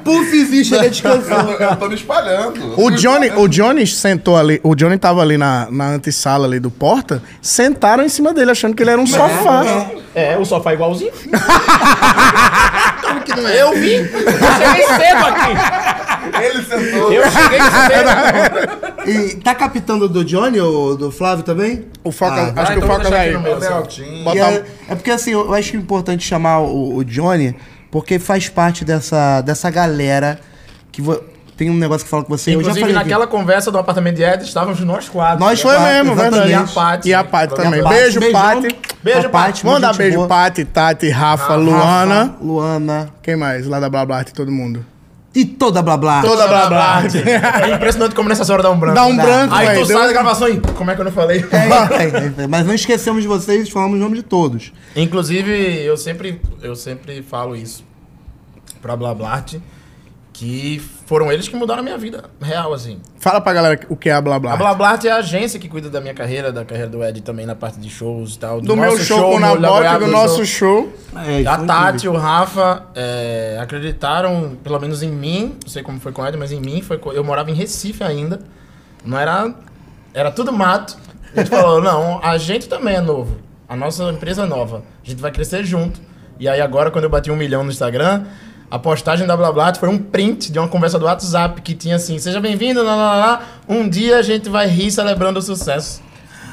Speaker 2: Puffzinho, chega descansando.
Speaker 11: Eu, eu tô me espalhando.
Speaker 1: O Johnny, o Johnny sentou ali, o Johnny tava ali na, na antessala ali do porta, sentaram em cima dele, achando que ele era um sofá.
Speaker 3: É, o sofá igualzinho.
Speaker 1: é?
Speaker 3: Eu vi. Eu cheguei cedo aqui.
Speaker 11: Ele sentou.
Speaker 3: Eu cheguei cedo.
Speaker 2: E tá captando do Johnny ou do Flávio também?
Speaker 1: O foca,
Speaker 2: Ah,
Speaker 1: acho que o
Speaker 3: então vou
Speaker 1: foca
Speaker 3: deixar
Speaker 1: vai.
Speaker 3: aqui no meu.
Speaker 11: Ele é altinho.
Speaker 1: Bota-
Speaker 2: E é, é porque assim, eu acho importante chamar o, o Johnny, porque faz parte dessa, dessa galera que vo- tem um negócio que fala com você. eu já
Speaker 3: Inclusive,
Speaker 2: falei aqui.
Speaker 3: naquela conversa do apartamento de Ed, estávamos nós quatro.
Speaker 2: Nós
Speaker 1: Foi
Speaker 2: Exato,
Speaker 1: mesmo, verdade.
Speaker 2: exatamente.
Speaker 1: E a Paty. E a Paty também.
Speaker 2: Paty,
Speaker 1: beijo,
Speaker 2: beijão.
Speaker 1: Paty.
Speaker 3: Beijo,
Speaker 2: A
Speaker 3: Paty.
Speaker 1: Vamos dar
Speaker 2: gente
Speaker 1: beijo,
Speaker 2: boa.
Speaker 1: Paty, Tati, Rafa, Luana.
Speaker 2: Rafa, Luana.
Speaker 1: Quem mais? Lá da Blablart, todo mundo.
Speaker 2: E toda blá blá.
Speaker 1: Toda Blablart.
Speaker 3: É impressionante como nessa hora dá um branco.
Speaker 1: Dá um branco,
Speaker 3: Aí
Speaker 1: velho.
Speaker 3: tu sai da gravação e... Como é que eu não falei?
Speaker 2: É, é, é, mas não esquecemos de vocês, falamos o nome de todos.
Speaker 3: Inclusive, eu sempre, eu sempre falo isso pra Blablart, que foram eles que mudaram a minha vida real, assim.
Speaker 1: Fala pra galera o que é a
Speaker 3: A
Speaker 1: Blablart.
Speaker 3: Blablart é a agência que cuida da minha carreira, da carreira do Ed também na parte de shows e tal.
Speaker 1: Do meu
Speaker 3: nosso
Speaker 1: show com o
Speaker 3: meu- da
Speaker 1: Nabote,
Speaker 3: Goiaba,
Speaker 1: do nosso show.
Speaker 2: É,
Speaker 3: A
Speaker 2: foi
Speaker 3: Tati, o Rafa é, acreditaram, pelo menos em mim, não sei como foi com o Ed, mas em mim foi. co- Eu morava em Recife ainda. Não era. Era tudo mato. A gente falou: não, a gente também é novo. A nossa empresa é nova. A gente vai crescer junto. E aí agora, quando eu bati um milhão no Instagram, a postagem da BlaBlat foi um print de uma conversa do WhatsApp que tinha assim: seja bem-vindo, lá, lá, lá, lá. um dia a gente vai rir celebrando o sucesso.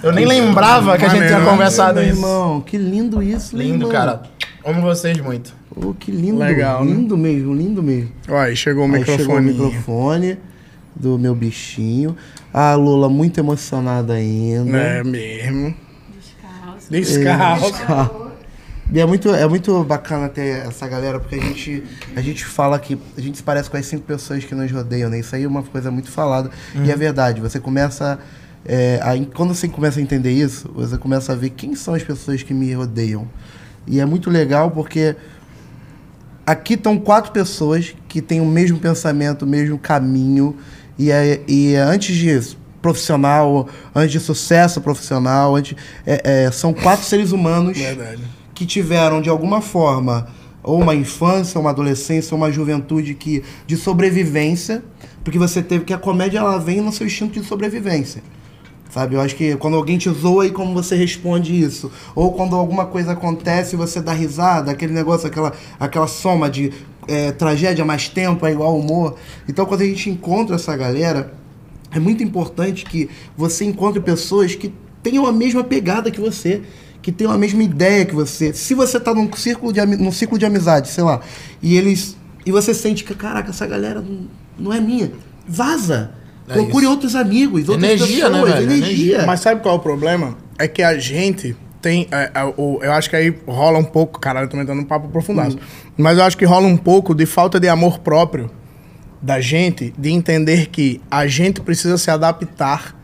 Speaker 3: Eu nem lembrava que a gente tinha
Speaker 1: Maneiro,
Speaker 3: conversado
Speaker 2: Meu
Speaker 3: Ah, isso.
Speaker 2: irmão, que lindo isso, meu
Speaker 3: Lindo,
Speaker 2: irmão.
Speaker 3: cara. Amo vocês muito.
Speaker 2: Ô, que lindo,
Speaker 1: Legal, né?
Speaker 2: lindo mesmo, lindo mesmo.
Speaker 1: Ó, aí chegou o
Speaker 2: Aí chegou o
Speaker 1: microfone.
Speaker 2: microfone do meu bichinho. A Lula muito emocionada ainda.
Speaker 3: Hum?
Speaker 1: É mesmo.
Speaker 10: Descalço.
Speaker 1: Descarro.
Speaker 2: E é muito, é muito bacana ter essa galera, porque a gente, a gente fala que a gente se parece com as cinco pessoas que nos rodeiam, né? Isso aí é uma coisa muito falada. E é verdade, você começa. é, a en- quando você começa a entender isso, você começa a ver quem são as pessoas que me rodeiam. E é muito legal porque aqui estão quatro pessoas que têm o mesmo pensamento, o mesmo caminho. E, é, e é antes de profissional, antes de sucesso profissional, antes, é- é, são quatro seres humanos
Speaker 1: Verdade.
Speaker 2: que tiveram, de alguma forma, ou uma infância, ou uma adolescência, ou uma juventude que de sobrevivência, porque você teve que a comédia ela vem no seu instinto de sobrevivência. Sabe, eu acho que quando alguém te zoa e como você responde isso. Ou quando alguma coisa acontece e você dá risada, aquele negócio, aquela, aquela soma de é, tragédia mais tempo é igual humor. Então quando a gente encontra essa galera, é muito importante que você encontre pessoas que tenham a mesma pegada que você, que tenham a mesma ideia que você. Se você tá num círculo de, ami- num ciclo de amizade, sei lá, e eles. E você sente que, caraca, essa galera não, não é minha. Vaza!
Speaker 3: É
Speaker 2: Procure
Speaker 3: isso.
Speaker 2: outros amigos, outras
Speaker 3: Energia, né,
Speaker 2: pessoas,
Speaker 3: velho?
Speaker 2: energia.
Speaker 1: Mas sabe qual é o problema? É que a gente tem. é, é, o- eu acho que aí rola um pouco. Caralho, eu tô entrando num papo aprofundado. Mas eu acho que rola um pouco de falta de amor próprio da gente, de entender que a gente precisa se adaptar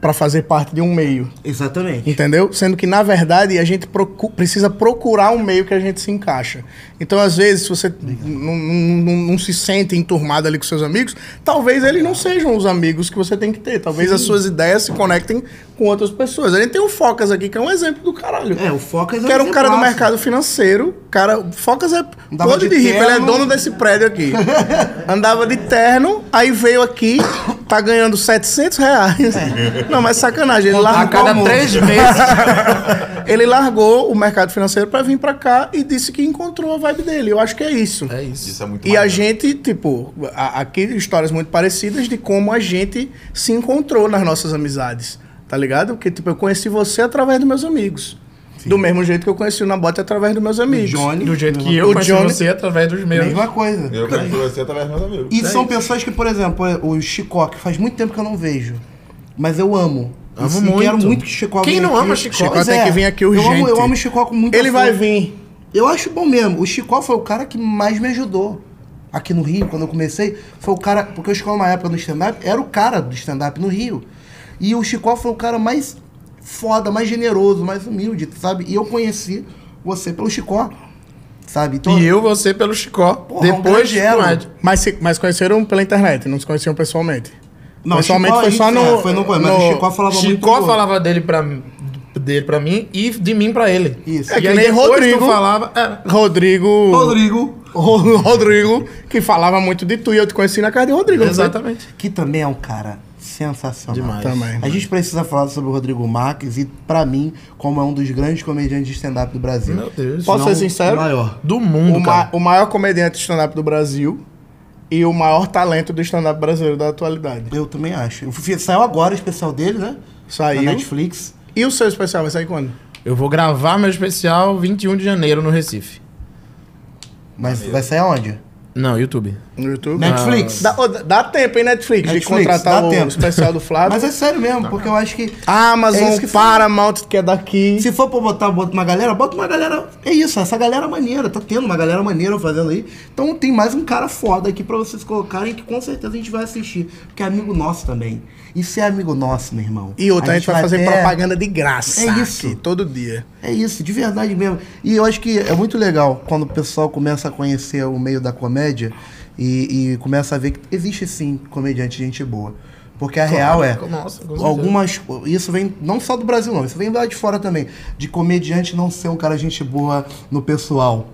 Speaker 1: pra fazer parte de um meio.
Speaker 2: Exatamente.
Speaker 1: Entendeu? Sendo que, na verdade, a gente procu- precisa procurar um meio que a gente se encaixa. Então, às vezes, se você não- não não- não se sente enturmado ali com seus amigos, talvez eles não sejam os amigos que você tem que ter. Talvez as suas ideias se conectem com outras pessoas. A gente tem o Focas aqui, que é um exemplo do caralho.
Speaker 2: É, o Focas é
Speaker 1: Que era um cara do
Speaker 2: exemplaço.
Speaker 1: mercado financeiro. Cara, o Focas é
Speaker 2: Andava
Speaker 1: todo de,
Speaker 2: de
Speaker 1: rico, ele é
Speaker 2: terno.
Speaker 1: dono desse prédio aqui. Andava de terno, aí veio aqui, tá ganhando 700 reais.
Speaker 2: É.
Speaker 1: Não, mas sacanagem, ele largou
Speaker 3: A cada
Speaker 1: mão.
Speaker 3: três meses.
Speaker 1: Ele largou o mercado financeiro pra vir pra cá e disse que encontrou a vibe dele. Eu acho que é isso.
Speaker 3: É isso.
Speaker 11: Isso é muito
Speaker 1: E a
Speaker 11: maneiro.
Speaker 1: gente, tipo, a- aqui histórias muito parecidas de como a gente se encontrou nas nossas amizades, tá ligado? Porque, tipo, eu conheci você através dos meus amigos. Do mesmo jeito que eu conheci o Nabote através dos meus amigos.
Speaker 2: Johnny.
Speaker 3: Do jeito que eu
Speaker 1: O
Speaker 3: conheci
Speaker 1: Johnny-
Speaker 3: você através dos meus.
Speaker 2: Mesma coisa.
Speaker 11: Eu conheci você através dos meus amigos.
Speaker 2: E são pessoas que, por exemplo, o Chicó, que faz muito tempo que eu não vejo, mas eu amo.
Speaker 3: Amo
Speaker 2: e,
Speaker 3: muito.
Speaker 2: quero muito que o Chicó
Speaker 3: Quem
Speaker 2: venha
Speaker 3: não
Speaker 2: aqui.
Speaker 3: ama Chicó?
Speaker 1: Chicó
Speaker 2: Pois
Speaker 1: tem
Speaker 2: é.
Speaker 1: que vir aqui
Speaker 2: eu
Speaker 1: urgente.
Speaker 2: Amo, eu amo o Chicó com muito
Speaker 1: Ele vai
Speaker 2: afeto.
Speaker 1: vir.
Speaker 2: Eu acho bom mesmo. O Chicó foi o cara que mais me ajudou. Aqui no Rio, quando eu comecei, foi o cara. Porque o Chicó, na época do stand-up, era o cara do stand-up no Rio. E o Chicó foi o cara mais foda, mais generoso, mais humilde, sabe? E eu conheci você pelo Chicó, sabe? Então,
Speaker 3: E eu, você pelo Chicó.
Speaker 2: Porra, um
Speaker 3: depois de
Speaker 2: grande elo.
Speaker 1: Mas, se- mas conheceram pela internet, não se conheciam pessoalmente.
Speaker 2: Não,
Speaker 1: pessoalmente
Speaker 2: Chicó
Speaker 1: foi
Speaker 2: aí,
Speaker 1: só no.
Speaker 2: é, foi no- mas o Chicó falava muito
Speaker 3: Chicó
Speaker 2: do-
Speaker 3: falava dele pra, dele pra mim e de mim pra ele.
Speaker 2: Isso.
Speaker 1: É
Speaker 3: E
Speaker 1: que
Speaker 3: aí
Speaker 1: nem
Speaker 3: depois
Speaker 1: Rodrigo.
Speaker 3: tu falava... É,
Speaker 1: Rodrigo.
Speaker 2: Rodrigo,
Speaker 1: Ro- Rodrigo, que falava muito de tu e eu te conheci na casa de Rodrigo. não foi?
Speaker 3: exatamente.
Speaker 2: que também é um cara sensacional.
Speaker 3: Demais.
Speaker 1: Também.
Speaker 2: A gente precisa falar sobre o Rodrigo Marques e, pra mim, como é um dos grandes comediantes de stand-up do Brasil.
Speaker 3: Meu Deus.
Speaker 1: Posso
Speaker 2: Não,
Speaker 1: ser sincero?
Speaker 2: o Maior.
Speaker 3: Do
Speaker 1: O,
Speaker 3: mundo,
Speaker 1: ma-
Speaker 3: cara.
Speaker 1: o maior comediante de stand-up do Brasil e o maior talento do stand-up brasileiro da atualidade.
Speaker 2: Eu também acho. Eu fui- Saiu agora o especial dele, né?
Speaker 1: Saiu.
Speaker 2: Na Netflix.
Speaker 1: E o seu especial vai sair quando?
Speaker 3: Eu vou gravar meu especial 21 de janeiro no Recife.
Speaker 2: Mas vai sair aonde?
Speaker 3: Não, YouTube.
Speaker 1: No YouTube? Ah.
Speaker 2: Netflix.
Speaker 1: Dá, ô, dá- dá tempo, hein, Netflix,
Speaker 2: Netflix,
Speaker 1: de contratar
Speaker 2: dá
Speaker 1: o
Speaker 2: tempo.
Speaker 1: especial do Flávio.
Speaker 2: Mas é sério mesmo, porque eu acho que
Speaker 1: Amazon,
Speaker 2: É isso que foi.
Speaker 1: Paramount, que é daqui.
Speaker 2: se for pra botar, bota uma galera, bota uma galera. É isso, essa galera maneira. Tá tendo uma galera maneira fazendo aí. Então tem mais um cara foda aqui pra vocês colocarem que com certeza a gente vai assistir. Porque é amigo nosso também. Isso é amigo nosso, meu irmão.
Speaker 1: E outra, a gente, vai fazer
Speaker 2: até-
Speaker 1: propaganda de graça.
Speaker 2: É isso.
Speaker 1: aqui, todo dia.
Speaker 2: É isso, de verdade mesmo. E eu acho que é muito legal quando o pessoal começa a conhecer o meio da comédia e, e começa a ver que existe sim comediante de gente boa. Porque a real é.
Speaker 3: nossa, com certeza.
Speaker 2: algumas. Isso vem não só do Brasil, não. Isso vem lá de fora também. De comediante não ser um cara de gente boa no pessoal.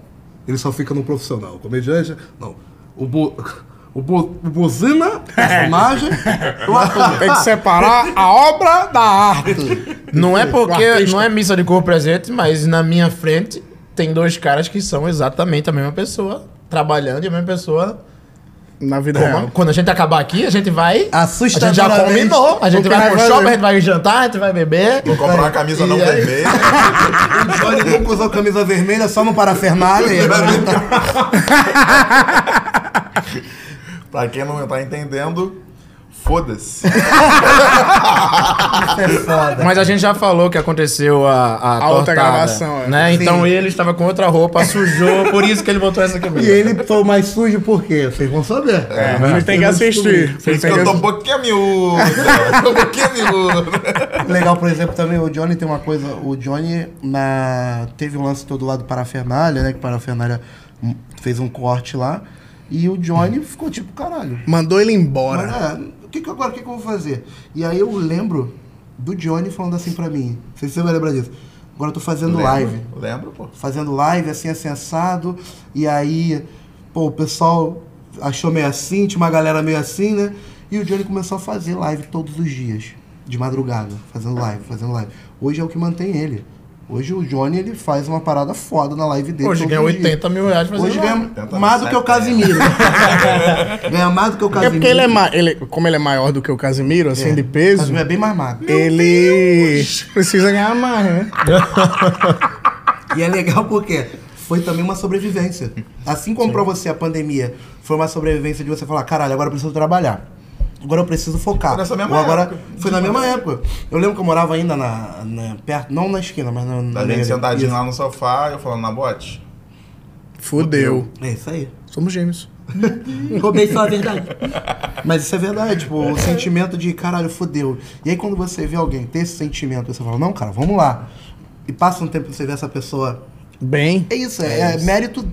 Speaker 5: Ele só fica no profissional. Comediante, não. O, bu... o, bu... o buzina, personagem, o ator.
Speaker 1: Tem que separar a obra da arte.
Speaker 3: Não é porque não é missa de cor presente, mas na minha frente tem dois caras que são exatamente a mesma pessoa, trabalhando e a mesma pessoa.
Speaker 1: Na vida
Speaker 3: Como-
Speaker 1: real.
Speaker 3: É, Quando a gente acabar aqui, a gente vai. A gente
Speaker 2: Assustadoramente.
Speaker 3: já combinou. A
Speaker 1: O que
Speaker 3: gente vai
Speaker 1: vai
Speaker 3: pro
Speaker 1: fazer?
Speaker 3: shopping, a gente vai jantar, a gente vai beber.
Speaker 11: Vou comprar uma camisa não
Speaker 3: E aí?
Speaker 11: vermelha.
Speaker 2: O Johnny nunca usou camisa vermelha só no parafernália. e agora ele tá-
Speaker 11: pra quem não tá entendendo, foda-se.
Speaker 3: Mas a gente já falou que aconteceu a, a,
Speaker 1: A outra
Speaker 3: tortada,
Speaker 1: gravação, é.
Speaker 3: né?
Speaker 2: Sim.
Speaker 3: Então ele estava com outra roupa, sujou, por isso que ele botou essa camisa.
Speaker 2: E ele foi o mais sujo por quê? Vocês vão saber.
Speaker 1: É, a gente tem que assistir.
Speaker 11: Por isso que eu tô um pouquinho miúdo. Eu tô um pouquinho miúdo.
Speaker 2: Legal, por exemplo, também o Johnny tem uma coisa. O Johnny na... teve um lance todo lado parafernália, né? Que parafernália hum, fez um corte lá. E o Johnny ficou tipo, caralho.
Speaker 1: Mandou ele embora.
Speaker 2: Mas, é, o que, que agora? O que, que eu vou fazer? E aí eu lembro do Johnny falando assim pra mim. Não sei se você vai lembrar disso. Agora eu tô fazendo live.
Speaker 11: Lembro, pô.
Speaker 2: Fazendo live, assim, assensado. E aí, pô, o pessoal achou meio assim, tinha uma galera meio assim, né? E o Johnny começou a fazer live todos os dias. De madrugada, fazendo live, fazendo live. Hoje é o que mantém ele. Hoje o Johnny, ele faz uma parada foda na live dele.
Speaker 3: Hoje
Speaker 2: todos
Speaker 3: ganha
Speaker 2: os dias.
Speaker 3: 80 mil reais fazendo
Speaker 2: Hoje
Speaker 3: live.
Speaker 2: ganha
Speaker 11: 80
Speaker 2: mais do que o
Speaker 11: não, sete,
Speaker 2: Casimiro. ganha mais do que o
Speaker 1: É
Speaker 2: Casimiro.
Speaker 1: porque ele é, ma ele, como ele é maior do que o Casimiro, assim, de
Speaker 2: O
Speaker 1: peso,
Speaker 2: Casimiro é bem mais magro.
Speaker 1: ele precisa ganhar mais, né?
Speaker 2: E é legal porque foi também uma sobrevivência. Assim como pra você a pandemia foi uma sobrevivência de você falar, caralho, agora eu preciso trabalhar. Agora eu preciso focar.
Speaker 11: Foi nessa mesma
Speaker 2: Ou agora
Speaker 11: época.
Speaker 2: foi na mesma época. Eu lembro que eu morava ainda na, na- perto, não na esquina, mas na, na
Speaker 11: Da gente
Speaker 2: meia.
Speaker 11: sentadinho lá no sofá, eu falando na bote.
Speaker 1: Fudeu.
Speaker 2: É isso aí.
Speaker 1: Somos gêmeos.
Speaker 4: Roubei só a verdade.
Speaker 2: Mas isso é verdade, tipo, o sentimento de caralho, fudeu. E aí quando você vê alguém ter esse sentimento, você fala, não, cara, vamos lá. E passa um tempo que você vê essa pessoa.
Speaker 1: Bem.
Speaker 2: É isso, é, é mérito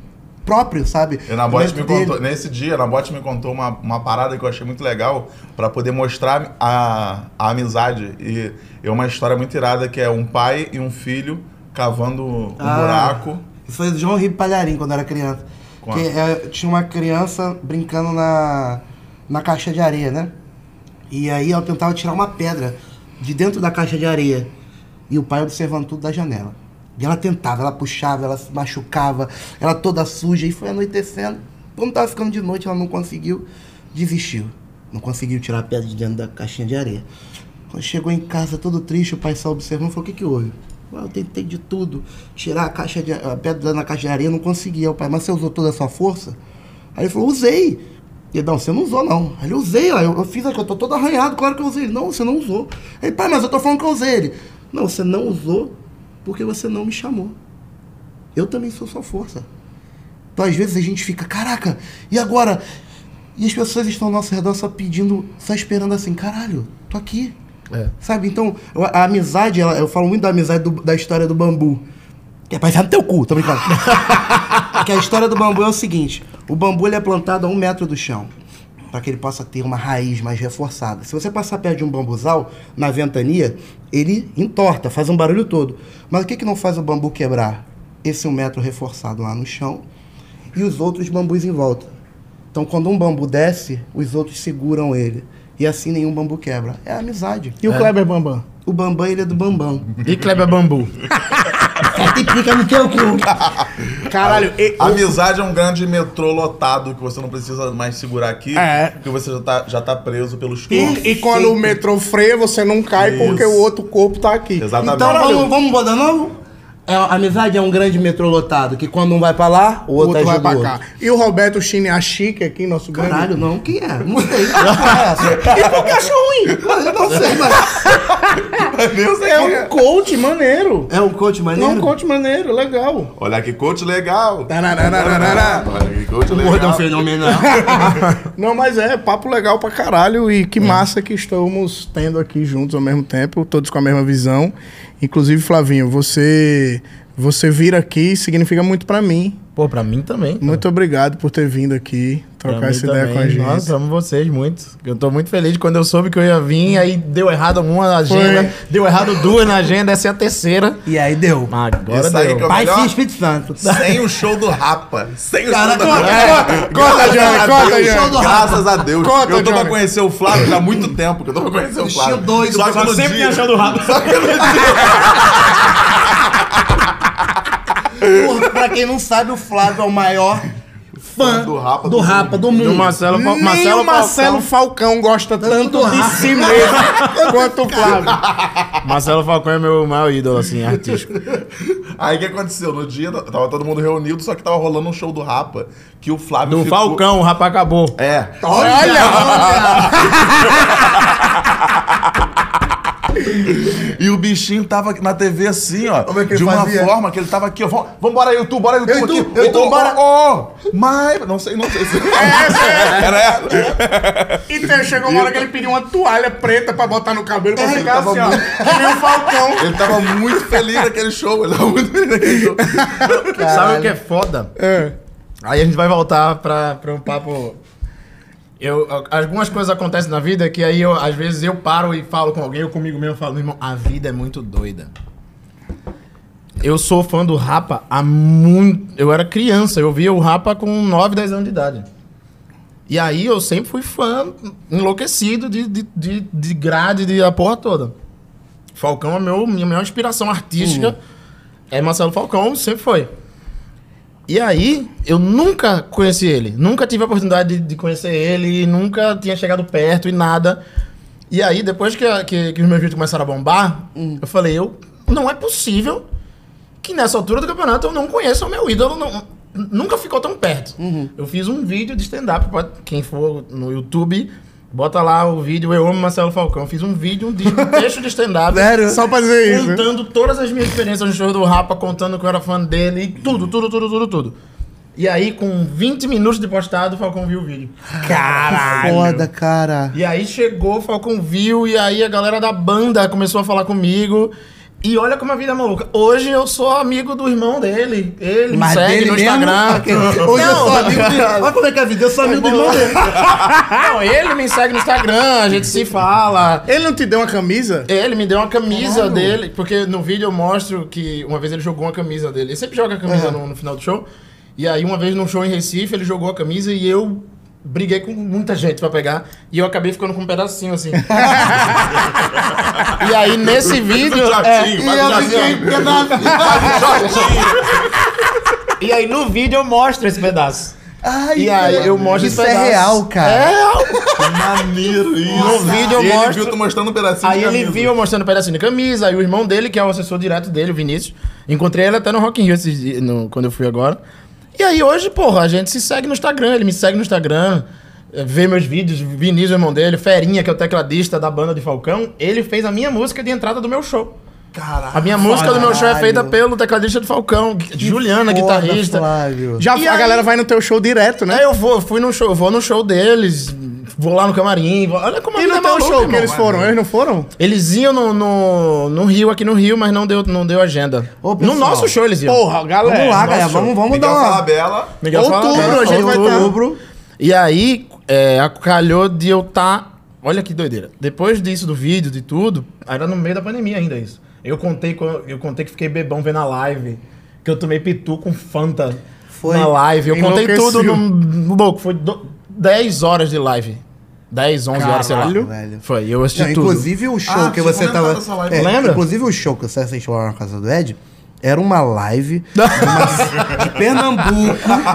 Speaker 2: próprio, sabe?
Speaker 11: E na bote
Speaker 2: Mérito
Speaker 11: me
Speaker 2: dele.
Speaker 11: contou, nesse dia, na bote me contou uma, uma parada que eu achei muito legal pra poder mostrar a, a amizade. E é uma história muito irada que é um pai e um filho cavando um
Speaker 2: Ah.
Speaker 11: buraco.
Speaker 2: Isso foi João Ribe Palharim quando eu era criança.
Speaker 11: Quando?
Speaker 2: Que, é, tinha uma criança brincando na, na caixa de areia, né? E aí ela tentava tirar uma pedra de dentro da caixa de areia. E o pai observando tudo da janela. E ela tentava, ela puxava, ela se machucava, ela toda suja. E foi anoitecendo. Quando tava ficando de noite, ela não conseguiu, desistiu. Não conseguiu tirar a pedra de dentro da caixinha de areia. Quando chegou em casa todo triste, o pai só observando e falou: O que, que houve? "Ué, Eu tentei de tudo, tirar a, caixa de, a pedra na caixa de areia, não conseguia. O pai, mas você usou toda a sua força? Aí ele falou: Usei. Ele, não, você não usou, não. Aí Ele, usei, ó, eu, eu fiz aqui, eu tô todo arranhado, claro que eu usei. Ele, não, você não usou. Ele, pai, mas eu tô falando que eu usei. Ele, não, você não usou porque você não me chamou. Eu também sou sua força. Então, às vezes a gente fica, caraca, e agora? E as pessoas estão ao nosso redor só pedindo, só esperando assim, caralho, tô aqui. Sabe? Então, eu- a amizade, ela- eu falo muito da amizade do- da história do bambu. Que é pra enfiar no teu cu, tô brincando. que a história do bambu é o seguinte: o bambu ele é plantado a um metro do chão. Pra que ele possa ter uma raiz mais reforçada. Se você passar perto de um bambuzal, na ventania, ele entorta, faz um barulho todo. Mas o que, que não faz o bambu quebrar? Esse um metro reforçado lá no chão e os outros bambus em volta. Então, quando um bambu desce, os outros seguram ele. E assim nenhum bambu quebra. É a amizade.
Speaker 1: E o Kleber Bambam?
Speaker 2: O Bambam, ele é do Bambam.
Speaker 3: E Kleber Bambu.
Speaker 4: Tem pica no teu cu.
Speaker 1: Caralho, e-
Speaker 11: Amizade é um grande metrô lotado que você não precisa mais segurar aqui,
Speaker 1: É.
Speaker 11: porque você já tá, já tá preso pelos corpos.
Speaker 1: E, e quando o metrô freia, você não cai porque o outro corpo tá aqui.
Speaker 11: Exatamente.
Speaker 2: Então, vamos, vamos botar novo? É, a amizade é um grande metrô lotado, que quando um vai pra lá, o
Speaker 1: O
Speaker 2: outro,
Speaker 1: outro vai
Speaker 2: ajuda
Speaker 1: pra
Speaker 2: o
Speaker 1: cá.
Speaker 2: outro.
Speaker 1: E o Roberto Chine Achique aqui, nosso grande.
Speaker 2: Caralho, não, quem é? Não sei. Que porra é essa? E por que acha ruim? Eu não sei, mas...
Speaker 1: É um coach maneiro.
Speaker 2: É um coach
Speaker 1: É
Speaker 2: maneiro?
Speaker 1: um coach maneiro, legal.
Speaker 11: Olha que coach legal.
Speaker 1: Tarararararará.
Speaker 11: Olha que coach
Speaker 2: Gordão
Speaker 11: legal.
Speaker 2: fenomenal.
Speaker 1: Não, mas é, papo legal pra caralho e
Speaker 3: É.
Speaker 1: que massa que estamos tendo aqui juntos ao mesmo tempo, todos com a mesma visão. Inclusive, Flavinho, você você vir aqui significa muito pra mim.
Speaker 3: Pô, pra mim também. cara.
Speaker 1: Muito obrigado por ter vindo aqui
Speaker 3: É. Pra
Speaker 1: trocar
Speaker 3: mim
Speaker 1: essa ideia
Speaker 3: também.
Speaker 1: com a gente.
Speaker 3: Nossa, amo vocês muito. Eu tô muito feliz quando eu soube que eu ia vir, aí deu errado uma na agenda, deu errado duas na agenda, essa é a terceira.
Speaker 2: E aí deu.
Speaker 3: Mas agora
Speaker 11: Isso aí
Speaker 3: deu.
Speaker 11: que é o
Speaker 2: Pai, filho e
Speaker 11: melhor.
Speaker 2: Espírito Santo.
Speaker 11: Sem o show do Rapa. Sem o
Speaker 2: Cara,
Speaker 11: show do
Speaker 2: corta,
Speaker 11: Rapa.
Speaker 1: É, corta, Johnny, corta, Johnny.
Speaker 11: Graças a Deus. Graças a Deus.
Speaker 1: Corta,
Speaker 11: eu tô pra
Speaker 1: Johnny.
Speaker 11: conhecer o Flávio já há muito tempo que eu tô pra conhecer o
Speaker 2: Bichinho
Speaker 11: Flávio.
Speaker 2: doido,
Speaker 11: Só
Speaker 2: o
Speaker 11: que no
Speaker 3: sempre
Speaker 11: dia...
Speaker 3: tem show do Rapa.
Speaker 11: Só que no dia...
Speaker 2: Porra, pra quem não sabe, o Flávio é o maior
Speaker 4: Fã
Speaker 11: Do Rapa,
Speaker 4: do
Speaker 11: do
Speaker 4: Rapa, do
Speaker 3: Do
Speaker 4: mundo.
Speaker 3: Marcelo, Fal-
Speaker 1: Nem
Speaker 3: Marcelo,
Speaker 1: o Marcelo
Speaker 3: Falcão.
Speaker 1: Falcão, gosta tanto
Speaker 4: do
Speaker 1: de si mesmo quanto o Flávio.
Speaker 3: Marcelo Falcão é meu maior ídolo, assim, artístico.
Speaker 11: Aí o que aconteceu? No dia tava todo mundo reunido, só que tava rolando um show do Rapa que o Flávio
Speaker 3: Do
Speaker 11: ficou-
Speaker 3: Falcão, o Rapa acabou.
Speaker 11: É. E o bichinho tava na TV assim, ó.
Speaker 5: Como é que
Speaker 11: de
Speaker 5: ele
Speaker 11: uma
Speaker 5: fazia?
Speaker 11: forma que ele tava aqui, ó. Vamos- Vambora, YouTube, bora, YouTube.
Speaker 5: Eu,
Speaker 11: aqui.
Speaker 5: YouTube, eu,
Speaker 11: Ô,
Speaker 5: YouTube,
Speaker 11: ô,
Speaker 5: bora.
Speaker 11: Ô, ô, mas. Não sei, não sei. se- Era essa.
Speaker 1: Então chegou uma hora que ele pediu uma toalha preta pra botar no cabelo pra
Speaker 11: É,
Speaker 3: tá
Speaker 1: ficar
Speaker 11: tava
Speaker 1: assim, ó.
Speaker 11: muito-
Speaker 1: Que nem o Falcão.
Speaker 11: Ele tava muito feliz naquele show. Ele tava muito feliz naquele show.
Speaker 3: Sabe o que é foda? Aí a gente vai voltar pra, pra um papo. Eu, algumas coisas acontecem na vida que aí eu, às vezes eu paro e falo com alguém, eu comigo mesmo falo, meu irmão, a vida é muito doida. Eu sou fã do Rapa há muito. Eu era criança, eu via o Rapa com 9, 10 anos de idade. E aí eu sempre fui fã enlouquecido de, de, de, de grade, de a porra toda. Falcão é meu, minha maior inspiração artística. É Marcelo Falcão, sempre foi. E aí, eu nunca conheci ele. Nunca tive a oportunidade de, de conhecer ele, nunca tinha chegado perto e nada. E aí, depois que, a- que- que os meus vídeos começaram a bombar, eu falei, eu, não é possível que nessa altura do campeonato eu não conheça o meu ídolo. não- nunca ficou tão perto. Eu fiz um vídeo de stand-up. pra Quem for no YouTube, bota lá o vídeo Eu Amo Marcelo Falcão. Eu Fiz um vídeo, um de- um texto de stand-up.
Speaker 1: Só pra
Speaker 2: É
Speaker 1: dizer
Speaker 2: né?
Speaker 1: isso.
Speaker 3: Contando todas as minhas experiências no show do Rapa, contando que eu era fã dele, e tudo, tudo, tudo, tudo, tudo. E aí, com 20 minutos de postado, o Falcão viu o vídeo.
Speaker 1: Caralho.
Speaker 2: Foda, cara.
Speaker 3: E aí chegou, o Falcão viu, e aí a galera da banda começou a falar comigo. E olha como a vida é maluca. Hoje eu sou amigo do irmão dele. Ele me
Speaker 2: Mas
Speaker 3: segue
Speaker 2: dele
Speaker 3: no
Speaker 2: mesmo?
Speaker 3: Instagram.
Speaker 2: Hoje eu sou amigo de... Olha como é que é a vida, eu sou amigo do irmão dele.
Speaker 3: Não, ele me segue no Instagram, a gente se fala.
Speaker 1: Ele não te deu uma camisa?
Speaker 3: É, Ele me deu uma camisa dele, porque no vídeo eu mostro que uma vez ele jogou uma camisa dele. Ele sempre joga a camisa no, no final do show. E aí, uma vez num show em Recife, ele jogou a camisa e eu briguei com muita gente pra pegar. E eu acabei ficando com um pedacinho assim. e aí, nesse vídeo. é,
Speaker 11: Jatinho, vai pro Jatinho.
Speaker 3: e aí, no vídeo eu mostro esse pedaço.
Speaker 2: Ai,
Speaker 3: E aí, eu mostro
Speaker 2: Isso
Speaker 3: esse
Speaker 2: é
Speaker 3: pedaço.
Speaker 2: real, cara.
Speaker 3: É real.
Speaker 11: Maneiro isso.
Speaker 3: No vídeo eu
Speaker 11: ele
Speaker 3: mostro-
Speaker 11: viu tu mostrando um pedacinho
Speaker 3: Aí
Speaker 11: de
Speaker 3: ele
Speaker 11: camisa.
Speaker 3: viu eu mostrando um pedacinho de camisa, aí o irmão dele, que é o assessor direto dele, o Vinícius. Encontrei ele até no Rock in Rio esses dias, no- quando eu fui agora. E aí hoje, porra, a gente se segue no Instagram, ele me segue no Instagram, eh, vê meus vídeos, Vinícius, o irmão dele, Ferinha, que é o tecladista da banda de Falcão, ele fez a minha música de entrada do meu show.
Speaker 2: Caralho.
Speaker 3: A minha música do meu show é
Speaker 2: Caralho.
Speaker 3: feita pelo tecladista de Falcão, Juliana,
Speaker 2: Foda,
Speaker 3: guitarrista.
Speaker 2: Flávio.
Speaker 1: Já
Speaker 3: E
Speaker 1: a
Speaker 3: aí-
Speaker 1: galera vai no teu show direto, né?
Speaker 3: Aí É, eu vou, fui no show, eu vou no show deles, vou lá no camarim, vou- olha como a
Speaker 1: E no
Speaker 3: vida é
Speaker 1: teu
Speaker 3: maluca,
Speaker 1: show que
Speaker 3: irmão.
Speaker 1: eles foram? Eles não foram?
Speaker 3: Eles iam no, no, no Rio, aqui no Rio, mas não deu, não deu agenda.
Speaker 2: Ô,
Speaker 3: no
Speaker 2: pessoal.
Speaker 3: nosso show eles iam.
Speaker 1: Porra, galera.
Speaker 2: Vamos lá, galera, vamos, vamos
Speaker 11: Miguel
Speaker 2: dar uma...
Speaker 11: Falabella.
Speaker 3: Miguel fala,
Speaker 1: outubro,
Speaker 3: cara,
Speaker 1: a gente vai tá-
Speaker 2: Outubro.
Speaker 3: E aí, é, calhou de eu estar... Olha que doideira. Depois disso, do vídeo, de tudo, era no meio da pandemia ainda isso. Eu contei, co- eu contei que fiquei bebão vendo a live, que eu tomei pitu com Fanta
Speaker 2: Foi.
Speaker 3: na live. Eu contei
Speaker 1: Enlouqueceu.
Speaker 3: tudo no, no louco. Foi do, 10 horas de live. 10, 11 horas, sei lá.
Speaker 1: Caralho.
Speaker 2: Velho.
Speaker 3: Foi, eu assisti
Speaker 2: Não,
Speaker 3: tudo.
Speaker 2: inclusive o show
Speaker 11: Ah,
Speaker 2: que
Speaker 11: tinha
Speaker 2: você
Speaker 11: comentado
Speaker 2: tava.
Speaker 11: essa live.
Speaker 2: é,
Speaker 3: Lembra?
Speaker 2: Inclusive o show que você assistiu lá na casa do Ed era uma live mas de Pernambuco.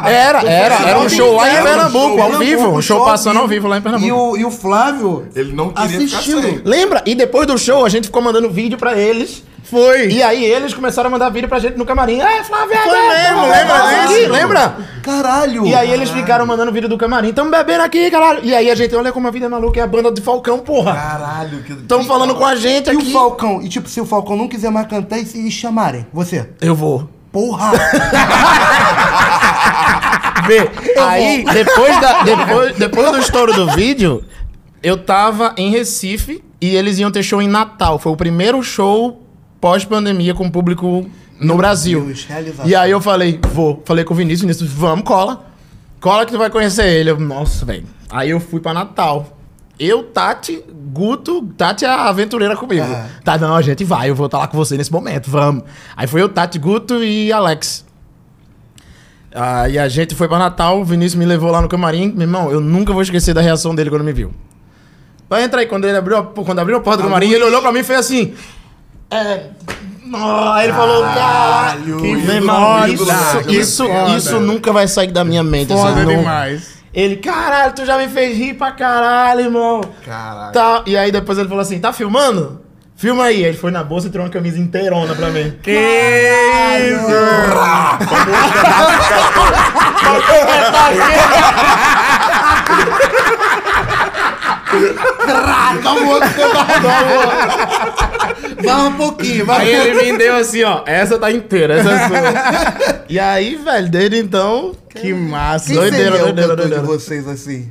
Speaker 3: Era, era, era um show lá em
Speaker 2: Era um
Speaker 3: Pernambuco,
Speaker 11: show
Speaker 3: ao vivo. Um show passando ao vivo lá em
Speaker 2: E
Speaker 3: Pernambuco.
Speaker 2: o, e o Flávio
Speaker 11: Ele não queria ficar sem.
Speaker 2: assistindo.
Speaker 3: Lembra? E depois do show a gente ficou mandando vídeo pra eles.
Speaker 1: Foi.
Speaker 3: E aí eles começaram a mandar vídeo pra gente no camarim. É, Flávio, é,
Speaker 1: Foi
Speaker 3: é,
Speaker 1: mesmo,
Speaker 3: é,
Speaker 1: lembra
Speaker 3: é,
Speaker 1: disso?
Speaker 3: aqui, Lembra?
Speaker 2: Caralho!
Speaker 3: E aí eles ficaram mandando vídeo do camarim. Tamo bebendo aqui, caralho. E aí a gente, olha como a vida é maluca, é a banda de Falcão, porra.
Speaker 11: Caralho, que.
Speaker 3: Tão falando com a gente
Speaker 2: E
Speaker 3: aqui.
Speaker 2: o Falcão? E tipo, se o Falcão não quiser mais cantar e se e chamarem, você.
Speaker 3: Eu vou.
Speaker 2: Porra!
Speaker 3: Vê, aí, depois, da, depois, depois do estouro do vídeo, eu tava em Recife e eles iam ter show em Natal. Foi o primeiro show pós-pandemia com público no Brasil.
Speaker 2: Deus, realizado.
Speaker 3: e aí eu falei, vou. Falei com o Vinícius, Vinícius, vamos, cola. Cola que tu vai conhecer ele. Eu, Nossa, velho. Aí eu fui pra Natal. Eu, Tati, Guto, Tati é a aventureira comigo. Tá, não, a gente vai, eu vou estar lá com você nesse momento, vamos. Aí foi eu, Tati, Guto e Alex. Aí a gente foi pra Natal, o Vinícius me levou lá no camarim. Meu irmão, eu nunca vou esquecer da reação dele quando me viu. Vai entrar aí, quando ele abriu a, quando abriu a porta do camarim, ele olhou pra mim e fez assim. É. nó, Aí ele falou, caralho,
Speaker 1: que
Speaker 3: meu irmão,
Speaker 1: ídolo,
Speaker 3: isso,
Speaker 1: cara, que
Speaker 3: isso,
Speaker 1: foda.
Speaker 3: isso nunca vai sair da minha mente.
Speaker 1: Foda
Speaker 3: não-
Speaker 1: demais.
Speaker 3: Ele, caralho, tu já me fez rir pra caralho, irmão.
Speaker 11: Caralho.
Speaker 3: Tá, e aí depois ele falou assim, tá filmando? Filma aí. Aí Ele foi na bolsa e tirou uma camisa inteirona pra mim.
Speaker 2: Vai um pouquinho, vai.
Speaker 3: Aí ele vendeu assim, ó. Essa tá inteira, essa é sua. e aí, velho, desde então.
Speaker 1: Que massa.
Speaker 2: Quem seria
Speaker 3: doideira,
Speaker 2: o
Speaker 1: né?
Speaker 3: doideira,
Speaker 2: cantor
Speaker 3: doideira.
Speaker 2: de vocês assim?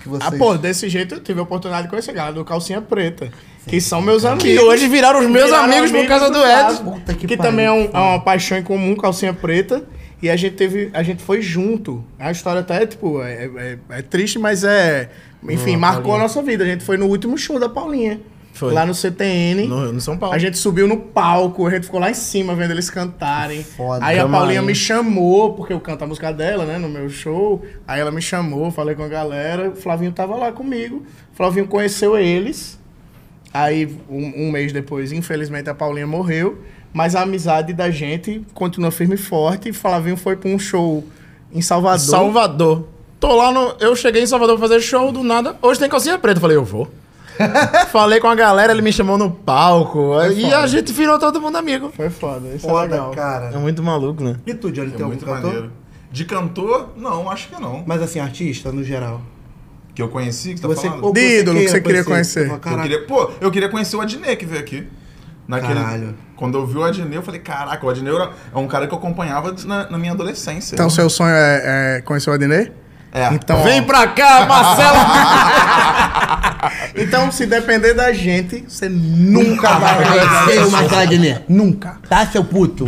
Speaker 2: Que vocês...
Speaker 1: Ah, pô, desse jeito eu tive a oportunidade de conhecer a galera do Calcinha Preta, que são meus
Speaker 3: Que
Speaker 1: amigos.
Speaker 3: hoje viraram os meus
Speaker 1: Viraram
Speaker 3: amigos por causa do Ed.
Speaker 1: Flávio,
Speaker 2: Puta que
Speaker 1: que
Speaker 2: pariu,
Speaker 1: também é, um-
Speaker 3: Então.
Speaker 1: é uma paixão em comum, calcinha preta. E a gente teve. A gente foi junto. A história até, tipo, é, é- é triste, mas é. Enfim, marcou a nossa vida. A gente foi no último show da Paulinha.
Speaker 3: Foi.
Speaker 1: lá no CTN.
Speaker 3: No, no São Paulo.
Speaker 1: A gente subiu no palco, a gente ficou lá em cima vendo eles cantarem.
Speaker 2: Foda.
Speaker 1: aí a
Speaker 3: Calma
Speaker 1: Paulinha
Speaker 3: aí.
Speaker 1: me chamou, porque eu canto a música dela, né, no meu show. Aí ela me chamou, falei com a galera, o Flavinho tava lá comigo. O Flavinho conheceu eles. Aí, um, um mês depois, infelizmente, a Paulinha morreu. Mas a amizade da gente continua firme e forte. E Flavinho foi pra um show em Salvador.
Speaker 3: Salvador. Tô lá no. Eu cheguei em Salvador pra fazer show do nada. Hoje tem calcinha preta. Eu falei, eu vou. Falei com a galera, ele me chamou no palco. e a gente virou todo mundo amigo.
Speaker 1: Foi foda, isso é
Speaker 2: Foda,
Speaker 1: legal.
Speaker 3: É
Speaker 2: cara.
Speaker 3: muito maluco, né?
Speaker 2: E tu, Johnny,
Speaker 11: É
Speaker 2: tem algum
Speaker 11: muito
Speaker 2: cantor?
Speaker 11: maneiro. De cantor, não, acho que não.
Speaker 2: Mas assim, artista, no geral.
Speaker 11: Que eu conheci, que tá falando.
Speaker 2: ou
Speaker 1: De ídolo que você queria conhecer.
Speaker 2: Fala,
Speaker 11: Eu
Speaker 2: "Caraca,
Speaker 11: queria, pô, eu queria conhecer o Adnet que veio aqui. Naquele,
Speaker 2: Caralho.
Speaker 11: Quando eu vi o Adnet, eu falei, caraca, o Adnet era- é um cara que eu acompanhava na, na minha adolescência.
Speaker 1: Então, seu sonho é, é conhecer o Adnet?
Speaker 11: É.
Speaker 1: Então,
Speaker 3: Vem pra cá, Marcelo!
Speaker 1: Então, se depender da gente, você nunca vai
Speaker 4: Sei o Macadinê.
Speaker 1: Nunca.
Speaker 4: Tá, seu puto?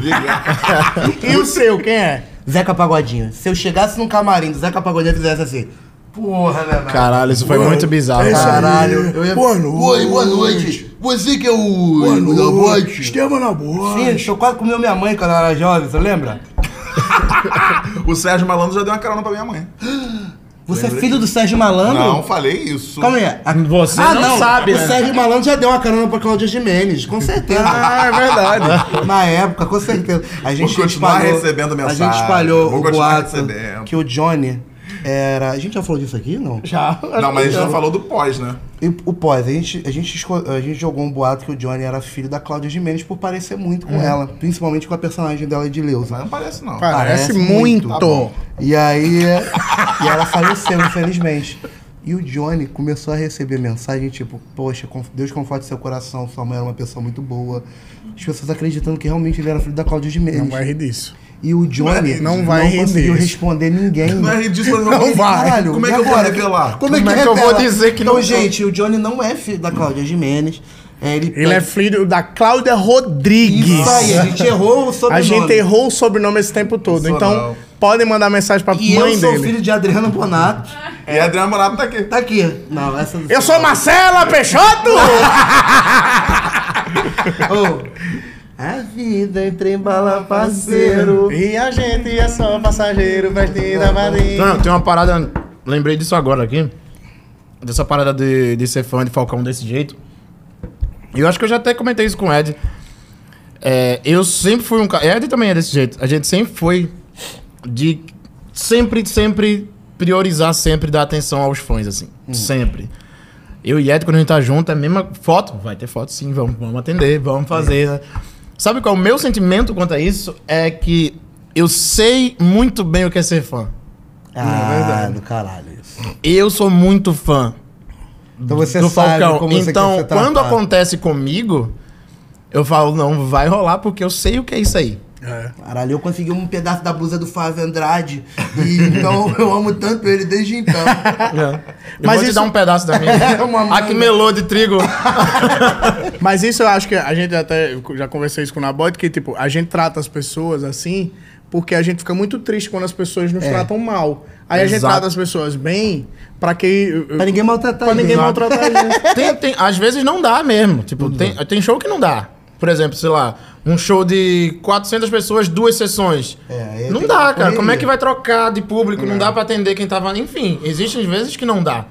Speaker 1: E o seu, quem é?
Speaker 4: Zeca Pagodinho.
Speaker 2: Se eu chegasse num camarim do Zeca Pagodinho e fizesse assim. Porra, né, velho?
Speaker 3: Caralho, isso foi muito bizarro.
Speaker 2: Caralho, eu ia.
Speaker 1: Boa noite.
Speaker 2: Oi, boa noite. Você que é o. Boa Da boate.
Speaker 1: Estevam na boa.
Speaker 2: Sim, eu quase comeu minha mãe quando ela era jovem, você lembra?
Speaker 11: O Sérgio Malandro já deu uma carona pra minha mãe.
Speaker 4: Você é filho do Sérgio Malandro?
Speaker 11: Não, falei isso.
Speaker 2: Calma aí. a-
Speaker 3: Você Ah, não, sabe,
Speaker 2: o
Speaker 3: né?
Speaker 2: Sérgio Malandro já deu uma carona pra Cláudia Jimenez, com certeza.
Speaker 1: Ah, é verdade.
Speaker 2: Na época, com certeza. A gente
Speaker 11: Vou continuar
Speaker 2: espalhou,
Speaker 11: recebendo mensagem.
Speaker 2: A gente espalhou
Speaker 11: Vou
Speaker 2: o
Speaker 11: continuar
Speaker 2: boato
Speaker 11: recebendo.
Speaker 2: que o Johnny era... A gente já falou disso aqui, não?
Speaker 1: Já.
Speaker 11: Não, mas a gente não falou do pós, né?
Speaker 2: E o pós, a gente, a, gente, esco- a gente jogou um boato que o Johnny era filho da Cláudia Jimenez por parecer muito com ela. Principalmente com a personagem dela de Leusa.
Speaker 11: Mas Hum. não é parece, não.
Speaker 1: Parece,
Speaker 2: Parece
Speaker 1: muito.
Speaker 2: muito. Tá bom. E aí. e ela faleceu, infelizmente. E o Johnny começou a receber mensagem tipo: Poxa, conf- Deus conforte seu coração, sua mãe era uma pessoa muito boa. As pessoas acreditando que realmente ele era filho da Cláudia
Speaker 1: Não
Speaker 2: Gimenez.
Speaker 1: vai rir disso.
Speaker 2: E o Johnny
Speaker 1: Não vai render
Speaker 2: conseguiu
Speaker 1: isso.
Speaker 2: responder ninguém.
Speaker 11: Não é ridículo, não.
Speaker 1: Não vai.
Speaker 2: Caralho,
Speaker 11: Como é
Speaker 2: e
Speaker 11: que eu vou
Speaker 2: agora?
Speaker 11: revelar?
Speaker 2: Como é que,
Speaker 3: Como é que eu vou
Speaker 2: revela?
Speaker 3: dizer que
Speaker 2: então,
Speaker 3: não-
Speaker 2: gente, o Johnny não é filho da Cláudia Gimenez. É, ele
Speaker 1: Ele é filho da Cláudia Rodrigues.
Speaker 2: Isso aí, a gente errou o
Speaker 1: A
Speaker 2: sobrenome.
Speaker 1: gente errou o sobrenome esse tempo todo.
Speaker 11: Sou
Speaker 1: então,
Speaker 11: não.
Speaker 1: podem mandar mensagem pra
Speaker 2: E
Speaker 1: mãe
Speaker 2: eu sou
Speaker 1: dele.
Speaker 2: filho de Adriano Bonato.
Speaker 11: E a Adriana Morato tá aqui.
Speaker 2: Tá aqui. Não, essa
Speaker 1: Eu sou Marcela Peixoto!
Speaker 2: Oh. A vida entre em bala parceiro.
Speaker 1: e a gente é só passageiro, vestido da varinha.
Speaker 3: Não, tem uma parada. Lembrei disso agora aqui. Dessa parada de, de ser fã de Falcão desse jeito. E eu acho que eu já até comentei isso com o Ed. É, eu sempre fui um cara. Ed também é desse jeito. A gente sempre foi de sempre, sempre priorizar, sempre dar atenção aos fãs, assim. Sempre. Eu e Ed, quando a gente tá junto, é a mesma foto. Vai ter foto sim, vamos, vamos atender, vamos fazer. né? Sabe qual é o meu sentimento quanto a isso? É que eu sei muito bem o que é ser fã.
Speaker 2: Ah, do caralho isso.
Speaker 3: Eu sou muito fã
Speaker 2: Então você
Speaker 3: do
Speaker 2: sabe
Speaker 3: Falcão.
Speaker 2: como você
Speaker 3: então,
Speaker 2: quer ser tratado.
Speaker 3: quando acontece comigo, eu falo, não, vai rolar porque eu sei o que é isso aí.
Speaker 2: Caralho, eu consegui um pedaço da blusa do Fábio Andrade. E então eu amo tanto ele desde então.
Speaker 3: Eu
Speaker 1: Mas
Speaker 3: vou te
Speaker 1: isso-
Speaker 3: dar um pedaço da minha.
Speaker 2: É Uma
Speaker 3: ah, que melô de trigo.
Speaker 1: Mas isso eu acho que a gente até eu já conversei isso com o Nabote, que tipo, a gente trata as pessoas assim, porque a gente fica muito triste quando as pessoas nos tratam mal. Aí a gente
Speaker 3: Exato.
Speaker 1: trata as pessoas bem pra que.
Speaker 2: Pra ninguém maltratar
Speaker 1: pra ninguém
Speaker 2: gente.
Speaker 1: maltratar a gente.
Speaker 3: Tem- tem- às vezes não dá mesmo. Tipo, tem, tem show que não dá. Por exemplo, sei lá, um show de 400 pessoas, duas sessões.
Speaker 2: É, aí
Speaker 3: não
Speaker 2: tem
Speaker 3: dá,
Speaker 2: uma
Speaker 3: cara. Como é
Speaker 2: correria.
Speaker 3: que vai trocar de público? Não dá pra atender quem tava. Enfim, existem vezes que não dá.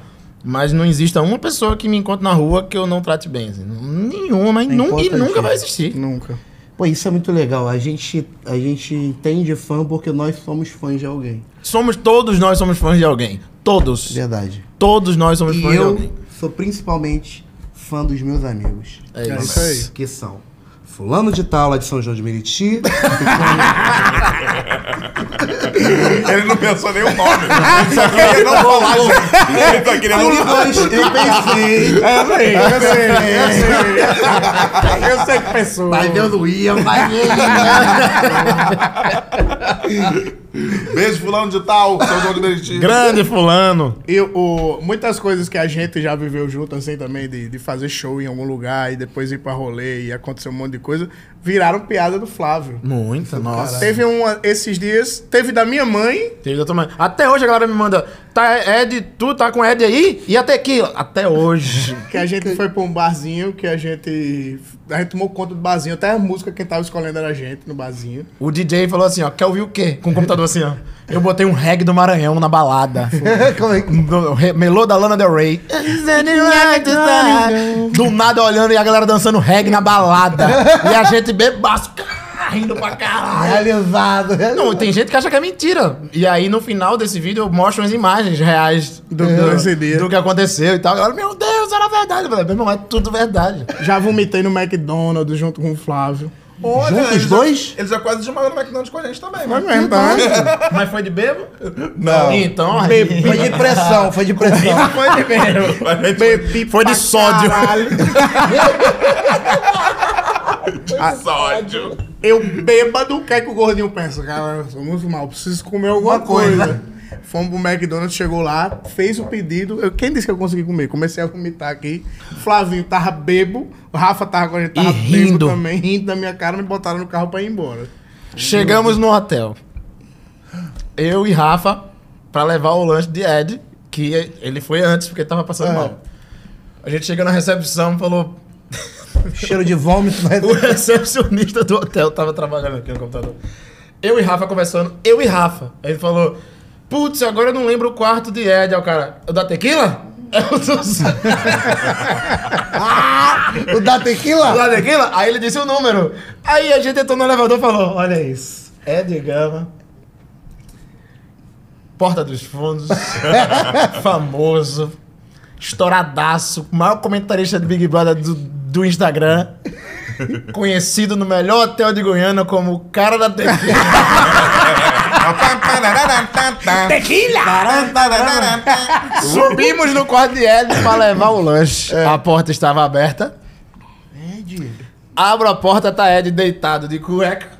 Speaker 3: Mas não exista uma pessoa que me encontre na rua que eu não trate bem. assim. Nenhuma, e, nunca, e
Speaker 2: É importante.
Speaker 3: nunca vai existir.
Speaker 1: Nunca.
Speaker 2: Pô, isso é muito legal. A gente, a gente entende fã porque nós somos fãs de alguém.
Speaker 3: Somos todos nós somos fãs de alguém. Todos.
Speaker 2: Verdade.
Speaker 3: Todos nós somos
Speaker 2: E
Speaker 3: fãs de
Speaker 2: eu
Speaker 3: alguém.
Speaker 2: sou principalmente fã dos meus amigos.
Speaker 3: É
Speaker 1: É
Speaker 3: isso.
Speaker 1: isso aí.
Speaker 2: Que são fulano de tal, lá de São João de Meriti.
Speaker 11: Ele não pensou nem o nome. Só que ele não falar, gente. Ele tá querendo
Speaker 2: Aí depois eu pensei...
Speaker 1: É, eu sei, eu sei, eu sei. Eu sei que pessoa.
Speaker 2: Vai ver o William, vai ver ele.
Speaker 11: Beijo, fulano de tal, seu João de Meriti.
Speaker 3: Grande fulano.
Speaker 1: E o, muitas coisas que a gente já viveu junto, assim, também, de, de fazer show em algum lugar e depois ir pra rolê e acontecer um monte de coisa, viraram piada do Flávio.
Speaker 3: Muita, nossa.
Speaker 1: Teve um, esses dias, teve da minha mãe
Speaker 3: Teve da tua mãe. Até hoje a galera me manda. Tá, Ed, tu tá com Ed aí? E a tequila? Até hoje.
Speaker 1: Que a gente foi pra um barzinho, que a gente. A gente tomou conta do barzinho. Até a música quem tava escolhendo era a gente no barzinho.
Speaker 3: O DJ falou assim, ó, quer ouvir o quê? Com o computador assim, ó. Eu botei um reggae do Maranhão na balada. No- re- Melô da Lana Del Rey. Do nada olhando e a galera dançando reggae na balada. E a gente bebaço, cara, rindo pra caralho.
Speaker 4: Realizado.
Speaker 3: Não, tem gente que acha que é mentira. E aí, no final desse vídeo, eu mostro as imagens reais do,
Speaker 1: desse dia.
Speaker 3: do, do que aconteceu e tal. Galera, meu Deus, era verdade. Eu falei, meu irmão, é tudo verdade.
Speaker 1: Já vomitei no McDonald's junto com o Flávio.
Speaker 11: Olha,
Speaker 4: Juntos
Speaker 11: eles já-
Speaker 4: dois?
Speaker 11: Eles já quase desmaiaram no McDonald's com a gente também, um
Speaker 1: Foi
Speaker 11: mano.
Speaker 1: mesmo, tá?
Speaker 3: Mas foi de bebo?
Speaker 11: Não.
Speaker 3: Então, aí-
Speaker 1: Bebi.
Speaker 4: Foi de pressão, foi de pressão.
Speaker 11: Foi de bebo. A gente
Speaker 1: Bebi
Speaker 3: Foi de
Speaker 1: pra
Speaker 3: sódio.
Speaker 1: caralho.
Speaker 2: Ah.
Speaker 11: foi de sódio.
Speaker 1: Eu bêbado, o que é que o gordinho pensa? Cara, eu sou muito mal, preciso comer alguma coisa. Fomos pro McDonald's, chegou lá, fez o pedido. Eu- quem disse que eu consegui comer? Comecei a vomitar aqui. Flavinho tava bebo, o Rafa tava com a gente, tava bebo
Speaker 3: rindo.
Speaker 1: também, rindo da minha cara, me botaram no carro pra ir embora.
Speaker 3: Chegamos no hotel. Eu e Rafa pra levar o lanche de Ed, que ele foi antes porque tava passando mal. A gente chegou na recepção, falou
Speaker 4: Cheiro de vômito. Mas...
Speaker 3: o recepcionista do hotel tava trabalhando aqui no computador. Eu e Rafa conversando, eu e Rafa. Aí ele falou: Putz, agora eu não lembro o quarto de Ed. Aí o cara, o da tequila? É o do
Speaker 4: O da tequila?
Speaker 3: da tequila? Aí ele disse o número. Aí a gente entrou no elevador e falou: Olha isso, Ed Gama. Porta dos Fundos, famoso, estouradaço, maior comentarista de Big Brother do, do Instagram, conhecido no melhor hotel de Goiânia como o cara da tequila. Subimos no quarto de Ed pra levar o lanche. A porta estava aberta. Abro a porta, tá Ed deitado de cueca.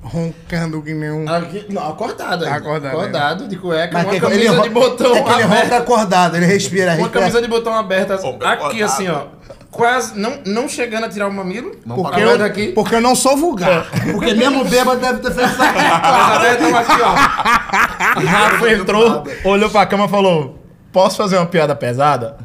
Speaker 1: Roncando que nem um.
Speaker 3: Aqui, não, acordado. ainda.
Speaker 1: Acordado ainda.
Speaker 3: acordado de cueca,
Speaker 4: Mas
Speaker 3: uma
Speaker 4: que-
Speaker 3: camisa
Speaker 4: ele-
Speaker 3: de botão
Speaker 4: É que ele
Speaker 3: aberta.
Speaker 4: ronca acordado, ele respira.
Speaker 3: Uma
Speaker 4: respira.
Speaker 3: camisa de botão aberta, assim,
Speaker 11: Ô,
Speaker 3: aqui
Speaker 11: acordado.
Speaker 3: assim, ó. Quase, não, não chegando a tirar o mamilo.
Speaker 1: Porque
Speaker 3: aberta
Speaker 1: eu,
Speaker 3: aqui. Ah,
Speaker 1: porque eu não sou vulgar.
Speaker 4: Porque mesmo bêbado deve ter feito essa...
Speaker 3: Quase aberta, Ah, tá tava aqui, ó. Rafa entrou, olhou pra cama e falou, posso fazer uma piada pesada?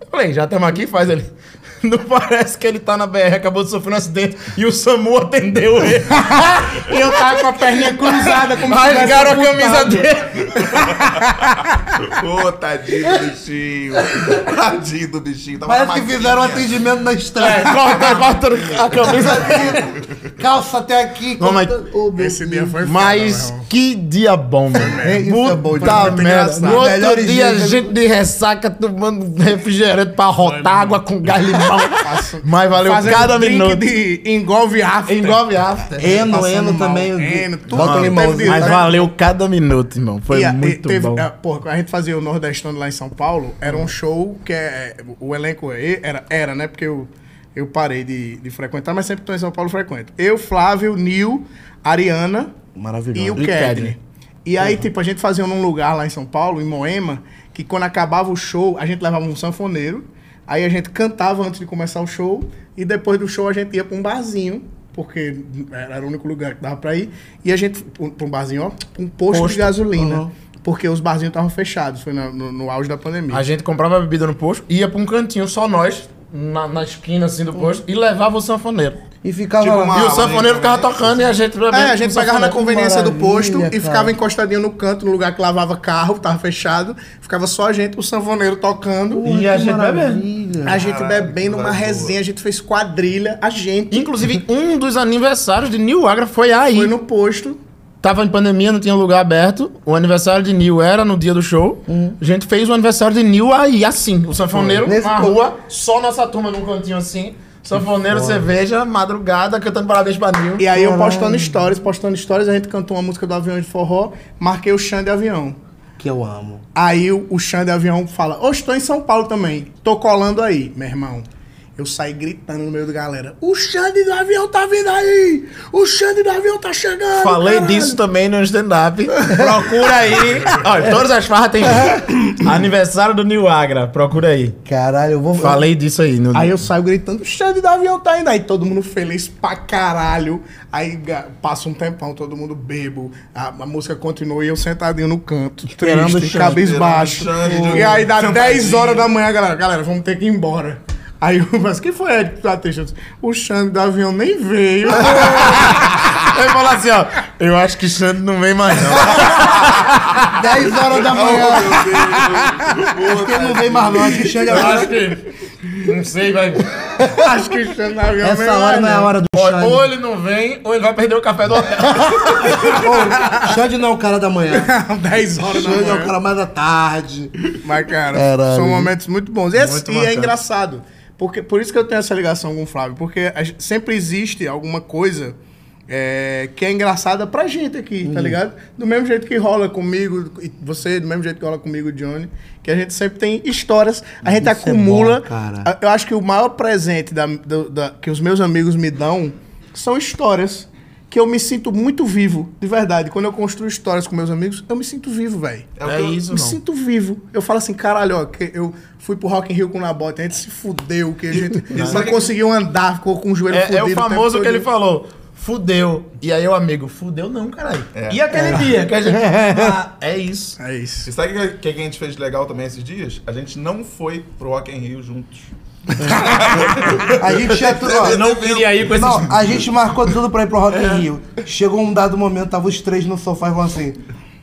Speaker 3: Eu falei, já estamos aqui, faz ele. Não parece que ele tá na BR, acabou de sofrer um acidente e o SAMU atendeu ele.
Speaker 1: E eu tava com a perninha cruzada, como se tivesse
Speaker 3: Rasgaram a camisa
Speaker 1: amputado.
Speaker 3: dele.
Speaker 11: Ô, tadinho do bichinho. Tadinho do bichinho. Tava
Speaker 4: Parece
Speaker 11: na
Speaker 4: que
Speaker 11: maquinha.
Speaker 4: fizeram um atendimento na estrada. um
Speaker 3: Corta, corta a camisa
Speaker 4: Calça até aqui.
Speaker 3: Não, mas-
Speaker 4: corta- Ô, meu
Speaker 1: Esse dia
Speaker 4: Deus.
Speaker 1: foi foda, meu
Speaker 3: Mas
Speaker 1: irmão.
Speaker 3: que dia bom,
Speaker 4: mesmo.
Speaker 3: mano.
Speaker 4: Isso é bom,
Speaker 3: Puta
Speaker 4: foi
Speaker 3: merda.
Speaker 4: muito engraçado.
Speaker 3: No outro
Speaker 4: Melhores
Speaker 3: dia,
Speaker 4: dias-
Speaker 3: gente de ressaca tomando refrigerante pra rotar água com gás e limão. Mas valeu
Speaker 1: Fazendo
Speaker 3: cada
Speaker 1: um drink
Speaker 3: minuto.
Speaker 1: de engolve after.
Speaker 3: Engolve after. Ah.
Speaker 4: Eno,
Speaker 1: Passando
Speaker 4: Eno
Speaker 1: mal.
Speaker 4: também.
Speaker 1: Eno, tudo
Speaker 4: Bota um
Speaker 1: teve
Speaker 4: limãozinho.
Speaker 1: direito.
Speaker 3: Mas valeu cada minuto, irmão. Foi
Speaker 1: E a- e
Speaker 3: muito
Speaker 1: teve-
Speaker 3: bom.
Speaker 1: é, porra, a gente fazia o Nordestano lá em São Paulo, era um show que é, o elenco é- era, era né? Porque eu, eu parei de, de frequentar, mas sempre tô em São Paulo frequento. Eu, Flávio, Nil, Ariana
Speaker 4: Maravilhoso.
Speaker 1: e o
Speaker 3: E
Speaker 1: Kedney.
Speaker 3: Kedney.
Speaker 1: E aí, tipo, a gente fazia num lugar lá em São Paulo, em Moema, que quando acabava o show, a gente levava um sanfoneiro, aí a gente cantava antes de começar o show, e depois do show a gente ia pra um barzinho, porque era o único lugar que dava pra ir, e a gente, pra um barzinho, ó, pra um posto, de
Speaker 3: Posto.
Speaker 1: gasolina, porque os barzinhos estavam fechados, foi na- no, no auge da pandemia.
Speaker 3: A gente comprava bebida no posto, ia pra um cantinho, só nós, na, na esquina assim do posto, e levava o sanfoneiro.
Speaker 4: E ficava
Speaker 11: Tipo
Speaker 4: lá.
Speaker 11: uma-
Speaker 3: e
Speaker 1: Ah,
Speaker 11: aula,
Speaker 3: o
Speaker 11: né,
Speaker 3: sanfoneiro ficava
Speaker 11: também.
Speaker 3: tocando e a gente bebendo
Speaker 1: É, a
Speaker 3: com
Speaker 1: gente
Speaker 3: o
Speaker 1: pegava na
Speaker 3: sanfoneiro.
Speaker 1: conveniência do posto
Speaker 4: maravilha,
Speaker 1: e ficava
Speaker 4: cara.
Speaker 1: encostadinho no canto, no lugar que lavava carro, tava fechado. Ficava só a gente, o sanfoneiro tocando.
Speaker 3: E a gente bebendo.
Speaker 4: Maravilha.
Speaker 1: A gente
Speaker 11: Caraca,
Speaker 1: bebendo
Speaker 11: que
Speaker 1: uma
Speaker 11: coisa
Speaker 1: resenha,
Speaker 11: boa.
Speaker 1: a gente fez quadrilha, a gente
Speaker 3: Inclusive, um dos aniversários de Nil Agra foi aí.
Speaker 1: foi no posto.
Speaker 3: Tava em pandemia, não tinha lugar aberto. O aniversário de Nil era no dia do show. A gente fez o aniversário de Nil aí, assim. O sanfoneiro
Speaker 4: Nesse
Speaker 3: na
Speaker 4: ponto.
Speaker 3: rua, só nossa turma num cantinho assim. Sanfoneiro, cerveja, madrugada, cantando parabéns pra Nil.
Speaker 1: E aí eu postando stories, postando stories, a gente cantou uma música do Avião de Forró, marquei o Xande Avião.
Speaker 4: Que eu amo.
Speaker 1: Aí o o Xande Avião fala, ô, estou em São Paulo também, tô colando aí, meu irmão. Eu saí gritando no meio da galera. O Xande do avião tá vindo aí! O Xande do avião tá chegando!
Speaker 3: Falei
Speaker 1: caralho!"
Speaker 3: disso também no stand-up. Procura aí. Olha, todas as farras tem. Aniversário do New Agra. Procura aí.
Speaker 4: Caralho, eu vou.
Speaker 3: Falei disso aí. No...
Speaker 1: Aí eu saio gritando, o Xande do avião tá indo. Aí todo mundo feliz pra caralho. Aí ga- passa um tempão, todo mundo bebo. A, a música continua e eu sentadinho no canto,
Speaker 4: Esperando o
Speaker 1: triste,
Speaker 4: Xande.
Speaker 1: cabisbaixo.
Speaker 11: Esperando o Xande.
Speaker 1: E aí dá
Speaker 11: Sentadinho.
Speaker 1: 10 horas da manhã, galera. Galera, vamos ter que ir embora. Aí eu, mas quem foi Ed que tá triste? Eu disse, O Xande do avião nem veio.
Speaker 3: Aí falou assim, ó. Eu acho que Xande não vem mais, não.
Speaker 4: 10 horas da manhã. Acho que ele não vem mais não, acho que chega
Speaker 3: Eu
Speaker 4: agora.
Speaker 3: acho que. Não sei, vai.
Speaker 1: Acho que o Xande do avião nem
Speaker 4: Essa hora
Speaker 1: vai,
Speaker 4: não é a hora do
Speaker 3: Ou,
Speaker 4: Xande.
Speaker 3: ou ele não vem, ou ele vai perder o café do hotel.
Speaker 4: Xande não é o cara da manhã.
Speaker 1: não. 10 horas da
Speaker 4: Xande é o
Speaker 1: manhã.
Speaker 4: cara mais da tarde.
Speaker 1: Mas, cara,
Speaker 4: Caralho.
Speaker 1: são momentos muito bons. E, é-
Speaker 3: Muito
Speaker 1: e é
Speaker 3: marcante.
Speaker 1: engraçado. Porque, por isso que eu tenho essa ligação com o Flávio. Porque a gen- sempre existe alguma coisa é, que é engraçada pra gente aqui,
Speaker 4: Uhum.
Speaker 1: tá ligado? Do mesmo jeito que rola comigo, e você, do mesmo jeito que rola comigo, Johnny. Que a gente sempre tem histórias. A gente
Speaker 4: Isso é
Speaker 1: acumula.
Speaker 4: bom, cara.
Speaker 1: A- Eu acho que o maior presente da- do- da- que os meus amigos me dão são histórias. Que eu me sinto muito vivo, de verdade. Quando eu construo histórias com meus amigos, eu me sinto vivo, velho.
Speaker 3: É isso,
Speaker 1: Me
Speaker 3: não.
Speaker 1: sinto vivo. Eu falo assim, caralho, ó, que eu fui pro Rock in Rio com o Nabote, a gente se fudeu, que a gente não conseguiu andar, ficou com o joelho
Speaker 3: É,
Speaker 1: fudido.
Speaker 3: é o
Speaker 1: tempo
Speaker 3: famoso que
Speaker 1: todo.
Speaker 3: ele falou. Fudeu. E aí o amigo, fudeu não, caralho. E aquele dia que a gente. Ah, é isso.
Speaker 1: É isso.
Speaker 11: E sabe o que, que a gente fez legal também esses dias? A gente não foi pro Rock in Rio juntos.
Speaker 2: A gente já tudo. ó,
Speaker 3: Eu não queria ir com esses. É.
Speaker 2: Não, a gente marcou tudo pra ir pro Rock in Rio. Chegou um dado momento, tava os três no sofá e falou assim: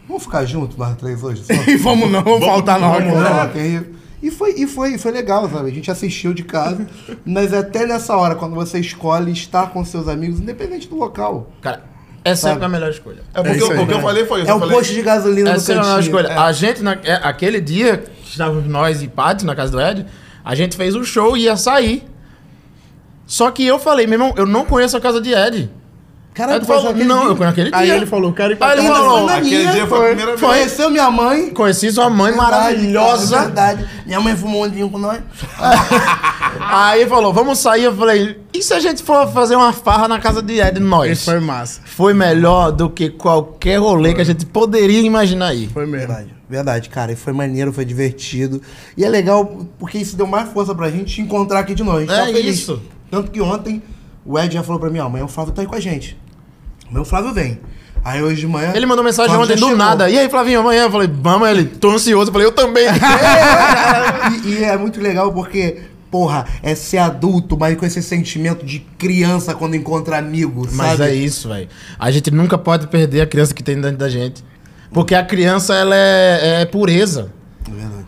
Speaker 2: Vamos ficar junto nós três hoje? Só?
Speaker 1: E vamos não, vamos faltar não.
Speaker 2: Vamos no Rock in Rio. E foi, e, foi, e foi legal, sabe? A gente assistiu de casa, mas até nessa hora, quando você escolhe estar com seus amigos, independente do local.
Speaker 3: Cara, é sempre a melhor escolha.
Speaker 11: É porque
Speaker 1: isso aí,
Speaker 11: o que eu
Speaker 1: né?
Speaker 11: falei foi isso.
Speaker 2: É
Speaker 11: eu
Speaker 2: o
Speaker 11: falei,
Speaker 2: posto de gasolina
Speaker 3: É
Speaker 2: do
Speaker 3: sempre a melhor
Speaker 2: cantinho.
Speaker 3: escolha. A gente, na- é, aquele dia que estávamos nós e Paty na casa do Ed, a gente fez o show e ia sair. Só que eu falei, meu irmão, eu não conheço a casa de Ed.
Speaker 2: Caralho,
Speaker 3: Ed
Speaker 2: tu conheceu
Speaker 3: falou,
Speaker 2: aquele
Speaker 3: não,
Speaker 2: dia?
Speaker 3: eu conheço aquele dia.
Speaker 1: Aí ele falou, quero ir pra
Speaker 3: Aí ele
Speaker 2: Ainda
Speaker 3: falou,
Speaker 2: foi na
Speaker 11: aquele
Speaker 2: minha,
Speaker 11: dia foi a primeira vez.
Speaker 2: Conheceu minha mãe.
Speaker 3: conheci sua mãe É maravilhosa.
Speaker 2: é Verdade. Minha mãe fumou um vinho com nós.
Speaker 3: Aí falou, vamos sair. Eu falei, e se a gente for fazer uma farra na casa de Ed, nós?
Speaker 1: Isso foi massa.
Speaker 3: Foi melhor do que qualquer rolê que a gente poderia imaginar aí.
Speaker 1: Foi mesmo.
Speaker 2: É Verdade, verdade, cara. E foi maneiro, foi divertido. E é legal porque isso deu mais força pra gente se encontrar aqui de novo. A gente
Speaker 3: É
Speaker 2: tá feliz.
Speaker 3: isso.
Speaker 2: Tanto que ontem o Ed já falou pra mim, ó, amanhã o Flávio tá aí com a gente. Amanhã o Flávio vem. Aí hoje de manhã.
Speaker 3: Ele mandou mensagem
Speaker 2: Flávio
Speaker 3: ontem
Speaker 2: já
Speaker 3: do
Speaker 2: chegou.
Speaker 3: nada. E aí, Flavinho, amanhã? Eu falei, vamos, ele, tô ansioso. Eu falei, eu também.
Speaker 2: e, e é muito legal porque, porra, é ser adulto, mas com esse sentimento de criança quando encontra amigo,
Speaker 3: Mas
Speaker 2: sabe?
Speaker 3: é isso, velho. A gente nunca pode perder a criança que tem dentro da gente. Porque a criança, ela é, é pureza.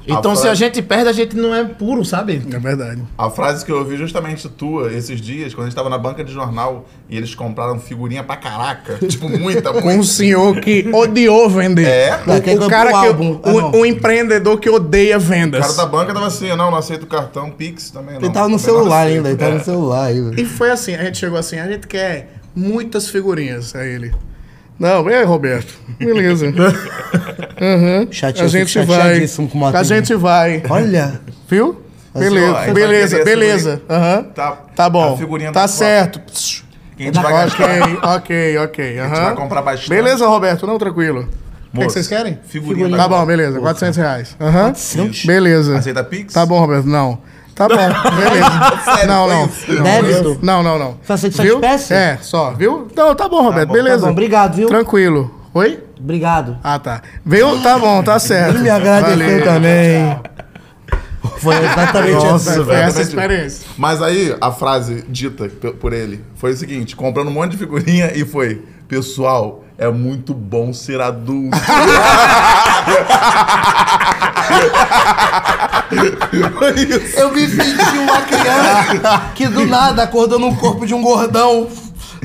Speaker 3: Então,
Speaker 11: A
Speaker 1: Ah,
Speaker 3: se
Speaker 11: fra-
Speaker 3: a gente perde, a gente não é puro, sabe?
Speaker 1: É verdade.
Speaker 11: A frase que eu ouvi justamente tua esses dias, quando a gente tava na banca de jornal e eles compraram figurinha pra caraca. tipo, muita,
Speaker 1: Com um
Speaker 11: muita.
Speaker 1: senhor que odiou vender.
Speaker 11: É,
Speaker 1: o,
Speaker 2: quem
Speaker 1: o
Speaker 2: comprou
Speaker 1: cara
Speaker 2: o
Speaker 1: que.
Speaker 2: álbum? Ah, não.
Speaker 1: o, o empreendedor que odeia
Speaker 11: O
Speaker 1: vendas.
Speaker 11: cara da banca tava assim, eu não, não aceito cartão, Pix também não.
Speaker 2: Ele tava tá no
Speaker 11: Também não
Speaker 2: celular
Speaker 11: aceito.
Speaker 2: ainda, ele tava
Speaker 11: É.
Speaker 2: no celular ainda.
Speaker 1: E foi assim, a gente chegou assim, a gente quer muitas figurinhas a ele. Não, e aí, Roberto? Beleza. Uhum.
Speaker 2: Chateado,
Speaker 1: A gente
Speaker 2: fico
Speaker 1: vai.
Speaker 2: chateadíssimo com o Matheus.
Speaker 1: A gente vai.
Speaker 2: Olha,
Speaker 1: Viu?
Speaker 11: ó, aí
Speaker 1: Beleza,
Speaker 11: vai
Speaker 1: beleza,
Speaker 11: querer a
Speaker 1: beleza. Aham.
Speaker 11: Tá-
Speaker 1: Tá, bom.
Speaker 11: a figurinha
Speaker 1: Tá
Speaker 11: da
Speaker 1: certo.
Speaker 11: Quem a gente vai
Speaker 1: ok,
Speaker 11: gastar
Speaker 1: ok, ok.
Speaker 11: gente
Speaker 1: aham.
Speaker 11: vai comprar bastante.
Speaker 1: Beleza, Roberto, não, tranquilo. O que que
Speaker 11: Moço,
Speaker 1: vocês querem?
Speaker 11: figurinha da
Speaker 1: Tá bom,
Speaker 11: Copa.
Speaker 1: beleza. 400 reais. Aham. Beleza.
Speaker 11: Aceita Pix?
Speaker 1: Tá bom, Roberto, não. Tá bom, beleza.
Speaker 11: Sério,
Speaker 1: não,
Speaker 11: foi
Speaker 1: não.
Speaker 11: isso?
Speaker 1: não.
Speaker 4: Débito?
Speaker 1: Não, não, não.
Speaker 4: Só aceita só
Speaker 1: Viu?
Speaker 4: de peça?
Speaker 1: É, só, viu? Então, tá bom, Roberto,
Speaker 11: bom, tá
Speaker 1: beleza.
Speaker 4: bom, obrigado, viu?
Speaker 1: Tranquilo. Oi?
Speaker 4: Obrigado.
Speaker 1: Ah, tá. Veio? Tá bom, tá certo.
Speaker 2: me agradecer
Speaker 1: Valeu.
Speaker 2: também. Foi exatamente
Speaker 1: Nossa,
Speaker 2: essa-
Speaker 1: velho. Essa
Speaker 11: Exatamente.
Speaker 3: é
Speaker 1: experiência.
Speaker 11: Mas aí, a frase dita p- por ele foi o seguinte, comprando um monte de figurinha e foi, pessoal, é muito bom ser adulto.
Speaker 2: Eu me senti uma criança que do nada acordou num corpo de um gordão,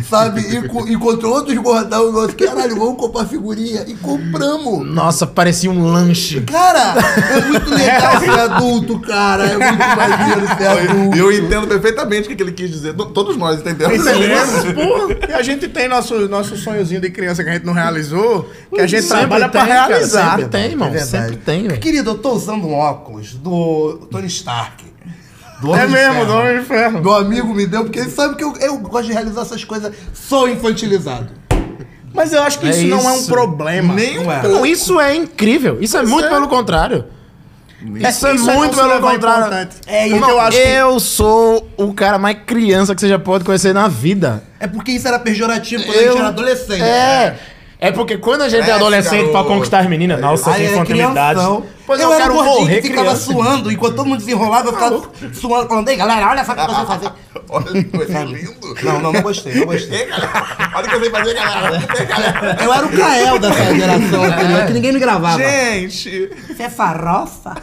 Speaker 2: sabe? E co- encontrou outros gordão e falou assim, caralho, vamos comprar figurinha. E compramos.
Speaker 3: Nossa, parecia um lanche.
Speaker 2: Cara, é muito legal ser adulto, cara. É muito maneiro ser adulto.
Speaker 11: E eu entendo perfeitamente o que que ele quis dizer. To- Todos nós entendemos.
Speaker 1: Entendemos, pô. E a gente tem nosso, nosso sonhozinho de criança que a gente não realizou, que a gente trabalha pra
Speaker 3: tem, cara,
Speaker 1: realizar.
Speaker 3: É Sempre tem, irmão.
Speaker 2: É verdade.
Speaker 3: sempre tem, velho.
Speaker 2: Querido, eu tô usando um óculos do Tony Stark.
Speaker 5: Do Homem
Speaker 1: É
Speaker 5: de
Speaker 1: mesmo,
Speaker 5: Ferro.
Speaker 1: do Homem de Ferro.
Speaker 5: Meu amigo me deu, porque ele sabe que eu. eu...
Speaker 2: gosto de realizar essas coisas, sou infantilizado.
Speaker 1: Mas eu acho que
Speaker 3: É
Speaker 1: isso, não é um
Speaker 3: isso.
Speaker 1: problema.
Speaker 5: Nem um
Speaker 3: Não, isso é incrível. Isso é muito
Speaker 1: é.
Speaker 3: pelo contrário. Isso é
Speaker 1: isso é
Speaker 3: muito
Speaker 1: não se
Speaker 3: pelo
Speaker 1: levar em
Speaker 3: contrário.
Speaker 1: importante.
Speaker 3: É,
Speaker 1: É, e
Speaker 3: Irmão, eu
Speaker 1: eu acho que-
Speaker 3: sou o cara mais criança que você já pode conhecer na vida.
Speaker 2: É porque isso era pejorativo quando a
Speaker 3: Eu-
Speaker 2: gente era adolescente.
Speaker 3: É. É porque quando a gente é
Speaker 11: Cresce,
Speaker 3: adolescente pra
Speaker 11: garoto.
Speaker 3: conquistar as meninas, nossa,
Speaker 2: Aí
Speaker 3: tem
Speaker 2: era
Speaker 3: infantilidade.
Speaker 2: crianção.
Speaker 3: Pois é,
Speaker 2: eu,
Speaker 3: eu,
Speaker 2: era
Speaker 3: quero
Speaker 2: gordinho
Speaker 3: morrer
Speaker 2: que ficava
Speaker 3: criança.
Speaker 2: suando. Enquanto todo mundo desenrolava, eu ficava suando, falando, ei, galera, olha só o que eu sei fazer.
Speaker 11: Olha que coisa lindo.
Speaker 2: Não, não, não gostei, não gostei.
Speaker 11: Ei, galera, Olha o que eu sei fazer, galera. Ei, galera.
Speaker 2: Eu era o Cael dessa geração, entendeu? que ninguém me gravava.
Speaker 1: Gente.
Speaker 2: Você é farofa?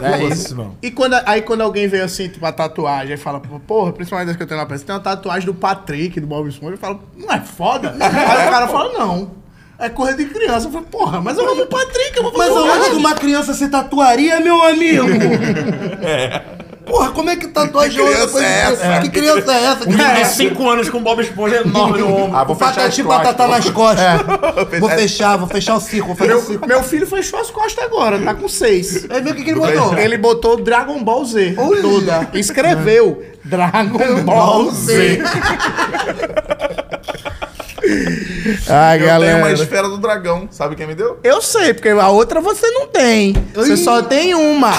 Speaker 3: É isso, mano.
Speaker 1: E quando, aí quando alguém vem assim, tipo, a tatuagem, aí fala, porra, principalmente das que eu tenho na peça, tem uma tatuagem do Patrick, do Bob Esponja, eu falo, não é foda? aí o cara fala, não. É coisa de criança. Eu falo, porra, mas eu amo o Patrick, eu vou
Speaker 2: Mas
Speaker 1: fazer
Speaker 2: eu
Speaker 1: uma
Speaker 2: acho que uma criança se tatuaria, meu amigo. Porra, como é que tatuagem é outra
Speaker 11: criança
Speaker 2: coisa?
Speaker 11: é
Speaker 2: de-
Speaker 11: essa?
Speaker 2: Que criança é essa? Que
Speaker 3: Um de
Speaker 2: criança
Speaker 3: 5 anos com Bob Esponja é enorme
Speaker 1: É
Speaker 3: no ombro.
Speaker 11: Ah, vou fechar as
Speaker 2: Patati
Speaker 11: costas.
Speaker 2: patatá nas costas. Vou fechar, vou fechar o ciclo, vou fechar o
Speaker 1: Meu,
Speaker 2: ciclo.
Speaker 1: meu filho fechou as costas agora, tá com seis.
Speaker 2: Aí vê o que, que ele botou.
Speaker 1: Ele botou Dragon Ball Z.
Speaker 2: Olha.
Speaker 1: todo. Escreveu Dragon Ball Z.
Speaker 3: Ai,
Speaker 11: Eu
Speaker 2: É,
Speaker 11: tenho uma esfera do dragão. Sabe quem me deu?
Speaker 1: Eu sei, porque a outra você não tem. Você só tem uma.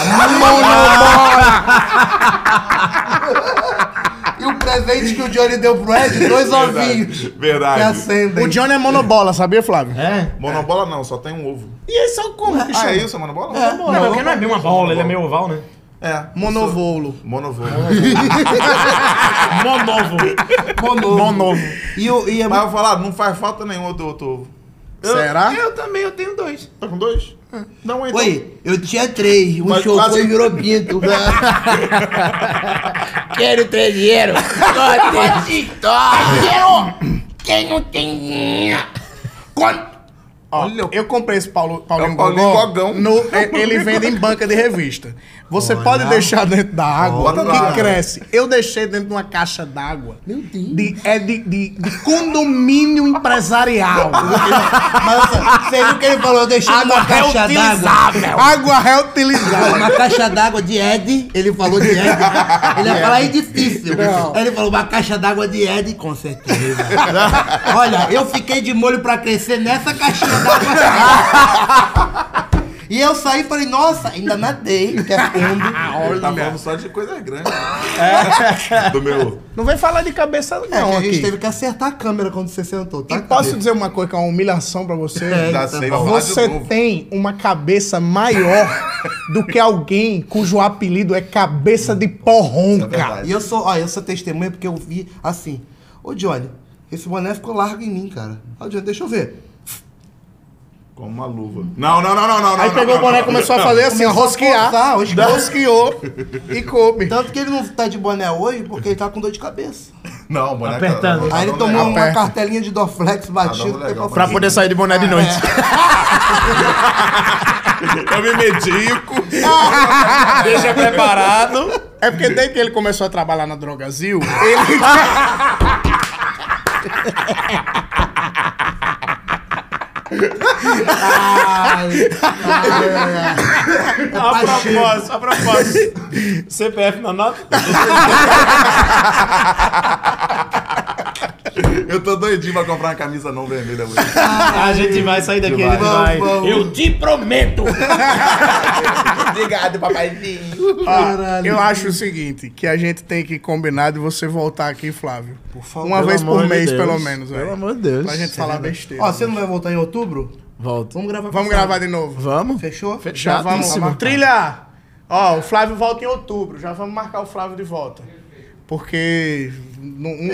Speaker 2: E o presente que o Johnny deu pro Ed, dois ovinhos. assim. Que
Speaker 11: Verdade.
Speaker 2: acendem.
Speaker 1: O Johnny é monobola, sabia, Flávio?
Speaker 3: É?
Speaker 11: Monobola não, só tem um ovo.
Speaker 1: E eles são como que
Speaker 11: Ah,
Speaker 1: chama?
Speaker 11: é isso, monobola? É.
Speaker 3: Não, porque não é bem uma bola, ele é meio oval, né?
Speaker 11: é.
Speaker 1: Monovolo.
Speaker 11: Monovoo.
Speaker 3: Monovo.
Speaker 2: Monovo. E, o- e é
Speaker 11: Mas eu vou falar, não faz falta nenhum do outro ovo.
Speaker 1: Será?
Speaker 3: Eu também, eu tenho dois. Hum.
Speaker 11: Tá com dois?
Speaker 2: um
Speaker 11: Não, então.
Speaker 2: Oi, eu tinha três, um
Speaker 11: Mas
Speaker 2: chocou
Speaker 11: quase-
Speaker 2: e virou pinto.
Speaker 12: Quero ter dinheiro. Só tem dinheiro. Quem não tem dinheiro. Quando...
Speaker 1: Ó, eu comprei esse Paulo, Paulinho,
Speaker 11: É o Paulinho
Speaker 1: Gogó
Speaker 11: Gogão.
Speaker 1: no- e- ele vende em banca de revista. Você pode deixar dentro da água
Speaker 11: Bota
Speaker 1: que
Speaker 11: na água.
Speaker 1: cresce. Eu deixei dentro de uma caixa d'água. Meu Deus. é de, de- de condomínio empresarial.
Speaker 2: Mas você viu o que ele falou? Eu deixei numa caixa d'água.
Speaker 1: água reutilizada.
Speaker 2: Uma caixa d'água de Ed, ele falou de Ed. Ele ia falar é difícil. Aí ele falou, uma caixa d'água de Ed, com certeza. Olha, eu fiquei de molho pra crescer nessa caixinha d'água. E eu saí e falei, nossa, ainda nadei, que é fundo.
Speaker 11: Ele tá falando só de coisa grande. Do meu.
Speaker 1: Não vem falar de cabeça
Speaker 2: É,
Speaker 1: não
Speaker 2: que a gente
Speaker 1: aqui.
Speaker 2: teve que acertar a câmera quando você sentou,
Speaker 1: E
Speaker 2: tá?
Speaker 1: posso dizer uma coisa que é uma humilhação pra você?
Speaker 11: É, Já sei, vai falar de
Speaker 1: Você
Speaker 11: novo.
Speaker 1: tem uma cabeça maior do que alguém cujo apelido é cabeça de
Speaker 11: É
Speaker 1: porronca.
Speaker 11: verdade.
Speaker 2: E eu sou, ó, eu sou testemunha porque eu vi assim. Ô Johnny, esse boné ficou largo em mim, cara. Ó, Johnny, deixa eu ver.
Speaker 11: Com uma luva. Não, não, não, não, não.
Speaker 1: Aí
Speaker 11: não,
Speaker 1: pegou
Speaker 11: não,
Speaker 1: o boné e
Speaker 11: não.
Speaker 1: começou a fazer assim, ó, rosquear.
Speaker 2: Tá, hoje
Speaker 1: Rosqueou e coube.
Speaker 2: Tanto que ele não tá de boné hoje porque ele tá com dor de cabeça.
Speaker 11: Não, o boné
Speaker 3: Apertando.
Speaker 11: tá-
Speaker 2: Aí ele
Speaker 11: tá
Speaker 2: tomou
Speaker 11: legal.
Speaker 2: uma cartelinha de Dorflex batido.
Speaker 11: dando legal,
Speaker 2: porque
Speaker 3: Pra poder sair de
Speaker 1: É.
Speaker 3: boné de noite.
Speaker 11: Eu me medico.
Speaker 3: Deixa preparado.
Speaker 1: É porque desde que ele começou a trabalhar na Drogazil, ele.
Speaker 3: A propósito, a propósito. CPF na nota?
Speaker 11: Eu tô doidinho pra comprar uma camisa não vermelha hoje.
Speaker 3: A gente vai sair daqui, a gente vai.
Speaker 12: Eu te prometo.
Speaker 11: Obrigado, papaizinho.
Speaker 1: Ó, eu acho o seguinte: que a gente tem que combinar de você voltar aqui, Flávio. Por favor. Uma
Speaker 3: Pelo
Speaker 1: vez por
Speaker 3: amor de
Speaker 1: mês,
Speaker 3: Deus.
Speaker 1: pelo menos.
Speaker 3: Pelo
Speaker 1: velho.
Speaker 3: amor de Deus.
Speaker 1: Pra gente falar besteira.
Speaker 2: Ó, você não vai voltar em outubro?
Speaker 3: Volta.
Speaker 2: Vamos gravar.
Speaker 1: Vamos gravar de novo.
Speaker 3: Vamos?
Speaker 2: Fechou?
Speaker 1: Já vamos.
Speaker 3: Chatíssimo.
Speaker 1: Trilha! Ó, o Flávio volta em outubro. Já vamos marcar o Flávio de volta. Porque um, um-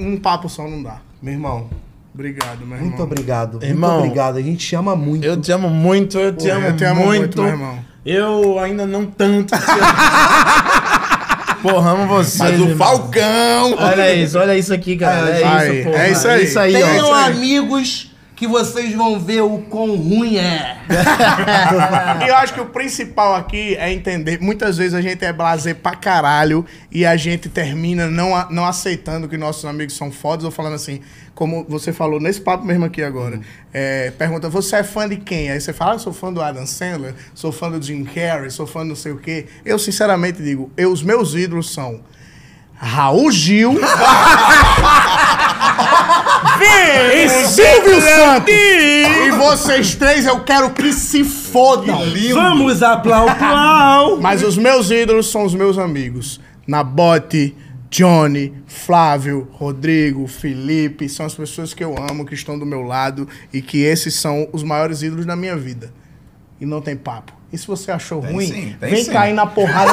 Speaker 1: um- um- um papo só não dá.
Speaker 2: É Meu irmão,
Speaker 1: Obrigado, meu irmão.
Speaker 2: muito obrigado.
Speaker 3: Irmão,
Speaker 2: muito obrigado. A gente te ama muito.
Speaker 3: Eu te amo muito, eu te,
Speaker 1: Porra,
Speaker 3: amo,
Speaker 1: eu te amo muito,
Speaker 3: muito.
Speaker 1: meu irmão.
Speaker 3: Eu ainda não tanto. Porra, amo vocês.
Speaker 11: Mas o
Speaker 3: irmão.
Speaker 11: Falcão.
Speaker 3: Olha isso, olha isso aqui, cara. É,
Speaker 1: Aí,
Speaker 3: isso, porra.
Speaker 1: é isso aí.
Speaker 3: É isso aí, ó.
Speaker 2: Tenham amigos
Speaker 4: que vocês vão ver o quão ruim é.
Speaker 1: E eu acho que o principal aqui é entender. Muitas vezes a gente é blazer pra caralho e a gente termina não, a- não aceitando que nossos amigos são fodas ou falando assim, como você falou nesse papo mesmo aqui agora. É, pergunta, você é fã de quem? Aí você fala, ah, sou fã do Adam Sandler, sou fã do Jim Carrey, sou fã do não sei o quê. Eu sinceramente digo, eu, os meus ídolos são Raul Gil e Silvio Santos. E vocês três eu quero que se fodam.
Speaker 4: Vamos aplaudir.
Speaker 1: Mas os meus ídolos são os meus amigos. Nabote, Johnny, Flávio, Rodrigo, Felipe, são as pessoas que eu amo, que estão do meu lado e que esses são os maiores ídolos da minha vida. E não tem papo. E se você achou ruim,
Speaker 11: sim, tem
Speaker 1: vem
Speaker 11: sim.
Speaker 1: cair na porrada.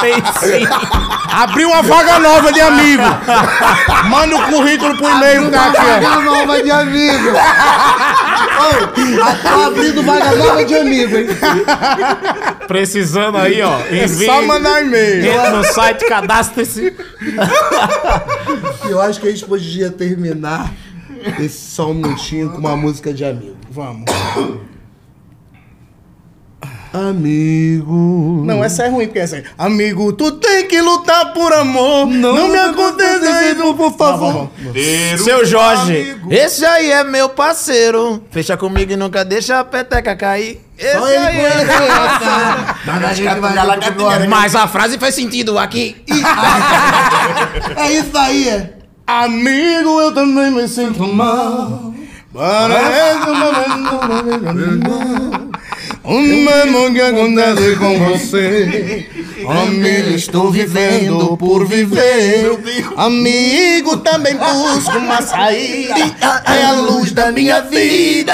Speaker 1: Tem sim. Abriu uma vaga nova de amigo. Manda o currículo pro e-mail, tá aqui, ó.
Speaker 2: Vaga nova de amigo. Ô, tá abrindo vaga nova de amigo, hein?
Speaker 3: Precisando aí, ó.
Speaker 1: É só mandar e-mail.
Speaker 3: Entra no site, cadastre-se.
Speaker 2: Eu acho que a gente podia terminar esse só um minutinho com uma música de amigo.
Speaker 1: Vamos.
Speaker 2: Amigo.
Speaker 1: Não, essa é ruim, porque essa é. Amigo, tu tem que lutar por amor. Não, me aconteça isso, tá por favor. um
Speaker 3: Seu Jorge, esse aí é meu parceiro. Fecha comigo e nunca deixa a peteca cair. Esse
Speaker 2: Olha ele
Speaker 3: aí
Speaker 2: com
Speaker 3: é...
Speaker 2: essa. A gente vai junto pro
Speaker 1: né?
Speaker 2: agora.
Speaker 12: Mas a frase faz sentido aqui.
Speaker 2: É isso aí.
Speaker 1: Amigo, eu também me sinto mal. Parece o mesmo que acontece com você. Amigo, estou vivendo por viver. Amigo, também busco uma saída. É a luz da minha vida.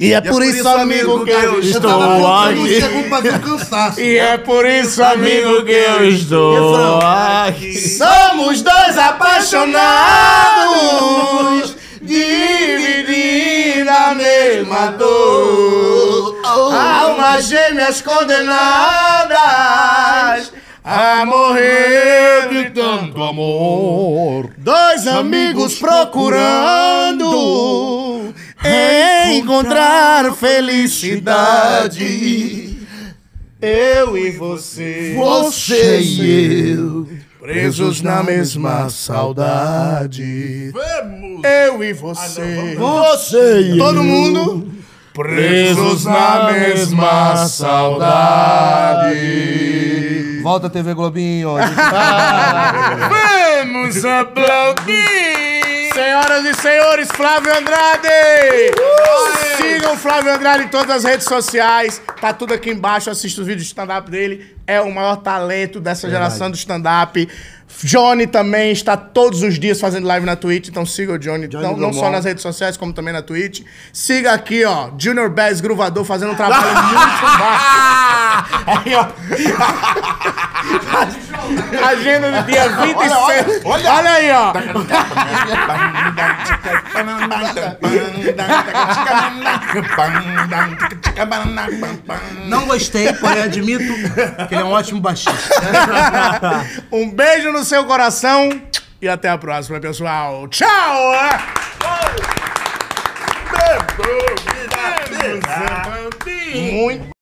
Speaker 1: E é por isso, amigo, que eu estou aqui. um
Speaker 2: Chegou pra ver o cansaço.
Speaker 1: E é por isso, amigo, que eu estou aqui. Somos dois apaixonados, dividindo a mesma dor. Almas gêmeas condenadas a morrer de tanto amor. Dois amigos procurando encontrar felicidade. Eu e você.
Speaker 2: Você e eu.
Speaker 1: Presos na mesma saudade. Vamos! Ah, Eu e você.
Speaker 2: Você e eu.
Speaker 1: Todo mundo. Presos na mesma saudade.
Speaker 2: Volta TV Globinho.
Speaker 1: Vamos aplaudir! Senhoras e senhores, Flávio Andrade! Sigam o Flávio Andrade em todas as redes sociais. Tá tudo aqui embaixo. Assista os vídeos de stand-up dele. É o maior talento dessa geração do stand-up. Johnny também está todos os dias fazendo live na Twitch, então siga o Johnny, não, não só nas redes sociais, como também na Twitch. Siga aqui, ó, Junior Bass Gruvador fazendo um trabalho muito baixo. Aí, ó. Agenda do dia 26. Olha, aí, ó.
Speaker 4: Não gostei, porém admito que ele é um ótimo baixista.
Speaker 1: Um beijo no seu coração e até a próxima, pessoal. Tchau! Muito